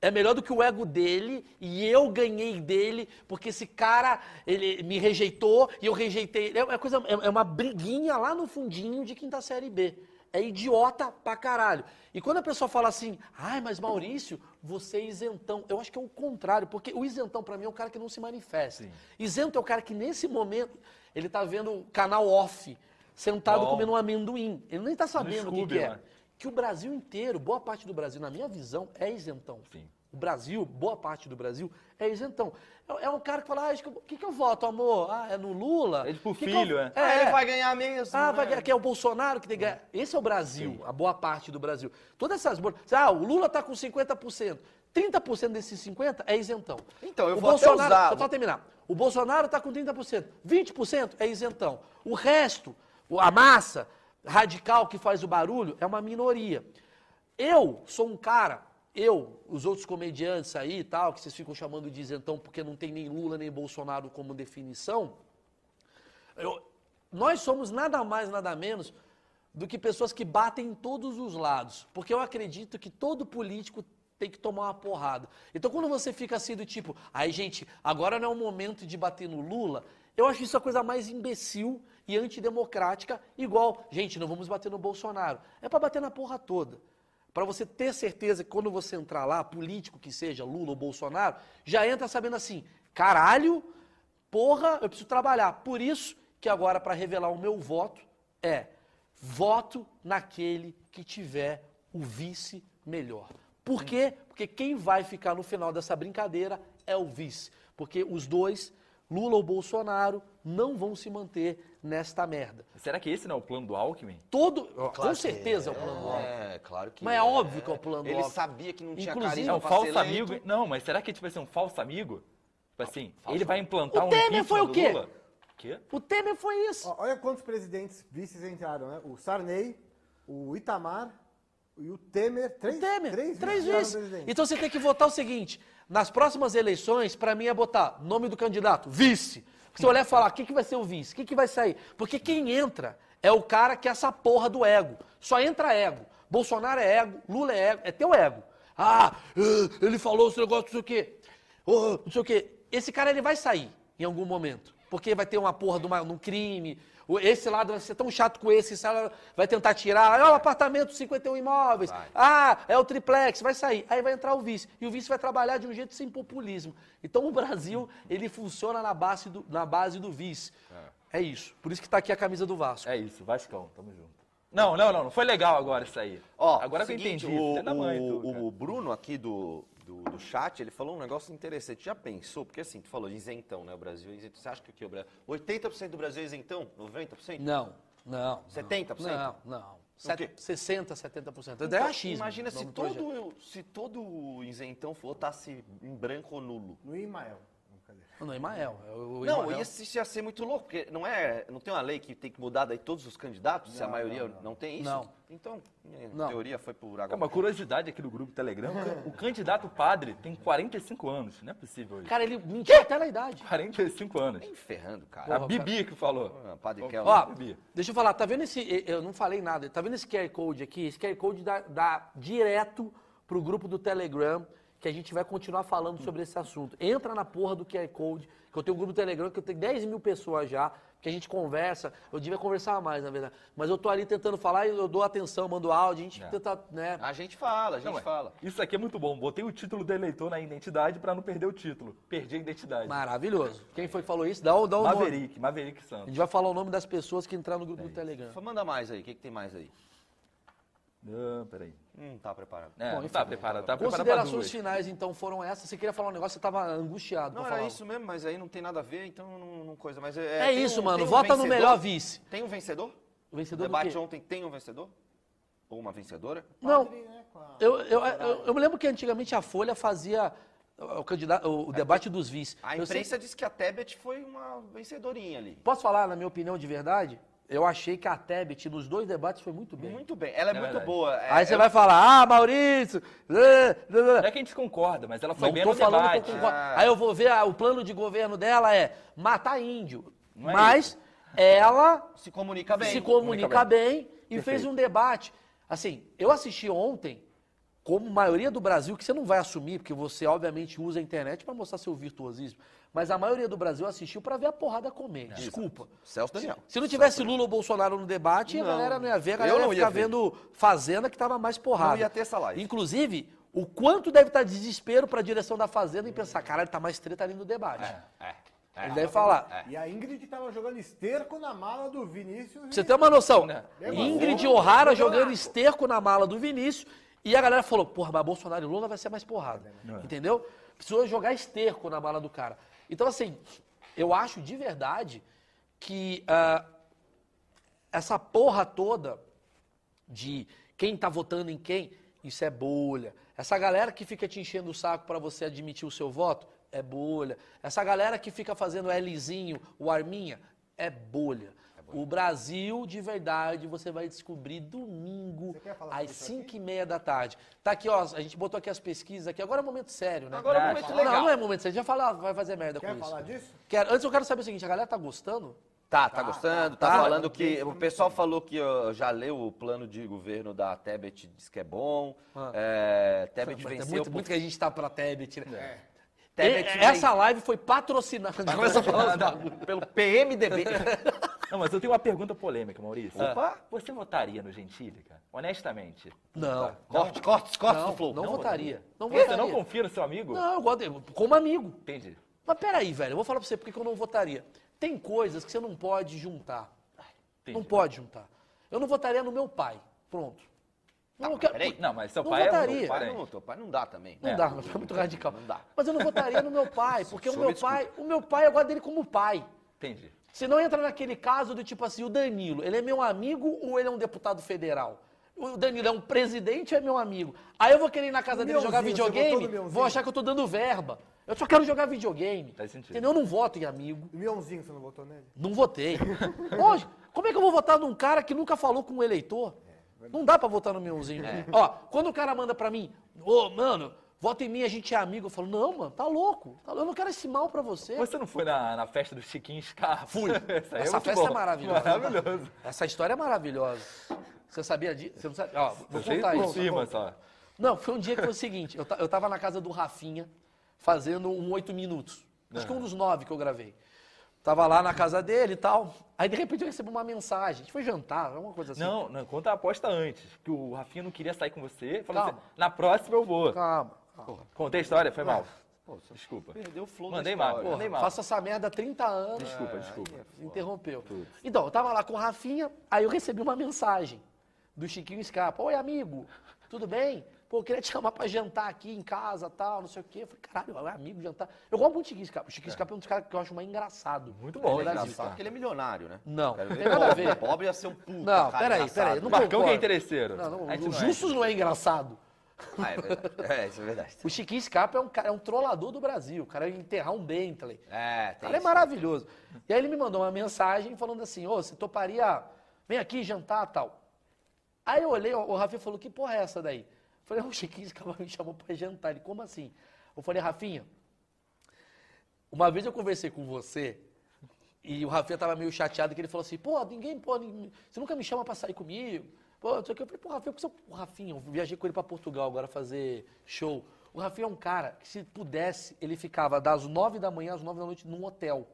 [SPEAKER 1] é melhor do que o ego dele e eu ganhei dele porque esse cara ele me rejeitou e eu rejeitei. ele. É uma coisa, é é uma briguinha lá no fundinho de quinta série B. é idiota pra caralho. E quando a pessoa fala assim, ai, mas Maurício, você é isentão. Eu acho que é o contrário, porque o isentão pra mim é o cara que não se manifesta. Isento é o cara que nesse momento, ele tá vendo o canal off, sentado
[SPEAKER 2] Bom.
[SPEAKER 1] comendo um amendoim. Ele nem tá sabendo o que,
[SPEAKER 2] Scooby,
[SPEAKER 1] que é.
[SPEAKER 2] né?
[SPEAKER 1] Que o Brasil inteiro, boa parte do Brasil, na minha visão, é isentão.
[SPEAKER 2] Sim.
[SPEAKER 1] O Brasil, boa parte do Brasil, é isentão. É, é um cara que fala, ah, acho que eu- o que, que eu voto, amor? Ah, é no Lula?
[SPEAKER 2] É tipo
[SPEAKER 1] Que que
[SPEAKER 2] filho,
[SPEAKER 1] eu-
[SPEAKER 2] é.
[SPEAKER 3] Ah,
[SPEAKER 1] é.
[SPEAKER 3] ele vai ganhar mesmo.
[SPEAKER 1] Ah,
[SPEAKER 3] né?
[SPEAKER 1] vai ganhar, que é o Bolsonaro que tem que ganhar. Esse é o Brasil, a boa parte do Brasil. Todas essas bolsas. Ah, o Lula tá com 50%. 30% desses 50% é isentão.
[SPEAKER 3] Então, eu
[SPEAKER 1] o
[SPEAKER 3] vou até
[SPEAKER 1] Bolsonaro,
[SPEAKER 3] usar-
[SPEAKER 1] Só pra terminar. O Bolsonaro tá com 30%. 20% é isentão. O resto, o- a massa radical que faz o barulho, é uma minoria. Eu sou um cara, eu, os outros comediantes aí e tal, que vocês ficam chamando de isentão porque não tem nem Lula nem Bolsonaro como definição. Eu- nós somos nada mais, nada menos do que pessoas que batem em todos os lados. Porque eu acredito que todo político tem que tomar uma porrada. Então, quando você fica assim do tipo, ai gente, agora não é o momento de bater no Lula, eu acho isso a coisa mais imbecil e antidemocrática, igual, gente, não vamos bater no Bolsonaro. É pra bater na porra toda. Pra você ter certeza que quando você entrar lá, político que seja, Lula ou Bolsonaro, já entra sabendo assim, caralho, porra, eu preciso trabalhar. Por isso que agora, pra revelar o meu voto, é voto naquele que tiver o vice melhor. Por quê? Porque quem vai ficar no final dessa brincadeira é o vice. Porque os dois, Lula ou Bolsonaro, não vão se manter nesta merda.
[SPEAKER 2] Será que esse não é o plano do Alckmin?
[SPEAKER 1] Todo, com certeza é o plano do Alckmin.
[SPEAKER 3] É, claro que
[SPEAKER 1] Mas é óbvio que é o plano do
[SPEAKER 3] Ele
[SPEAKER 1] Alckmin.
[SPEAKER 3] sabia que não tinha
[SPEAKER 1] Inclusive,
[SPEAKER 2] É
[SPEAKER 1] Não,
[SPEAKER 2] um
[SPEAKER 3] carisma pra
[SPEAKER 2] falso
[SPEAKER 3] ser eleito.
[SPEAKER 2] amigo? Não, mas será que tipo assim, um falso amigo? Tipo assim, ele vai implantar
[SPEAKER 1] O
[SPEAKER 2] um
[SPEAKER 1] Temer
[SPEAKER 2] impeachment
[SPEAKER 1] foi o
[SPEAKER 2] do
[SPEAKER 1] quê?
[SPEAKER 2] Lula? Quê?
[SPEAKER 1] O Temer foi isso.
[SPEAKER 4] Ó, olha quantos presidentes vices entraram, né? O Sarney, o Itamar e o Temer. Três,
[SPEAKER 1] Temer,
[SPEAKER 4] três,
[SPEAKER 1] três
[SPEAKER 4] viraram
[SPEAKER 1] vezes.
[SPEAKER 4] presidente.
[SPEAKER 1] Então você tem que votar o seguinte: nas próximas eleições, pra mim é botar nome do candidato, vice. Você olhar e falar, quem que vai ser o vice? Quem que vai sair? Porque quem entra é o cara que é essa porra do ego. Só entra ego. Bolsonaro é ego, Lula é ego, é teu ego. Ah, eh, ele falou esse negócio, não sei o quê. Oh, não sei o quê. Esse cara ele vai sair em algum momento. Porque vai ter uma porra de, uma, de um crime. o- Esse lado vai ser tão chato com esse, esse lado vai tentar tirar. Ah, o apartamento, 51 imóveis. Ah, é o triplex, vai sair. Aí vai entrar o vice. E o vice vai trabalhar de um jeito sem populismo. Então o Brasil, ele funciona na base do, na base do vice. É. isso. Por isso que tá aqui a camisa do Vasco.
[SPEAKER 2] É isso, Vascão, tamo junto. Não, não, não, não foi legal agora isso aí.
[SPEAKER 3] Ó,
[SPEAKER 2] agora que
[SPEAKER 3] seguinte,
[SPEAKER 2] eu entendi.
[SPEAKER 3] O,
[SPEAKER 2] filha da mãe,
[SPEAKER 3] o-
[SPEAKER 2] tu, cara.
[SPEAKER 3] o Bruno aqui do, do, do chat, ele falou um negócio interessante. Já pensou? Porque assim, tu falou isentão, né? O Brasil é isentão. Você acha que o que? O Brasil... 80% do Brasil é isentão? 90%?
[SPEAKER 1] Não, não. não.
[SPEAKER 3] 70%?
[SPEAKER 1] Não, não.
[SPEAKER 3] O quê?
[SPEAKER 1] 60, 70%. É
[SPEAKER 3] Então,
[SPEAKER 1] achismo,
[SPEAKER 3] imagina se
[SPEAKER 1] nome do projeto.
[SPEAKER 3] todo, se todo isentão votasse em branco ou nulo.
[SPEAKER 4] No Imael. Brincadeira.
[SPEAKER 1] Não, é Imael. é o- o
[SPEAKER 3] Não,
[SPEAKER 1] Imael.
[SPEAKER 3] isso isso ia ser muito louco, porque não, é, não tem uma lei que tem que mudar daí todos os candidatos, se a maioria não, tem isso?
[SPEAKER 1] Não.
[SPEAKER 3] Então, minha
[SPEAKER 1] Não.
[SPEAKER 3] teoria foi por água.
[SPEAKER 2] É uma curiosidade aqui do grupo Telegram. O candidato padre tem 45 anos, não é possível isso.
[SPEAKER 1] Cara, ele mentiu até na idade.
[SPEAKER 2] 45 anos.
[SPEAKER 3] Nem ferrando, cara.
[SPEAKER 2] A Bibi que falou.
[SPEAKER 3] Ah, Padre Kelvin.
[SPEAKER 1] Ó,
[SPEAKER 2] Bibi.
[SPEAKER 1] deixa eu falar, tá vendo esse. e- Eu não falei nada, tá vendo esse QR Code aqui? Esse QR Code dá, dá direto pro grupo do Telegram, que a gente vai continuar falando sobre esse assunto. Entra na porra do QR Code, que eu tenho um grupo do Telegram que eu tenho 10 mil pessoas já, que a gente conversa. Eu devia conversar mais, na verdade. Mas eu tô ali tentando falar e eu dou atenção, mando áudio, a gente tenta, né?
[SPEAKER 3] A gente fala, a gente
[SPEAKER 2] Não, é.
[SPEAKER 3] fala.
[SPEAKER 2] Isso aqui é muito bom. Botei o título do eleitor na identidade pra não perder o título. Perdi a identidade.
[SPEAKER 1] Maravilhoso. Quem foi que falou isso? Dá o, dá o nome.
[SPEAKER 2] Maverick, Maverick
[SPEAKER 1] A
[SPEAKER 2] Santos.
[SPEAKER 1] gente vai falar o nome das pessoas que entraram no grupo do Telegram.
[SPEAKER 3] Fa- Manda mais aí, o que, que tem mais aí?
[SPEAKER 2] Não, Ah, peraí.
[SPEAKER 3] Não tá preparado.
[SPEAKER 2] É,
[SPEAKER 1] Bom,
[SPEAKER 2] não
[SPEAKER 1] enfim,
[SPEAKER 2] tá preparado, tá preparado pra
[SPEAKER 1] Considerações
[SPEAKER 2] duas.
[SPEAKER 1] finais, então, foram essas. Você queria falar um negócio, você tava angustiado
[SPEAKER 3] Não,
[SPEAKER 1] pra
[SPEAKER 3] era
[SPEAKER 1] falar.
[SPEAKER 3] isso mesmo, mas aí não tem nada a ver, então não, não coisa. Mas é,
[SPEAKER 1] É
[SPEAKER 3] tem
[SPEAKER 1] isso,
[SPEAKER 3] um-
[SPEAKER 1] mano.
[SPEAKER 3] tem um
[SPEAKER 1] Vota no
[SPEAKER 3] vencedor?
[SPEAKER 1] melhor vice.
[SPEAKER 3] Tem um vencedor?
[SPEAKER 1] O vencedor
[SPEAKER 3] o debate
[SPEAKER 1] do quê?
[SPEAKER 3] ontem tem um vencedor? Ou uma vencedora?
[SPEAKER 1] Não,
[SPEAKER 4] Padre, né, com a-
[SPEAKER 1] eu, eu, eu, eu me lembro que antigamente a Folha fazia o, candidato, o, o
[SPEAKER 2] É,
[SPEAKER 1] debate dos vice.
[SPEAKER 3] A
[SPEAKER 1] Eu sei-
[SPEAKER 3] imprensa disse que a Tebet foi uma vencedorinha ali.
[SPEAKER 1] Posso falar, na minha opinião, de verdade? Eu achei que a Tebet, nos dois debates, foi muito bem.
[SPEAKER 3] Muito bem, ela é,
[SPEAKER 2] É
[SPEAKER 3] muito
[SPEAKER 2] verdade.
[SPEAKER 3] boa. é-
[SPEAKER 1] Aí você
[SPEAKER 3] eu-
[SPEAKER 1] vai falar, ah, Maurício... eh, blá, blá, blá."
[SPEAKER 2] Não é que a gente concorda, mas ela foi
[SPEAKER 1] não
[SPEAKER 2] bem
[SPEAKER 1] tô
[SPEAKER 2] no
[SPEAKER 1] falando que
[SPEAKER 2] debate. né?
[SPEAKER 1] eu concordo. Aí eu vou ver, ah, o plano de governo dela é matar índio.
[SPEAKER 2] Não é
[SPEAKER 1] mas ela
[SPEAKER 3] se comunica Tá bem.
[SPEAKER 1] se comunica
[SPEAKER 2] comunica
[SPEAKER 1] bem, e fez um debate. Assim, eu assisti ontem, como maioria do Brasil, que você não vai assumir, porque você obviamente usa a internet para mostrar seu virtuosismo, mas a maioria do Brasil assistiu pra ver a porrada comer. Desculpa.
[SPEAKER 3] É. Celso Daniel.
[SPEAKER 1] Se não tivesse Lula ou Bolsonaro no debate, a galera não ia ver, a galera
[SPEAKER 3] Eu não
[SPEAKER 1] ia ficar
[SPEAKER 3] ia ver.
[SPEAKER 1] vendo Fazenda que tava mais porrada.
[SPEAKER 3] Não ia ter essa live.
[SPEAKER 1] Inclusive, o quanto deve estar desespero pra direção da Fazenda em pensar, caralho, tá mais treta ali no debate.
[SPEAKER 3] É,
[SPEAKER 2] É,
[SPEAKER 1] Ele deve falar.
[SPEAKER 4] E a Ingrid tava jogando esterco na mala do Vinícius.
[SPEAKER 1] Pra você
[SPEAKER 4] e-
[SPEAKER 1] ter uma noção,
[SPEAKER 2] Né?
[SPEAKER 1] Ingrid O'Hara jogando esterco na mala do Vinícius e a galera falou, porra, mas Bolsonaro e Lula vai ser mais porrada, entendeu? Precisou jogar esterco na mala do cara. Então, assim, eu acho de verdade que ah, essa porra toda de quem tá votando em quem, isso é bolha. Essa galera que fica te enchendo o saco para você admitir o seu voto, é bolha. Essa galera que fica fazendo Lzinho, o arminha, é bolha. O Brasil de verdade você vai descobrir domingo
[SPEAKER 4] quer falar
[SPEAKER 1] às
[SPEAKER 4] sobre isso
[SPEAKER 1] 5 e meia da tarde. Tá aqui, ó, a gente botou aqui as pesquisas aqui. Agora é um momento sério, né?
[SPEAKER 3] Agora é um momento
[SPEAKER 1] Não,
[SPEAKER 3] legal.
[SPEAKER 1] Não, é momento sério. Já fala, vai fazer merda
[SPEAKER 4] Quer
[SPEAKER 1] com
[SPEAKER 4] falar
[SPEAKER 1] isso.
[SPEAKER 4] disso?
[SPEAKER 1] Quero- antes eu quero saber o seguinte, a galera tá gostando?
[SPEAKER 3] Tá, tá gostando, tá,
[SPEAKER 1] tá.
[SPEAKER 3] falando que. O pessoal falou que ó, já leu o plano de governo da Tebet, diz que é bom.
[SPEAKER 1] Ah.
[SPEAKER 3] É, Tebet
[SPEAKER 1] Mas é
[SPEAKER 3] venceu.
[SPEAKER 1] muito,
[SPEAKER 3] por-
[SPEAKER 1] muito que a gente tá pra Tebet, né?
[SPEAKER 3] Tebet
[SPEAKER 1] E-
[SPEAKER 3] vem-
[SPEAKER 1] essa live foi patrocinada. Já começa a falar assim, os bagulho.
[SPEAKER 3] Pelo PMDB.
[SPEAKER 2] [LAUGHS] Não, mas eu tenho uma pergunta polêmica, Maurício.
[SPEAKER 1] Ah.
[SPEAKER 3] Opa.
[SPEAKER 2] Você votaria no Gentili, cara? Honestamente.
[SPEAKER 1] Não.
[SPEAKER 3] corte, corte, corte
[SPEAKER 1] Não,
[SPEAKER 3] do flow.
[SPEAKER 1] não, votaria. Não
[SPEAKER 2] Você
[SPEAKER 1] votaria.
[SPEAKER 2] não confia no seu amigo?
[SPEAKER 1] Não, eu gosto dele. Como amigo.
[SPEAKER 2] Entendi.
[SPEAKER 1] Mas peraí, velho, eu vou falar pra você porque que eu não votaria. Tem coisas que você não pode juntar.
[SPEAKER 2] entendi.
[SPEAKER 1] Não pode juntar. Eu não votaria no meu pai. Pronto. Não, eu quero-
[SPEAKER 5] peraí.
[SPEAKER 2] Não, mas seu
[SPEAKER 1] Não
[SPEAKER 2] pai é
[SPEAKER 1] votaria.
[SPEAKER 2] muito
[SPEAKER 3] Pai
[SPEAKER 2] parente.
[SPEAKER 3] não, teu pai não dá também.
[SPEAKER 1] Não
[SPEAKER 2] É.
[SPEAKER 1] dá, [LAUGHS] mas é muito radical.
[SPEAKER 3] Não dá.
[SPEAKER 1] Mas eu não votaria no meu pai, porque o
[SPEAKER 3] Senhor,
[SPEAKER 1] meu
[SPEAKER 3] me desculpe.
[SPEAKER 1] pai, o meu pai, eu gosto dele como pai.
[SPEAKER 2] Entendi.
[SPEAKER 1] Você não entra naquele caso do tipo assim, o Danilo, ele é meu amigo ou ele é um deputado federal? O Danilo é um presidente ou é meu amigo? Aí eu vou querer ir na casa dele jogar
[SPEAKER 4] Mionzinho, você
[SPEAKER 1] videogame,
[SPEAKER 4] botou no Mionzinho?
[SPEAKER 1] vou achar que eu tô dando verba. Eu só quero jogar videogame.
[SPEAKER 2] Faz sentido.
[SPEAKER 1] Entendeu? Eu não voto em amigo.
[SPEAKER 4] O Mionzinho, você não votou nele?
[SPEAKER 1] Não
[SPEAKER 2] [LAUGHS]
[SPEAKER 1] votei. Hoje, como é que eu vou votar num cara que nunca falou com um eleitor?
[SPEAKER 4] É,
[SPEAKER 1] Não dá pra votar no meuzinho.
[SPEAKER 2] É.
[SPEAKER 1] Ó, quando o cara manda pra mim, ô, mano, vota em mim, a gente é amigo. Eu falo, não, mano, tá louco. Tá louco, Eu não quero esse mal pra você.
[SPEAKER 2] Você não foi na, na festa do Chiquinho Scarpa?
[SPEAKER 1] Fui.
[SPEAKER 2] [LAUGHS] Essa, aí
[SPEAKER 1] Essa
[SPEAKER 2] muito
[SPEAKER 1] festa
[SPEAKER 2] boa.
[SPEAKER 1] é maravilhosa.
[SPEAKER 2] Maravilhoso.
[SPEAKER 1] Essa história é maravilhosa. Você sabia disso? Você não sabe? Ó, vou
[SPEAKER 2] Eu sei
[SPEAKER 1] contar
[SPEAKER 2] por
[SPEAKER 1] isso.
[SPEAKER 2] cima só.
[SPEAKER 1] Não, foi um dia que foi o seguinte: eu, ta- eu tava na casa do Rafinha fazendo um oito minutos. Acho que um dos nove que eu gravei. Tava lá na casa dele e tal. Aí de repente eu recebi uma mensagem. A gente foi jantar, alguma coisa assim.
[SPEAKER 2] Não, não, conta a aposta antes. Que o Rafinha não queria sair com você. Falou
[SPEAKER 1] Calma.
[SPEAKER 2] assim, na próxima eu vou.
[SPEAKER 1] Calma. É. calma.
[SPEAKER 2] Contei a história, foi mal. Desculpa.
[SPEAKER 3] Perdeu o flow da
[SPEAKER 2] Mandei
[SPEAKER 3] história.
[SPEAKER 2] mal,
[SPEAKER 1] Porra,
[SPEAKER 2] mandei mal.
[SPEAKER 1] faço essa merda há 30 anos.
[SPEAKER 2] Desculpa, desculpa.
[SPEAKER 1] Interrompeu. Então, eu tava lá com o Rafinha, aí eu recebi uma mensagem do Chiquinho Scarpa. Oi, amigo, tudo bem? Pô, eu queria te chamar pra jantar aqui em casa, tal, não sei o quê. Eu falei, caralho, é amigo, jantar. Eu gosto muito do Chiquinho Scarpa. O Chiquinho Scarpa é um dos caras que eu acho mais engraçado.
[SPEAKER 2] Muito
[SPEAKER 1] no
[SPEAKER 2] bom,
[SPEAKER 1] Brasil.
[SPEAKER 3] Engraçado que ele é milionário, né?
[SPEAKER 1] Não,
[SPEAKER 3] Quero
[SPEAKER 1] não
[SPEAKER 3] ver
[SPEAKER 1] tem nada a
[SPEAKER 3] pobre.
[SPEAKER 1] ver.
[SPEAKER 3] Pobre ia ser um puta.
[SPEAKER 1] Não,
[SPEAKER 3] cara
[SPEAKER 1] peraí,
[SPEAKER 3] engraçado. né?
[SPEAKER 1] peraí, eu não [LAUGHS]
[SPEAKER 2] Marcão que é
[SPEAKER 1] concordo.
[SPEAKER 2] interesseiro.
[SPEAKER 1] Não, não,
[SPEAKER 2] A gente
[SPEAKER 1] o
[SPEAKER 2] não é.
[SPEAKER 1] Justus não é engraçado.
[SPEAKER 3] Ah, é verdade. É, isso é verdade.
[SPEAKER 1] O Chiquinho Scarpa é um, cara, é um trollador do Brasil. O cara ia enterrar um Bentley.
[SPEAKER 3] É, tem
[SPEAKER 1] Ele é
[SPEAKER 3] isso.
[SPEAKER 1] maravilhoso. E aí ele me mandou uma mensagem falando assim, ô, você toparia, vem aqui jantar tal. Aí eu olhei, o Rafinha falou, que porra é essa daí? Eu falei, "Ah, o [LAUGHS] Chiquinho Scarpa me chamou pra jantar. Ele, como assim? Eu falei, Rafinha, uma vez eu conversei com você e o Rafinha tava meio chateado que ele falou assim, pô, ninguém, pô, ninguém- você nunca me chama pra sair comigo. Pô, não sei o que. Eu falei, pô, Rafinha, por que você... é o Rafinha, eu viajei com ele pra Portugal agora fazer show. O Rafinha é um cara que se pudesse, ele ficava das nove da manhã às nove da noite num hotel.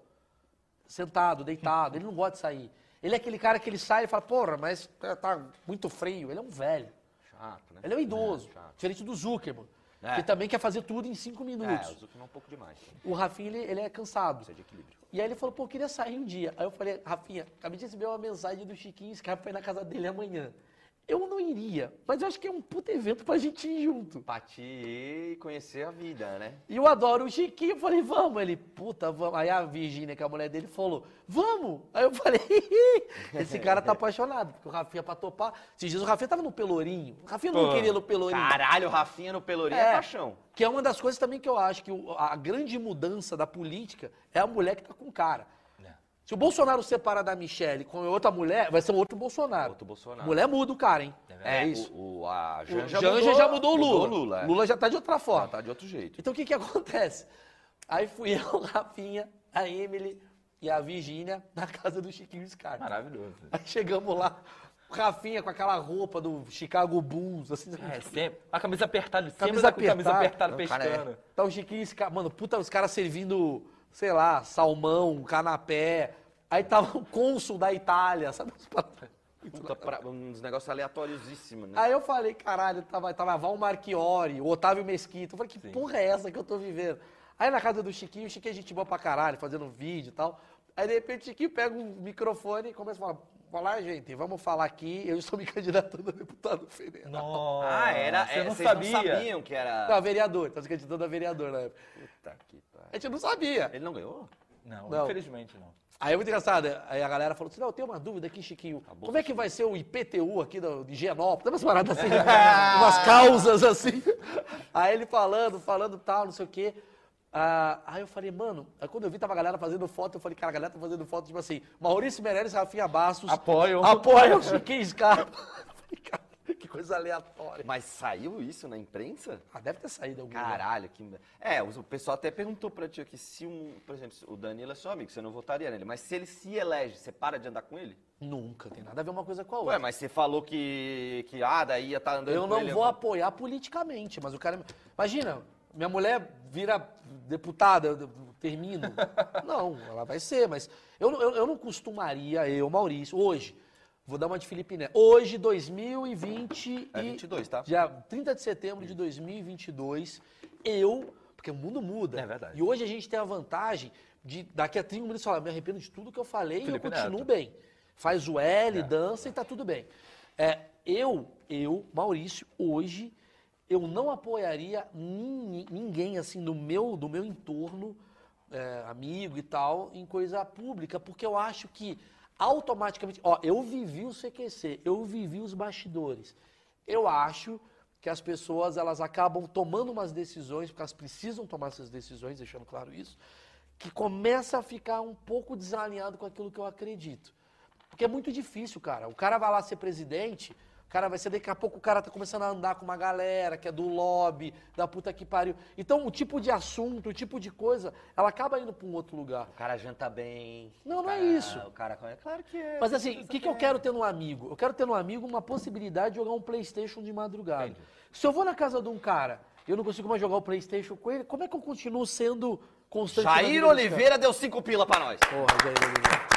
[SPEAKER 1] Sentado, deitado, ele não gosta de sair. Ele é aquele cara que ele sai e fala, porra, mas tá- tá muito frio. Ele é um velho.
[SPEAKER 3] Chato, né?
[SPEAKER 1] Ele é um idoso.
[SPEAKER 3] chato.
[SPEAKER 1] diferente do Zuckerman.
[SPEAKER 3] É.
[SPEAKER 1] Que também quer fazer tudo em cinco
[SPEAKER 3] É,
[SPEAKER 1] minutos.
[SPEAKER 3] o Zuckerman é um pouco demais. Precisa
[SPEAKER 1] O Rafinha, ele, ele é cansado.
[SPEAKER 3] de equilíbrio.
[SPEAKER 1] E aí ele falou, pô, eu queria sair um dia. Aí eu falei, Rafinha, acabei de receber uma mensagem do Chiquinho Scarpa pra ir na casa dele amanhã. Eu não iria, mas eu acho que é um puta evento pra gente ir junto.
[SPEAKER 3] Pra te conhecer a vida, né?
[SPEAKER 1] E eu adoro o Chiquinho, eu falei, vamos. Ele, puta, vamos. Aí a Virgínia, que é a mulher dele, falou, vamos. Aí eu falei, [LAUGHS] esse cara tá apaixonado, porque o Rafinha pra topar. Esses dias o Rafinha tava no Pelourinho. O Rafinha não
[SPEAKER 2] Pô.
[SPEAKER 1] queria ir no Pelourinho.
[SPEAKER 3] Caralho, Rafinha no Pelourinho é,
[SPEAKER 1] É.
[SPEAKER 3] paixão.
[SPEAKER 1] Que é uma das coisas também que eu acho que o- a grande mudança da política é a mulher que tá com o cara.
[SPEAKER 2] É,
[SPEAKER 1] Se o Bolsonaro separar da Michelle com outra mulher, vai ser um outro Bolsonaro.
[SPEAKER 3] Outro Bolsonaro.
[SPEAKER 1] Mulher muda o cara, hein?
[SPEAKER 3] É, isso. O, o- a
[SPEAKER 1] O
[SPEAKER 3] Janja,
[SPEAKER 1] Janja já mudou o Lula.
[SPEAKER 3] Lula, é.
[SPEAKER 1] Lula já tá de outra forma.
[SPEAKER 3] Já tá de outro jeito.
[SPEAKER 1] Então o que que acontece? Aí fui [LAUGHS] eu, Rafinha, a Emily e a Virgínia na casa do Chiquinho Scarpa.
[SPEAKER 2] Maravilhoso.
[SPEAKER 1] Aí chegamos lá, o Rafinha com aquela roupa do Chicago Bulls, assim,
[SPEAKER 2] É, sempre. A camisa apertada, sempre
[SPEAKER 1] Camisa
[SPEAKER 2] tá com a camisa
[SPEAKER 1] apertada.
[SPEAKER 2] apertada
[SPEAKER 3] O cara é.
[SPEAKER 2] pescando.
[SPEAKER 1] Tá o Chiquinho Scarpa. Mano, puta, os caras servindo sei lá, salmão, canapé. Aí tava o cônsul da Itália, sabe? Uns pat-
[SPEAKER 3] Puta, pra- uns negócios aleatóriosíssimos, né?
[SPEAKER 1] Aí eu falei, caralho, tava, tava Val Marchiori, o Otávio Mesquita. Eu falei, que porra é essa que eu tô vivendo? Aí na casa do Chiquinho, o Chiquinho é gente boa pra caralho, fazendo vídeo e tal. Aí de repente o Chiquinho pega um microfone e começa a falar, olá gente, vamos falar aqui, eu estou me [LAUGHS] candidatando a deputado federal.
[SPEAKER 2] Nossa,
[SPEAKER 3] Ah, era.
[SPEAKER 2] Você
[SPEAKER 3] é,
[SPEAKER 2] não
[SPEAKER 3] vocês
[SPEAKER 2] sabia.
[SPEAKER 3] não sabiam que era.
[SPEAKER 1] Não, a vereador, tá se candidatando a vereador na época.
[SPEAKER 3] Puta que pariu.
[SPEAKER 1] A gente não sabia.
[SPEAKER 3] Ele não ganhou?
[SPEAKER 2] Não,
[SPEAKER 1] Não.
[SPEAKER 2] infelizmente não.
[SPEAKER 1] Aí é muito engraçado, né? aí a galera falou assim, não, eu tenho uma dúvida aqui, Chiquinho, como é que vai ser o IPTU aqui do, de Genópolis? Tem umas paradas assim, umas causas assim. Aí ele falando, falando tal, não sei o quê. Ah, aí eu falei, mano, aí quando eu vi tava a galera fazendo foto, eu falei, cara, a galera tá fazendo foto, tipo assim, Maurício Meirelles, Rafinha Bastos.
[SPEAKER 2] Apoiam.
[SPEAKER 1] Apoiam Chiquinho Scarpa. [LAUGHS] Eu falei, cara, que coisa aleatória.
[SPEAKER 3] Mas saiu isso na imprensa?
[SPEAKER 1] Ah, deve ter saído algum. lugar.
[SPEAKER 3] Caralho, que. mer- É, o pessoal até perguntou pra ti aqui se um. Por exemplo, se o Danilo é seu amigo, você não votaria nele. Mas se ele se elege, você para de andar com ele?
[SPEAKER 1] Nunca, tem nada a ver uma coisa com a outra.
[SPEAKER 3] Ué, mas você falou que. que ah, daí ia estar andando
[SPEAKER 1] Eu
[SPEAKER 3] com
[SPEAKER 1] não
[SPEAKER 3] ele.
[SPEAKER 1] vou apoiar politicamente, mas o cara. Imagina, minha mulher vira deputada, eu termino.
[SPEAKER 3] [LAUGHS]
[SPEAKER 1] Não, ela vai ser, mas eu, não- eu, eu não costumaria, eu, Maurício, hoje. Vou dar uma de Felipe Neto. Hoje, 2020
[SPEAKER 3] É
[SPEAKER 1] e-
[SPEAKER 3] 22, tá?
[SPEAKER 1] Dia 30 de setembro de 2022, eu... Porque o mundo muda.
[SPEAKER 2] É verdade.
[SPEAKER 1] E hoje a gente tem a vantagem de, daqui a 30 minutos, falar, me arrependo de tudo que eu falei
[SPEAKER 2] Felipe
[SPEAKER 1] e eu continuo
[SPEAKER 2] Neto. É.
[SPEAKER 1] bem. Faz o L, dança e tá tudo bem. É, eu, eu, Maurício, hoje, eu não apoiaria nin- ninguém, assim, do meu, do meu entorno, é, amigo e tal, em coisa pública, porque eu acho que automaticamente... Ó, eu vivi o CQC, eu vivi os bastidores. Eu acho que as pessoas, elas acabam tomando umas decisões, porque elas precisam tomar essas decisões, deixando claro isso, que começa a ficar um pouco desalinhado com aquilo que eu acredito. Porque é muito difícil, cara. O cara vai lá ser presidente, o cara vai ser, daqui a pouco o cara tá começando a andar com uma galera que é do lobby, da puta que pariu. Então, o tipo de assunto, o tipo de coisa, ela acaba indo pra um outro lugar.
[SPEAKER 3] O cara janta bem.
[SPEAKER 1] Não,
[SPEAKER 3] o
[SPEAKER 1] não é
[SPEAKER 3] cara-
[SPEAKER 1] isso.
[SPEAKER 3] O cara. Claro que é.
[SPEAKER 1] Mas assim, o que, que eu quero ter num amigo? Eu quero ter num amigo uma possibilidade de jogar um Playstation de madrugada. Se eu vou na casa de um cara e eu não consigo mais jogar o Playstation com ele, como é que eu continuo sendo constante? na vida
[SPEAKER 3] Jair
[SPEAKER 1] desse cara?
[SPEAKER 3] Oliveira deu cinco pila pra nós.
[SPEAKER 1] Porra, Jair Oliveira.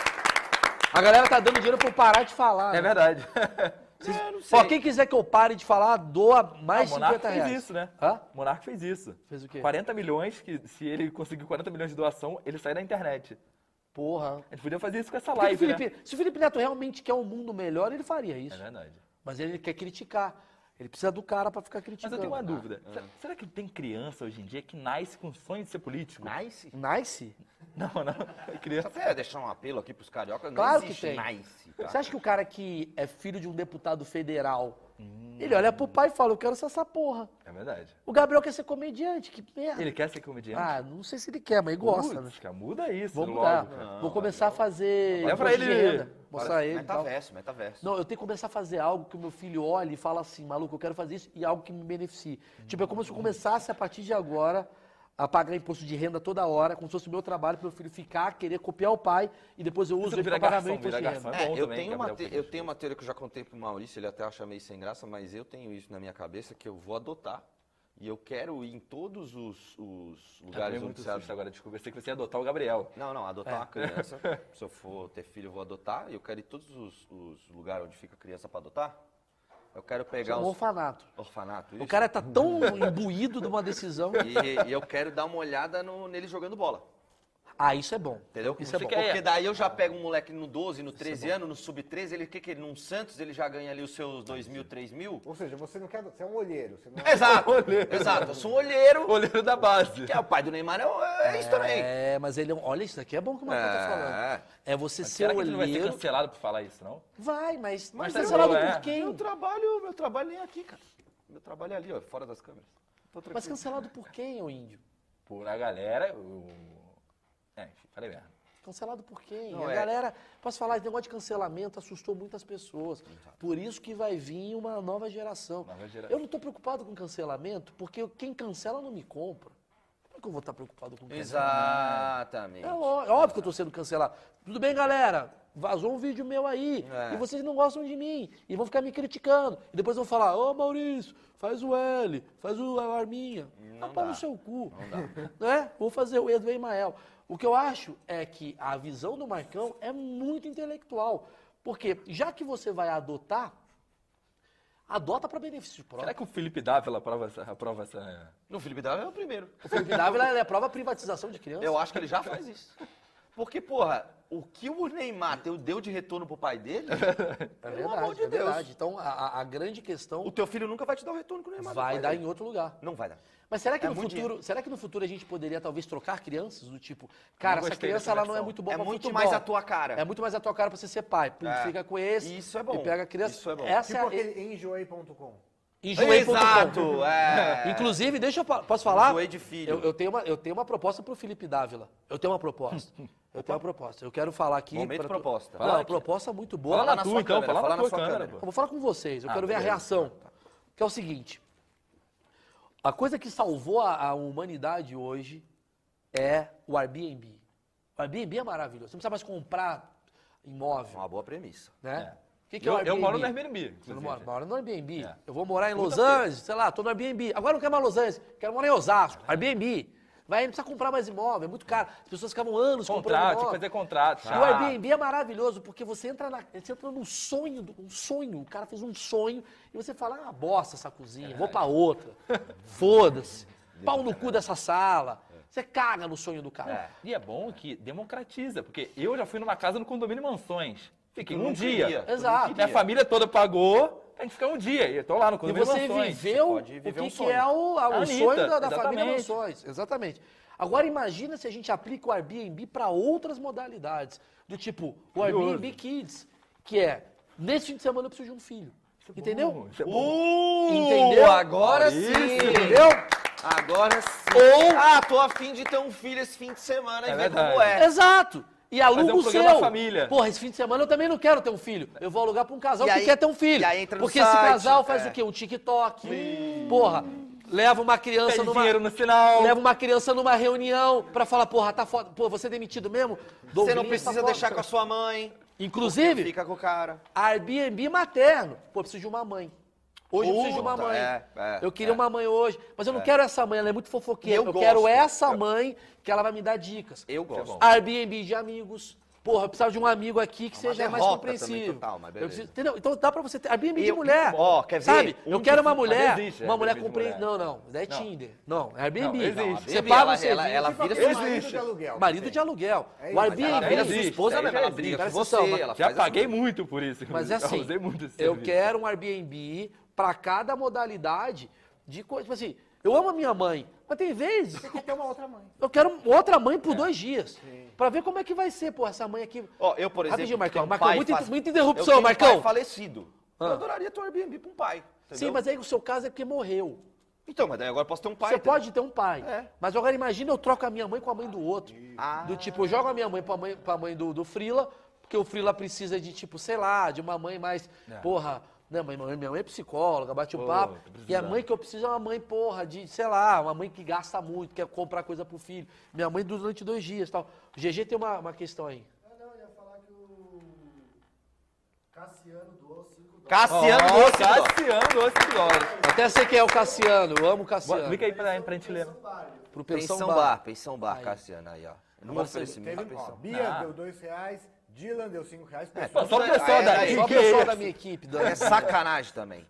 [SPEAKER 1] A galera tá dando dinheiro pra eu parar de falar.
[SPEAKER 2] É
[SPEAKER 1] né?
[SPEAKER 2] verdade.
[SPEAKER 1] Vocês-
[SPEAKER 3] É, eu não sei.
[SPEAKER 1] Ó, quem quiser que eu pare de falar, doa [LAUGHS] mais 50
[SPEAKER 2] Ah, o Monarca
[SPEAKER 1] reais.
[SPEAKER 2] fez isso, né?
[SPEAKER 1] Hã?
[SPEAKER 2] O Monarca fez isso.
[SPEAKER 1] Fez o quê?
[SPEAKER 2] 40 milhões, que se ele conseguir 40 milhões de doação, ele sai na internet.
[SPEAKER 1] Porra.
[SPEAKER 2] A gente podia fazer isso com essa
[SPEAKER 1] Por que
[SPEAKER 2] live,
[SPEAKER 1] que o
[SPEAKER 2] né?
[SPEAKER 1] Felipe- Se o Felipe Neto realmente quer um mundo melhor, ele faria
[SPEAKER 2] É
[SPEAKER 1] isso.
[SPEAKER 2] verdade.
[SPEAKER 1] Mas ele quer criticar. Ele precisa do cara pra ficar
[SPEAKER 2] Mas
[SPEAKER 1] criticando.
[SPEAKER 2] eu tenho uma dúvida.
[SPEAKER 1] Ah.
[SPEAKER 2] Será- Será que tem criança hoje em dia que nasce com sonho de ser político?
[SPEAKER 3] Nice?
[SPEAKER 1] Nice?
[SPEAKER 2] Não, não. [LAUGHS] Criança.
[SPEAKER 3] Você ia deixar um apelo aqui pros cariocas? Não
[SPEAKER 1] Claro que
[SPEAKER 3] existe
[SPEAKER 1] tem.
[SPEAKER 3] Nice, tá?
[SPEAKER 1] Você acha que o cara que é filho de um deputado federal, ele olha pro pai e fala, eu quero ser essa porra.
[SPEAKER 2] É verdade.
[SPEAKER 1] O Gabriel quer ser comediante, que merda.
[SPEAKER 2] Ele quer ser comediante?
[SPEAKER 1] Ah, não sei se ele quer, mas ele gosta, né?
[SPEAKER 2] Putz, cara, muda isso
[SPEAKER 1] Vou
[SPEAKER 2] logo,
[SPEAKER 1] mudar.
[SPEAKER 2] cara.
[SPEAKER 1] Vou começar a fazer.
[SPEAKER 2] Leva
[SPEAKER 1] imposto de
[SPEAKER 2] ele-
[SPEAKER 1] renda, Mostrar
[SPEAKER 3] Parece-
[SPEAKER 1] ele. e
[SPEAKER 2] tá
[SPEAKER 1] tal.
[SPEAKER 3] assim, Metaverso, metaverso.
[SPEAKER 1] então. Não, eu tenho que começar a fazer algo que o meu filho olhe e fala assim, maluco, eu quero fazer isso e algo que me beneficie. Tipo, é como se eu começasse a partir de agora a pagar imposto de renda toda hora, como se fosse o meu trabalho para meu filho ficar, querer copiar o pai e depois eu uso
[SPEAKER 2] não
[SPEAKER 1] ele para
[SPEAKER 2] vira
[SPEAKER 1] pagar
[SPEAKER 2] garçom,
[SPEAKER 1] meu imposto de
[SPEAKER 2] vira
[SPEAKER 1] renda.
[SPEAKER 2] garçom.
[SPEAKER 3] É,
[SPEAKER 2] tá bom
[SPEAKER 3] eu,
[SPEAKER 2] também,
[SPEAKER 3] tenho uma
[SPEAKER 2] Gabriel
[SPEAKER 3] te-
[SPEAKER 2] Pires.
[SPEAKER 3] eu tenho um uma teoria que eu já contei pro Maurício, ele até acha meio sem graça, mas eu tenho isso na minha cabeça que eu vou adotar. E eu quero ir em todos
[SPEAKER 2] É, Eu
[SPEAKER 3] os, os
[SPEAKER 2] tomei
[SPEAKER 3] lugares onde
[SPEAKER 2] muito
[SPEAKER 3] você
[SPEAKER 2] susto
[SPEAKER 3] adota.
[SPEAKER 2] agora, desculpa. Eu sei que você ia adotar o Gabriel.
[SPEAKER 3] Não, não, adotar uma criança. Se eu for ter filho, eu vou adotar. E eu quero ir em todos os, os lugares onde fica criança pra adotar. Eu quero pegar
[SPEAKER 1] É um
[SPEAKER 3] uns
[SPEAKER 1] orfanato.
[SPEAKER 3] orfanato, isso.
[SPEAKER 1] O cara tá tão imbuído de uma decisão.
[SPEAKER 2] [LAUGHS]
[SPEAKER 3] E, e eu quero dar uma olhada no- nele jogando bola.
[SPEAKER 1] Ah, isso é bom.
[SPEAKER 3] Entendeu?
[SPEAKER 1] Isso é
[SPEAKER 3] Você
[SPEAKER 1] bom.
[SPEAKER 3] quer- Porque daí eu já pego um moleque no 12, no 13 ano, no sub-13, ele o que que ele num Santos, ele já ganha ali os seus 2 mil, 3 mil. [LAUGHS]
[SPEAKER 4] Ou seja, você não quer. Você é um olheiro. Você não
[SPEAKER 3] Exato, exato. Eu sou um [LAUGHS] olheiro,
[SPEAKER 2] Goleiro da base.
[SPEAKER 3] que é o pai do Neymar, é, o- é isso também.
[SPEAKER 1] É, mas ele é um- Olha, isso daqui é bom que o Marcão tá
[SPEAKER 3] É.
[SPEAKER 1] falando. É você ser
[SPEAKER 2] Será que ele não vai ser
[SPEAKER 1] olheiro.
[SPEAKER 2] cancelado por falar isso, não?
[SPEAKER 1] Vai, mas. Mas
[SPEAKER 2] tá
[SPEAKER 1] tá cancelado
[SPEAKER 2] bom, é.
[SPEAKER 1] por quem?
[SPEAKER 3] Meu trabalho, meu trabalho é aqui, cara. Meu trabalho é ali, ó, fora das câmeras. Tô
[SPEAKER 1] Mas
[SPEAKER 3] tranquilo.
[SPEAKER 1] cancelado por quem, ô índio?
[SPEAKER 2] Por a galera, o... É, enfim, falei merda.
[SPEAKER 1] Cancelado por quem?
[SPEAKER 3] Não,
[SPEAKER 1] a
[SPEAKER 3] é-
[SPEAKER 1] galera, posso falar, esse negócio de cancelamento assustou muitas pessoas. Por isso que vai vir uma nova geração.
[SPEAKER 2] Nova gera-
[SPEAKER 1] Eu não estou preocupado com cancelamento, porque eu- quem cancela não me compra. Como é que eu vou estar preocupado com cancelamento?
[SPEAKER 3] Exatamente.
[SPEAKER 1] É ó- é óbvio que eu estou sendo cancelado. Tudo bem, galera? vazou um vídeo meu aí,
[SPEAKER 3] É.
[SPEAKER 1] e vocês não gostam de mim, e vão ficar me criticando. E depois vão falar, ô Maurício, faz o L, faz o Arminha. Não pau no seu cu. Não dá. [LAUGHS] Né? Vou fazer o Edu Emael. O que eu acho é que a visão do Marcão é muito intelectual. Porque já que você vai adotar, adota para benefício próprio.
[SPEAKER 2] Será que o Felipe Dávila aprova essa. Aprova essa... eh,
[SPEAKER 3] No Felipe Dávila é o primeiro.
[SPEAKER 1] O Felipe
[SPEAKER 3] [LAUGHS]
[SPEAKER 1] Dávila ele aprova a privatização de É crianças.
[SPEAKER 3] Eu acho que ele já faz isso. Porque, porra, o que o Neymar deu- deu de retorno pro pai [LAUGHS] dele,
[SPEAKER 1] É
[SPEAKER 3] pelo amor
[SPEAKER 1] verdade,
[SPEAKER 3] de
[SPEAKER 1] é
[SPEAKER 3] Deus.
[SPEAKER 1] verdade. Então, a- a, a grande questão
[SPEAKER 3] O teu filho nunca vai te dar o retorno que o Neymar
[SPEAKER 1] vai
[SPEAKER 3] deu pro pai
[SPEAKER 1] dar
[SPEAKER 3] dele.
[SPEAKER 1] em outro lugar.
[SPEAKER 3] Não vai dar.
[SPEAKER 1] Mas será que
[SPEAKER 3] É
[SPEAKER 1] no
[SPEAKER 3] muito
[SPEAKER 1] futuro,
[SPEAKER 3] dinheiro.
[SPEAKER 1] será que no futuro a gente poderia talvez trocar crianças do tipo, cara, essa
[SPEAKER 2] gostei
[SPEAKER 1] criança
[SPEAKER 2] dessa
[SPEAKER 1] ela não é
[SPEAKER 2] versão.
[SPEAKER 1] muito boa
[SPEAKER 3] É
[SPEAKER 1] pra
[SPEAKER 3] muito
[SPEAKER 1] futebol.
[SPEAKER 3] mais a tua cara.
[SPEAKER 1] É muito mais a tua cara pra você ser pai. Pum,
[SPEAKER 3] É.
[SPEAKER 1] Fica com esse.
[SPEAKER 3] Isso é bom.
[SPEAKER 1] E pega a criança.
[SPEAKER 3] Isso é bom.
[SPEAKER 1] Essa
[SPEAKER 4] Tipo
[SPEAKER 1] é
[SPEAKER 4] aquele enjoei.com.
[SPEAKER 1] enjoei.com.
[SPEAKER 3] [LAUGHS] Exato,
[SPEAKER 1] [LAUGHS]
[SPEAKER 3] é.
[SPEAKER 1] Inclusive, deixa eu fa- posso falar?
[SPEAKER 3] Enjoei de filho.
[SPEAKER 1] Eu, eu tenho uma eu tenho uma proposta pro Felipe Dávila. Eu tenho uma proposta.
[SPEAKER 3] [LAUGHS]
[SPEAKER 1] Eu tenho uma proposta. Eu quero falar aqui
[SPEAKER 3] Momento
[SPEAKER 1] pra tu-
[SPEAKER 3] proposta.
[SPEAKER 1] Não,
[SPEAKER 2] Fala
[SPEAKER 1] uma
[SPEAKER 2] aqui.
[SPEAKER 1] proposta muito boa.
[SPEAKER 2] Fala na
[SPEAKER 3] Fala na
[SPEAKER 2] tua,
[SPEAKER 3] sua
[SPEAKER 2] então,
[SPEAKER 3] câmera,
[SPEAKER 2] fala,
[SPEAKER 3] fala
[SPEAKER 2] na tua câmera,
[SPEAKER 3] câmera,
[SPEAKER 2] pô.
[SPEAKER 1] Eu vou falar com vocês, eu
[SPEAKER 2] Ah,
[SPEAKER 1] quero ver a reação.
[SPEAKER 2] Tá,
[SPEAKER 1] Que é o seguinte: a coisa que salvou a, a humanidade hoje é o Airbnb. O Airbnb é maravilhoso. Você não precisa mais comprar imóvel,
[SPEAKER 3] é Uma boa premissa.
[SPEAKER 1] né? O que, que é o
[SPEAKER 2] Eu, eu
[SPEAKER 1] Airbnb?
[SPEAKER 2] moro no Airbnb.
[SPEAKER 1] Você não
[SPEAKER 2] inclusive.
[SPEAKER 1] mora, mora no Airbnb.
[SPEAKER 2] É.
[SPEAKER 1] Eu vou morar em Los Angeles, sei lá, tô no Airbnb. Agora eu não quero mais Los Angeles, quero morar em Osasco. Airbnb. Vai, não precisa comprar mais imóvel, é muito caro. As pessoas ficavam anos comprando
[SPEAKER 2] Contrato, tinha
[SPEAKER 1] imóvel.
[SPEAKER 2] que fazer contrato.
[SPEAKER 1] E o
[SPEAKER 2] chato.
[SPEAKER 1] Airbnb é maravilhoso, porque você entra, na, você entra num sonho, do- um sonho, o cara fez um sonho, e você fala, ah, bosta essa cozinha, vou pra outra,
[SPEAKER 2] [LAUGHS]
[SPEAKER 1] foda-se, pau no cu dessa sala. Você caga no sonho do cara.
[SPEAKER 2] E é bom que democratiza, porque eu já fui numa casa no condomínio Mansões. Fiquei
[SPEAKER 3] Tu
[SPEAKER 2] um
[SPEAKER 3] não
[SPEAKER 2] dia.
[SPEAKER 3] queria.
[SPEAKER 1] Exato.
[SPEAKER 2] Minha família toda pagou, tem que ficar um dia. E eu tô lá no
[SPEAKER 1] E
[SPEAKER 2] condomínio
[SPEAKER 1] você
[SPEAKER 2] Mansões.
[SPEAKER 1] viveu
[SPEAKER 3] você
[SPEAKER 1] o
[SPEAKER 3] pode viver
[SPEAKER 1] que,
[SPEAKER 3] um
[SPEAKER 1] que
[SPEAKER 3] sonho.
[SPEAKER 1] é o, a- o
[SPEAKER 2] Anitta,
[SPEAKER 1] sonho da, da família
[SPEAKER 2] exatamente.
[SPEAKER 1] Mansões. Exatamente. Agora imagina se a gente aplica o Airbnb para outras modalidades, do tipo o Airbnb Kids, que é, nesse fim de semana eu preciso de um filho. Entendeu?
[SPEAKER 2] Isso é bom.
[SPEAKER 3] Uh,
[SPEAKER 1] Entendeu?
[SPEAKER 3] Agora
[SPEAKER 1] Isso,
[SPEAKER 3] sim!
[SPEAKER 1] entendeu?
[SPEAKER 3] Agora sim!
[SPEAKER 1] Ou-
[SPEAKER 3] Ah, tô afim de ter um filho esse fim de semana e
[SPEAKER 2] É
[SPEAKER 3] ver como
[SPEAKER 2] verdade.
[SPEAKER 3] é.
[SPEAKER 1] Exato. E aluga
[SPEAKER 2] Fazer um
[SPEAKER 1] o
[SPEAKER 2] programa
[SPEAKER 1] seu.
[SPEAKER 2] família.
[SPEAKER 1] Porra, esse fim de semana eu também não quero ter um filho. Eu vou alugar pra um casal
[SPEAKER 3] É. E
[SPEAKER 1] que
[SPEAKER 3] aí-
[SPEAKER 1] quer ter um filho.
[SPEAKER 3] e aí entra no
[SPEAKER 1] Porque esse
[SPEAKER 3] site,
[SPEAKER 1] casal faz
[SPEAKER 3] é.
[SPEAKER 1] o quê? Um TikTok. Porra, leva uma criança
[SPEAKER 2] Pede
[SPEAKER 1] numa
[SPEAKER 2] dinheiro no sinal.
[SPEAKER 1] leva uma criança numa reunião pra falar, porra, tá foda. Pô, você é demitido mesmo?
[SPEAKER 3] Você
[SPEAKER 1] Douglas, tá
[SPEAKER 3] não precisa
[SPEAKER 1] foda.
[SPEAKER 3] deixar com a sua mãe.
[SPEAKER 1] Inclusive,
[SPEAKER 3] Fica com o cara.
[SPEAKER 1] Airbnb materno. Pô, eu preciso de uma mãe. Hoje eu preciso de uma
[SPEAKER 3] Puta,
[SPEAKER 1] mãe.
[SPEAKER 3] é, é,
[SPEAKER 1] eu queria
[SPEAKER 3] é.
[SPEAKER 1] uma mãe hoje, mas eu não quero essa mãe, ela é muito fofoqueira.
[SPEAKER 3] Eu
[SPEAKER 1] Eu, quero
[SPEAKER 3] gosto.
[SPEAKER 1] essa mãe que ela vai me dar dicas. Tá
[SPEAKER 3] Eu gosto.
[SPEAKER 1] Airbnb de amigos. Porra, eu precisava de um amigo aqui que
[SPEAKER 3] É uma
[SPEAKER 1] seja mais
[SPEAKER 3] derrota
[SPEAKER 1] compreensível.
[SPEAKER 3] também total, mas
[SPEAKER 1] Eu
[SPEAKER 3] beleza.
[SPEAKER 1] preciso- entendeu? Então dá pra você ter. Airbnb de
[SPEAKER 3] Eu-
[SPEAKER 1] mulher.
[SPEAKER 3] ó, quer ver?
[SPEAKER 1] Sabe?
[SPEAKER 3] Um
[SPEAKER 1] eu quero uma
[SPEAKER 2] que- mas
[SPEAKER 1] mulher.
[SPEAKER 2] existe
[SPEAKER 1] uma mulher
[SPEAKER 2] Airbnb de
[SPEAKER 1] compreensível. Não,
[SPEAKER 2] mulher.
[SPEAKER 1] não. É
[SPEAKER 2] Não.
[SPEAKER 1] Tinder. Não, é Airbnb.
[SPEAKER 2] Não, existe.
[SPEAKER 1] Você
[SPEAKER 3] Airbnb,
[SPEAKER 1] paga
[SPEAKER 3] ela- é
[SPEAKER 1] o serviço.
[SPEAKER 3] ela- ela vira
[SPEAKER 4] Tipo aquele
[SPEAKER 3] sua-
[SPEAKER 4] marido
[SPEAKER 2] Existe.
[SPEAKER 4] de aluguel. que
[SPEAKER 1] Marido
[SPEAKER 4] tem.
[SPEAKER 1] de aluguel.
[SPEAKER 4] É
[SPEAKER 1] o
[SPEAKER 4] isso.
[SPEAKER 1] Airbnb.
[SPEAKER 3] Ela vira sua
[SPEAKER 2] Existe,
[SPEAKER 1] é
[SPEAKER 3] esposa
[SPEAKER 2] aí
[SPEAKER 3] mesmo,
[SPEAKER 2] já
[SPEAKER 3] ela
[SPEAKER 2] existe.
[SPEAKER 3] briga com
[SPEAKER 2] Cara,
[SPEAKER 3] você.
[SPEAKER 1] são-
[SPEAKER 3] ela
[SPEAKER 2] Já
[SPEAKER 3] faz as
[SPEAKER 2] paguei muito por isso.
[SPEAKER 1] Mas
[SPEAKER 2] [LAUGHS] inclusive.
[SPEAKER 1] é
[SPEAKER 2] Já
[SPEAKER 1] assim,
[SPEAKER 2] usei muito esse
[SPEAKER 1] eu
[SPEAKER 2] serviço.
[SPEAKER 1] quero um Airbnb pra cada modalidade de coisa. Tipo assim, eu amo a minha mãe, mas tem vezes
[SPEAKER 4] Você quer ter uma outra mãe.
[SPEAKER 1] eu quero outra mãe
[SPEAKER 2] É.
[SPEAKER 1] por dois dias. Pra ver como é que vai ser, pô, essa mãe aqui.
[SPEAKER 3] Ó, eu, por exemplo.
[SPEAKER 1] Rapidinho, Marcão.
[SPEAKER 3] tenho um
[SPEAKER 1] Marcão,
[SPEAKER 3] pai
[SPEAKER 1] muita-
[SPEAKER 3] faz-
[SPEAKER 1] muita interrupção,
[SPEAKER 3] eu tenho um
[SPEAKER 1] Marcão.
[SPEAKER 3] pai falecido. Eu
[SPEAKER 1] Ah.
[SPEAKER 3] adoraria ter um Airbnb pra um pai. Entendeu?
[SPEAKER 1] Sim, mas aí o seu caso é porque morreu.
[SPEAKER 3] Então, mas daí agora eu posso ter um pai.
[SPEAKER 1] Você
[SPEAKER 3] entendeu?
[SPEAKER 1] pode ter um pai.
[SPEAKER 3] É.
[SPEAKER 1] Mas agora imagina eu troco a minha mãe com a mãe do outro.
[SPEAKER 3] Ah.
[SPEAKER 1] Do tipo, eu jogo a minha mãe pra mãe, pra mãe do, do Frila, porque o Frila precisa de, tipo, sei lá, de uma mãe mais. Porra, né, mãe, mãe- minha mãe é psicóloga, bate um
[SPEAKER 2] Pô,
[SPEAKER 1] papo. E
[SPEAKER 2] tô
[SPEAKER 1] a
[SPEAKER 2] precisando.
[SPEAKER 1] mãe que eu preciso é uma mãe, porra, de, sei lá, uma mãe que gasta muito, quer comprar coisa pro filho. Minha mãe durante dois dias e tal. O GG tem uma, uma questão aí.
[SPEAKER 4] Não, não, eu ia falar que o Cassiano doou 5 dólares.
[SPEAKER 3] Cassiano
[SPEAKER 2] Ó,
[SPEAKER 3] Rossi, ó.
[SPEAKER 2] Cassiano, 12 dólares.
[SPEAKER 1] Eu Até sei quem é o Cassiano, eu amo o
[SPEAKER 2] Bora,
[SPEAKER 1] Cassiano.
[SPEAKER 2] Clica aí pra, pra gente ler.
[SPEAKER 1] Pro Pensão,
[SPEAKER 3] Pensão
[SPEAKER 1] Bar.
[SPEAKER 3] Bar. Pensão Bar,
[SPEAKER 1] Aí.
[SPEAKER 3] Cassiano, aí, ó. Não
[SPEAKER 1] Agora
[SPEAKER 3] oferecimento.
[SPEAKER 4] Teve,
[SPEAKER 3] da
[SPEAKER 4] ó,
[SPEAKER 3] pensão.
[SPEAKER 4] Bia
[SPEAKER 2] Ah.
[SPEAKER 4] deu 2 reais, Dylan deu 5 reais.
[SPEAKER 2] Pô,
[SPEAKER 4] pessoal.
[SPEAKER 2] só o
[SPEAKER 3] Aí,
[SPEAKER 2] pessoal
[SPEAKER 3] aí,
[SPEAKER 2] daqui.
[SPEAKER 3] aí,
[SPEAKER 1] É, Só o
[SPEAKER 2] que
[SPEAKER 1] pessoal
[SPEAKER 2] é
[SPEAKER 1] da
[SPEAKER 2] isso?
[SPEAKER 1] minha equipe, Dan.
[SPEAKER 3] É sacanagem também.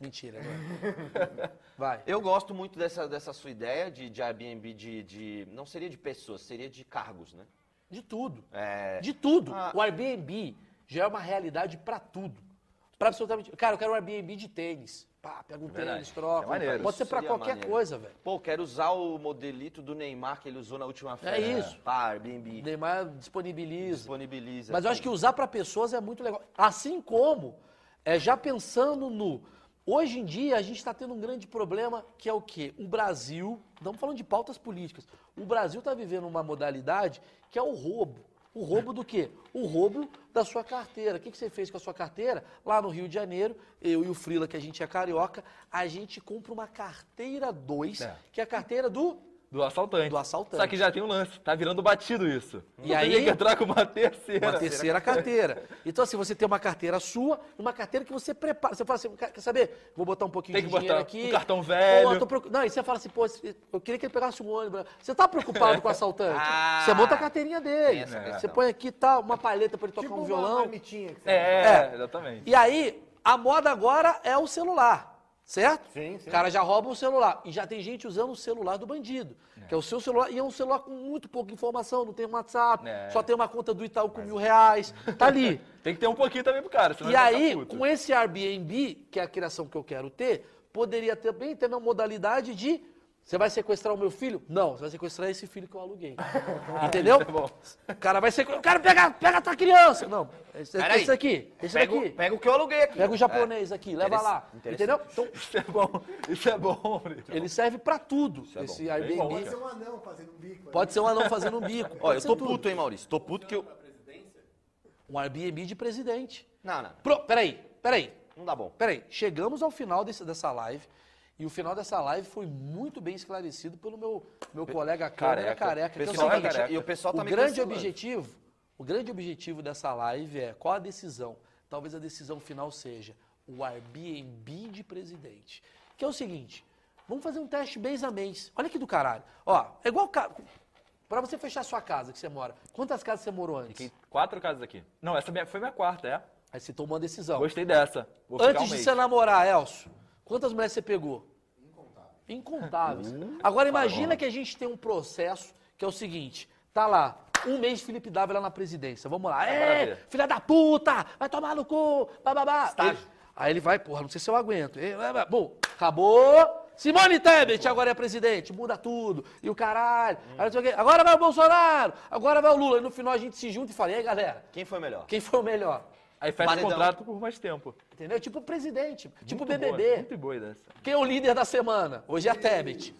[SPEAKER 1] Mentira, agora. Vai.
[SPEAKER 3] Eu gosto muito dessa, dessa sua ideia de, de Airbnb de, de- Não seria de pessoas, seria de cargos, né?
[SPEAKER 1] De tudo.
[SPEAKER 3] É.
[SPEAKER 1] De tudo.
[SPEAKER 3] Ah.
[SPEAKER 1] O Airbnb já é uma realidade pra tudo. Pra absolutamente. Cara, eu quero um Airbnb de tênis. Pá, pega um
[SPEAKER 2] Verdade.
[SPEAKER 1] tênis, troca.
[SPEAKER 2] É maneiro.
[SPEAKER 1] Pode ser pra
[SPEAKER 3] Seria
[SPEAKER 1] qualquer
[SPEAKER 3] maneiro.
[SPEAKER 1] coisa, velho.
[SPEAKER 3] Pô, quero usar o modelito do Neymar que ele usou na última festa.
[SPEAKER 1] É isso.
[SPEAKER 3] Pá,
[SPEAKER 1] O
[SPEAKER 3] Airbnb.
[SPEAKER 1] Neymar disponibiliza.
[SPEAKER 3] Disponibiliza.
[SPEAKER 1] Mas eu acho que usar pra pessoas é muito legal. Assim como, é, já pensando no. Hoje em dia, a gente está tendo um grande problema que é o quê? O Brasil. Estamos falando de pautas políticas. O Brasil está vivendo uma modalidade que é o roubo. O roubo do quê? O roubo da sua carteira. O que, que você fez com a sua carteira? Lá no Rio de Janeiro, eu e o Frila, que a gente é carioca, a gente compra uma carteira 2,
[SPEAKER 2] É.
[SPEAKER 1] que é a carteira do
[SPEAKER 2] Do assaltante.
[SPEAKER 1] Do assaltante.
[SPEAKER 2] Só que já tem um lance, tá virando batido isso.
[SPEAKER 1] E
[SPEAKER 2] Então
[SPEAKER 1] aí-
[SPEAKER 2] Tem que entrar com uma terceira.
[SPEAKER 1] Uma terceira carteira. Então, assim, você tem uma carteira sua e uma carteira que você prepara. Você fala assim, "Quer- quer saber? Vou botar um pouquinho
[SPEAKER 2] Tem
[SPEAKER 1] de
[SPEAKER 2] que
[SPEAKER 1] dinheiro
[SPEAKER 2] botar
[SPEAKER 1] aqui.
[SPEAKER 2] um cartão velho.
[SPEAKER 1] Pô, eu tô preocu- Não, e você fala assim, pô, esse- eu queria que ele pegasse um ônibus. Você tá preocupado com o assaltante?
[SPEAKER 3] Ah.
[SPEAKER 1] você monta a carteirinha dele.
[SPEAKER 3] Essa
[SPEAKER 1] Você
[SPEAKER 3] questão.
[SPEAKER 1] põe aqui, tá, uma palheta pra ele
[SPEAKER 2] Tipo
[SPEAKER 1] tocar um
[SPEAKER 4] Tipo Uma
[SPEAKER 1] violão.
[SPEAKER 4] marmitinha que você
[SPEAKER 2] É,
[SPEAKER 1] É.
[SPEAKER 2] exatamente.
[SPEAKER 1] E aí, a moda agora é o celular, certo?
[SPEAKER 4] Sim, sim.
[SPEAKER 1] O cara já rouba um celular. E já tem gente usando o celular do bandido, que é o seu celular. E é um celular com muito pouca informação, não tem um WhatsApp,
[SPEAKER 2] É.
[SPEAKER 1] só tem uma conta do Itaú com mil reais. Tá ali.
[SPEAKER 2] Tem que ter um pouquinho também pro cara, [LAUGHS] senão
[SPEAKER 1] e
[SPEAKER 2] ele vai ficar
[SPEAKER 1] aí,
[SPEAKER 2] [LAUGHS] puto.
[SPEAKER 1] com esse Airbnb, que é a criação que eu quero ter, poderia também ter uma modalidade de... Você vai sequestrar o meu filho? Não, você vai sequestrar esse filho que eu
[SPEAKER 2] [LAUGHS]
[SPEAKER 1] aluguei. Entendeu?
[SPEAKER 2] é
[SPEAKER 1] O cara vai sequestrar. O cara pega, pega a tua criança! Não, esse,
[SPEAKER 3] Peraí.
[SPEAKER 1] esse aqui. Esse
[SPEAKER 3] Pega,
[SPEAKER 1] daqui.
[SPEAKER 3] o- pega o que eu aluguei aqui.
[SPEAKER 1] Pega o japonês aqui, leva
[SPEAKER 3] Interessa-
[SPEAKER 1] lá. Entendeu? Então,
[SPEAKER 2] Isso é bom, isso é bom. Brito.
[SPEAKER 1] ele serve pra tudo,
[SPEAKER 3] é
[SPEAKER 1] esse Airbnb.
[SPEAKER 2] bom,
[SPEAKER 4] Pode
[SPEAKER 1] pode,
[SPEAKER 4] ser
[SPEAKER 1] ser...
[SPEAKER 4] um anão fazendo um bico. né?
[SPEAKER 1] um anão fazendo um bico.
[SPEAKER 3] Ó,
[SPEAKER 1] pode
[SPEAKER 3] eu
[SPEAKER 1] ser
[SPEAKER 3] tô
[SPEAKER 1] tudo.
[SPEAKER 3] puto, hein, Maurício? Tô puto que eu.
[SPEAKER 1] Um Airbnb de presidente.
[SPEAKER 3] Não, não, não.
[SPEAKER 1] Pro... Peraí, peraí,
[SPEAKER 3] Não dá bom.
[SPEAKER 1] peraí. Chegamos ao final desse- dessa live. E o final dessa live foi muito bem esclarecido pelo meu, meu colega Careca.
[SPEAKER 2] Careca.
[SPEAKER 1] careca que é o
[SPEAKER 2] Pessoal é
[SPEAKER 1] seguinte,
[SPEAKER 2] careca.
[SPEAKER 3] E o pessoal tá
[SPEAKER 1] o
[SPEAKER 3] me
[SPEAKER 1] grande
[SPEAKER 3] cancelando.
[SPEAKER 1] objetivo, o grande objetivo dessa live é qual a decisão? Talvez a decisão final seja o Airbnb de presidente. Que é o seguinte, vamos fazer um teste mês a mês. Olha que do caralho. Ó, é igual ca... para você fechar sua casa que você mora. Quantas casas você morou antes?
[SPEAKER 2] Tem quatro casas aqui. Não, essa minha- foi minha quarta, é.
[SPEAKER 1] Aí você tomou uma decisão.
[SPEAKER 2] Gostei dessa. Vou ficar um
[SPEAKER 1] Antes de
[SPEAKER 2] mês.
[SPEAKER 1] você namorar, Elcio, quantas mulheres você pegou? Incontáveis.
[SPEAKER 2] Hum.
[SPEAKER 1] Incontáveis. Agora imagina que a gente tem um processo que é o seguinte, tá lá, um mês Felipe Dávila na presidência, vamos lá, é,
[SPEAKER 2] maravilha.
[SPEAKER 1] filha da puta, vai tomar no cu, bababá. Ele- aí ele vai, porra, não sei se eu aguento. Ele- vai, vai, bom, acabou. Simone Tebet agora é presidente, muda tudo, e o caralho,
[SPEAKER 2] Hum.
[SPEAKER 1] aí não sei o quê. agora vai o Bolsonaro, agora vai o Lula, e no final a gente se junta e fala, e aí galera,
[SPEAKER 3] Quem foi melhor?
[SPEAKER 1] quem foi o melhor?
[SPEAKER 2] Aí fecha
[SPEAKER 3] Paredão.
[SPEAKER 2] o contrato por mais tempo.
[SPEAKER 1] Entendeu? Tipo o presidente, tipo o
[SPEAKER 2] Muito né? boa,
[SPEAKER 1] BBB.
[SPEAKER 2] Muito boa dessa.
[SPEAKER 1] Quem é o líder da semana? Hoje é a Tebet.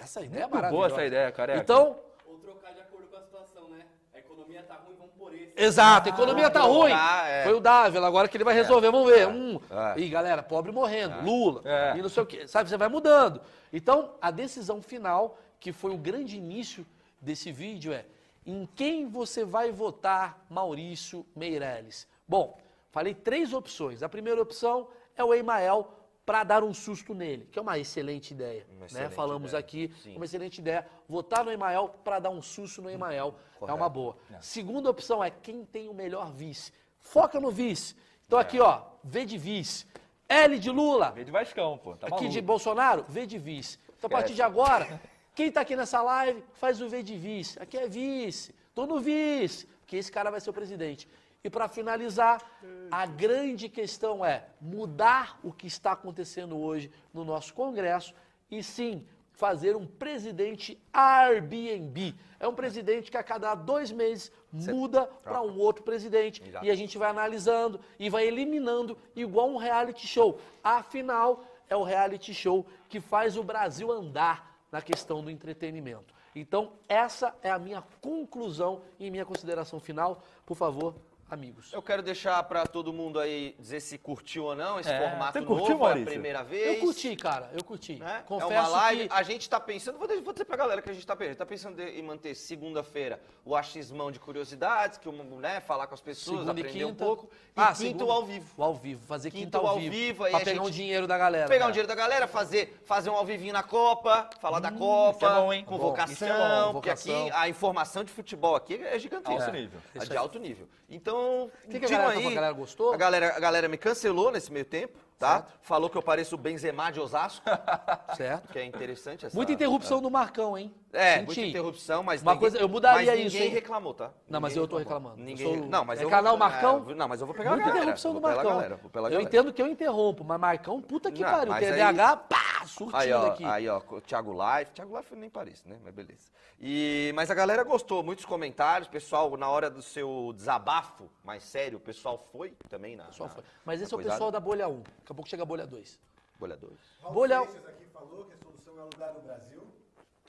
[SPEAKER 1] Essa ideia é
[SPEAKER 2] Muito
[SPEAKER 1] maravilhosa.
[SPEAKER 2] boa essa ideia, careca.
[SPEAKER 1] Então,
[SPEAKER 7] Ou trocar de acordo com a situação, né? A economia tá ruim, vamos por esse.
[SPEAKER 1] exato, a economia tá ruim.
[SPEAKER 3] ah, é.
[SPEAKER 1] Foi o Dávila, agora que ele vai resolver, vamos ver. Hum. Ih, galera, pobre morrendo, Lula,
[SPEAKER 2] É. É.
[SPEAKER 1] e não sei o quê. Sabe, você vai mudando. Então, a decisão final, que foi o grande início desse vídeo, é em quem você vai votar Maurício Meirelles? Bom, falei três opções. A primeira opção é o Emael para dar um susto nele, que é uma excelente ideia. né?
[SPEAKER 3] excelente
[SPEAKER 1] Falamos
[SPEAKER 3] ideia.
[SPEAKER 1] aqui,
[SPEAKER 3] Sim.
[SPEAKER 1] uma excelente ideia. Votar no Emael para dar um susto no Emael é uma boa. Segunda opção é quem tem o melhor vice. Foca no vice. Então aqui, ó, V de vice. L de Lula,
[SPEAKER 2] Veio de Vascão, pô. Tá
[SPEAKER 1] aqui de
[SPEAKER 2] maluco. É.
[SPEAKER 1] Bolsonaro, V de vice. Então a partir de agora, quem tá aqui nessa live faz o V de vice. Aqui é vice. Tô no vice, porque esse cara vai ser o presidente. E para finalizar, a grande questão é mudar o que está acontecendo hoje no nosso Congresso e sim fazer um presidente Airbnb. É um presidente que a cada dois meses muda para um outro presidente e a gente vai analisando e vai eliminando igual um reality show. Afinal, é o reality show que faz o Brasil andar na questão do entretenimento. Então, essa é a minha conclusão e minha consideração final. Por favor, amigos.
[SPEAKER 3] Eu quero deixar pra todo mundo aí dizer se curtiu ou não esse
[SPEAKER 2] É.
[SPEAKER 3] formato
[SPEAKER 2] Você curtiu,
[SPEAKER 3] novo, é a
[SPEAKER 2] Maurício?
[SPEAKER 3] primeira vez.
[SPEAKER 1] Eu curti, cara, eu curti.
[SPEAKER 3] né?
[SPEAKER 1] Confesso
[SPEAKER 3] é uma live.
[SPEAKER 1] que...
[SPEAKER 3] A gente tá pensando, vou, de- vou dizer pra galera que a gente tá pensando. Tá pensando em manter segunda-feira o achismão de curiosidades, que o mundo, né, falar com as pessoas,
[SPEAKER 1] Segunda e
[SPEAKER 3] aprender um
[SPEAKER 1] quinta.
[SPEAKER 3] pouco. E
[SPEAKER 1] Ah,
[SPEAKER 3] quinto
[SPEAKER 1] segunda.
[SPEAKER 3] ao vivo.
[SPEAKER 1] O ao vivo, fazer
[SPEAKER 3] Quinto
[SPEAKER 1] quinta ao,
[SPEAKER 3] ao
[SPEAKER 1] vivo.
[SPEAKER 3] vivo, aí
[SPEAKER 1] pra
[SPEAKER 3] a
[SPEAKER 1] pegar
[SPEAKER 3] gente-
[SPEAKER 1] um dinheiro da galera.
[SPEAKER 3] Pegar
[SPEAKER 1] cara.
[SPEAKER 3] um dinheiro da galera, fazer, fazer um ao vivinho na Copa, falar
[SPEAKER 1] Hum,
[SPEAKER 3] da Copa,
[SPEAKER 2] isso é bom, hein?
[SPEAKER 3] convocação,
[SPEAKER 2] Bom, isso é bom,
[SPEAKER 3] porque aqui
[SPEAKER 1] convocação.
[SPEAKER 3] a informação de futebol aqui é gigantesca.
[SPEAKER 2] Alto nível.
[SPEAKER 3] É de alto nível. Então,
[SPEAKER 1] que a
[SPEAKER 3] digam
[SPEAKER 1] galera tá
[SPEAKER 3] aí.
[SPEAKER 1] falando? A galera gostou?
[SPEAKER 3] A galera, a galera me cancelou nesse meio tempo, tá? Falou que eu pareço o Benzema de Osasco, [LAUGHS]
[SPEAKER 1] Certo?
[SPEAKER 3] que é interessante essa...
[SPEAKER 1] Muita interrupção do Marcão, hein?
[SPEAKER 3] É,
[SPEAKER 1] Senti.
[SPEAKER 3] muita interrupção, mas
[SPEAKER 1] Uma
[SPEAKER 3] ninguém,
[SPEAKER 1] coisa- eu mudaria
[SPEAKER 3] mas
[SPEAKER 1] isso,
[SPEAKER 3] ninguém
[SPEAKER 1] hein?
[SPEAKER 3] reclamou, tá?
[SPEAKER 1] Não, mas
[SPEAKER 3] Ninguém
[SPEAKER 1] eu tô
[SPEAKER 3] reclamou.
[SPEAKER 1] reclamando. Eu
[SPEAKER 3] Ninguém,
[SPEAKER 1] sou-
[SPEAKER 3] não, mas
[SPEAKER 1] é
[SPEAKER 3] eu
[SPEAKER 1] canal
[SPEAKER 3] vou-
[SPEAKER 1] Marcão?
[SPEAKER 3] é, não, mas eu vou pegar
[SPEAKER 1] Muita
[SPEAKER 3] a galera.
[SPEAKER 1] interrupção
[SPEAKER 3] vou
[SPEAKER 1] do
[SPEAKER 3] pegar a
[SPEAKER 1] Marcão.
[SPEAKER 3] galera, vou pegar a
[SPEAKER 1] eu
[SPEAKER 3] galera.
[SPEAKER 1] entendo que eu interrompo, mas Marcão, puta que
[SPEAKER 3] Não,
[SPEAKER 1] pariu.
[SPEAKER 3] mas
[SPEAKER 1] TDAH, pá, surtindo
[SPEAKER 3] Aí, ó,
[SPEAKER 1] aqui.
[SPEAKER 3] aí, ó, o Thiago Life. Thiago Life nem parece, né? Mas beleza. E, mas a galera gostou, muitos comentários. Pessoal, na hora do seu desabafo mais sério, o pessoal foi também na.
[SPEAKER 1] Pessoal
[SPEAKER 3] na-
[SPEAKER 1] foi. Mas
[SPEAKER 3] na
[SPEAKER 1] esse é o
[SPEAKER 3] coisada.
[SPEAKER 1] pessoal da bolha 1. Daqui a pouco chega a bolha 2.
[SPEAKER 3] Bolha 2.
[SPEAKER 4] Raul
[SPEAKER 1] Bolha-
[SPEAKER 4] Seixas aqui falou que a solução é alugar o Brasil.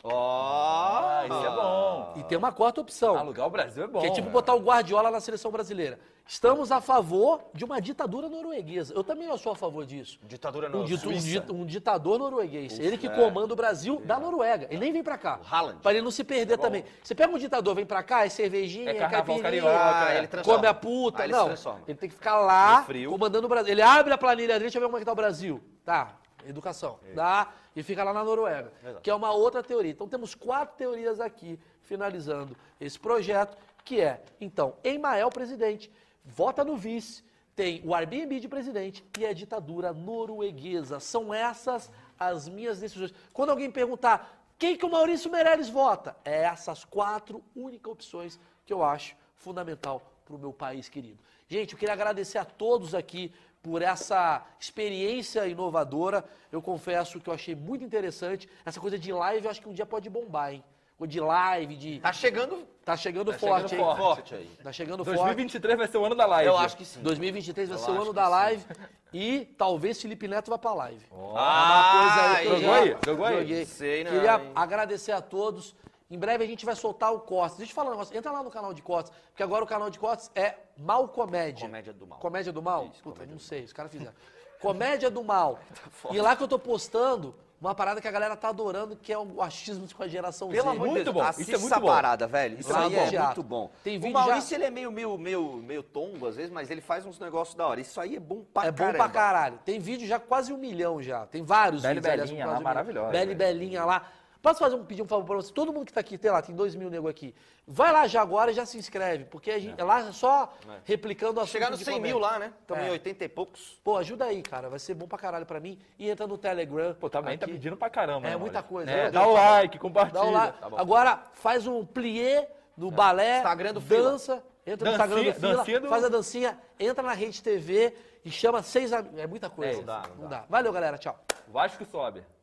[SPEAKER 3] Ó!
[SPEAKER 2] Ah, isso é bom.
[SPEAKER 1] E tem uma quarta opção.
[SPEAKER 3] Ah.
[SPEAKER 2] Alugar o Brasil é bom.
[SPEAKER 1] tipo
[SPEAKER 2] né?
[SPEAKER 1] que é tipo botar o Guardiola na seleção brasileira. Estamos a favor de uma ditadura norueguesa. Eu também não sou a favor disso.
[SPEAKER 3] Ditadura
[SPEAKER 1] Um, dito- um
[SPEAKER 3] Suíça. é.
[SPEAKER 1] dito- um ditador norueguês. Ele que comanda o Brasil da Noruega. Ele nem vem pra cá.
[SPEAKER 3] Haaland. É
[SPEAKER 1] Pra ele não se perder também. Você pega um ditador, vem pra cá, é cervejinha,
[SPEAKER 2] É
[SPEAKER 1] é,
[SPEAKER 2] carnaval
[SPEAKER 1] caipirinha,
[SPEAKER 2] carioca, é.
[SPEAKER 3] ele transforma.
[SPEAKER 1] come a puta.
[SPEAKER 3] Aí ele se
[SPEAKER 1] não,
[SPEAKER 3] transforma.
[SPEAKER 1] ele tem que ficar lá,
[SPEAKER 3] No frio.
[SPEAKER 1] comandando o Brasil. Ele abre a planilha dele, deixa eu ver como é que tá o Brasil. Tá, educação. Dá, e fica lá na Noruega. Que é uma outra teoria. Então temos quatro teorias aqui, finalizando esse projeto, que é, então, Emael presidente, vota no vice, tem o Airbnb de presidente e a ditadura norueguesa. São essas as minhas decisões. Quando alguém perguntar quem que o Maurício Meirelles vota, é essas quatro únicas opções que eu acho fundamental para o meu país querido. Gente, eu queria agradecer a todos aqui por essa experiência inovadora. Eu confesso que eu achei muito interessante. Essa coisa de live, eu acho que um dia pode bombar, hein? Ou de live, de.
[SPEAKER 3] Tá chegando
[SPEAKER 1] Tá chegando forte,
[SPEAKER 3] chegando
[SPEAKER 1] hein?
[SPEAKER 3] forte aí.
[SPEAKER 1] Tá chegando forte.
[SPEAKER 2] 2023 vai ser o ano da live.
[SPEAKER 3] Eu acho que sim.
[SPEAKER 1] 2023 vai
[SPEAKER 3] Eu
[SPEAKER 1] ser o
[SPEAKER 3] acho
[SPEAKER 1] ano
[SPEAKER 3] que
[SPEAKER 1] da
[SPEAKER 3] sim.
[SPEAKER 1] live e talvez Felipe Neto vá pra live.
[SPEAKER 3] Ah,
[SPEAKER 1] Eu
[SPEAKER 2] Jogou
[SPEAKER 1] já
[SPEAKER 2] aí? Jogou aí?
[SPEAKER 1] joguei.
[SPEAKER 3] Sei não,
[SPEAKER 1] Queria
[SPEAKER 3] hein?
[SPEAKER 1] agradecer a todos. Em breve a gente vai soltar o Costas. Deixa eu te falar um negócio. Entra lá no canal de Costas, porque agora o canal de Costas é Mal Comédia.
[SPEAKER 3] Comédia do Mal.
[SPEAKER 1] Comédia do Mal? Puta, não sei, os caras fizeram. Comédia do
[SPEAKER 3] [LAUGHS]
[SPEAKER 1] Mal.
[SPEAKER 3] Tá
[SPEAKER 1] E lá que eu tô postando uma parada que a galera tá adorando, que é o achismo com a geração Z.
[SPEAKER 3] Pelo amor de
[SPEAKER 2] Muito
[SPEAKER 3] Deus,
[SPEAKER 2] bom,
[SPEAKER 3] assista
[SPEAKER 2] isso é muito
[SPEAKER 3] essa
[SPEAKER 2] bom.
[SPEAKER 3] parada, velho. Isso
[SPEAKER 1] Lá
[SPEAKER 3] aí
[SPEAKER 1] no
[SPEAKER 3] é
[SPEAKER 1] teatro.
[SPEAKER 3] muito bom.
[SPEAKER 1] Tem vídeo
[SPEAKER 3] o Maurício,
[SPEAKER 1] já?
[SPEAKER 3] ele é meio, meio, meio, meio tombo às vezes, mas ele faz uns negócios da hora. Isso aí é bom pra
[SPEAKER 1] é bom
[SPEAKER 3] caramba.
[SPEAKER 1] pra caralho. Tem vídeo já quase um milhão já. Tem vários
[SPEAKER 2] Bela e
[SPEAKER 1] vídeos. aliás,
[SPEAKER 2] Belinha
[SPEAKER 1] com
[SPEAKER 2] lá,
[SPEAKER 1] quase um milhão.
[SPEAKER 2] maravilhosa, né?
[SPEAKER 1] Bela e
[SPEAKER 2] velho.
[SPEAKER 1] Belinha lá. Posso fazer um, pedir um favor pra você? Todo mundo que tá aqui, tem lá, tem dois mil nego aqui. Vai lá já agora e já se inscreve, porque a gente, lá é só replicando a
[SPEAKER 3] Chegar nos 100 mil lá, né? Estamos
[SPEAKER 1] Tipo É.
[SPEAKER 3] em 80 e poucos.
[SPEAKER 1] Pô, ajuda aí, cara. Vai ser bom pra caralho pra mim. E entra no Telegram.
[SPEAKER 2] Pô, também tá
[SPEAKER 1] aqui.
[SPEAKER 2] pedindo pra caramba.
[SPEAKER 1] É,
[SPEAKER 2] né,
[SPEAKER 1] muita
[SPEAKER 2] Maurício?
[SPEAKER 1] coisa.
[SPEAKER 2] É,
[SPEAKER 1] Meu
[SPEAKER 2] dá
[SPEAKER 1] Deus,
[SPEAKER 2] o
[SPEAKER 1] tá bom.
[SPEAKER 2] like, compartilha. Tá
[SPEAKER 1] Dá um lá. Agora faz um plié no balé,
[SPEAKER 3] Instagram do Fila.
[SPEAKER 1] dança, entra no
[SPEAKER 2] Dancinha-
[SPEAKER 1] Instagram do Fila,
[SPEAKER 2] dancinha do-
[SPEAKER 1] faz a dancinha, entra na Rede TV e chama seis amigos. É muita coisa.
[SPEAKER 2] É, não dá,
[SPEAKER 1] não dá. Valeu, galera. Tchau.
[SPEAKER 2] Vasco sobe.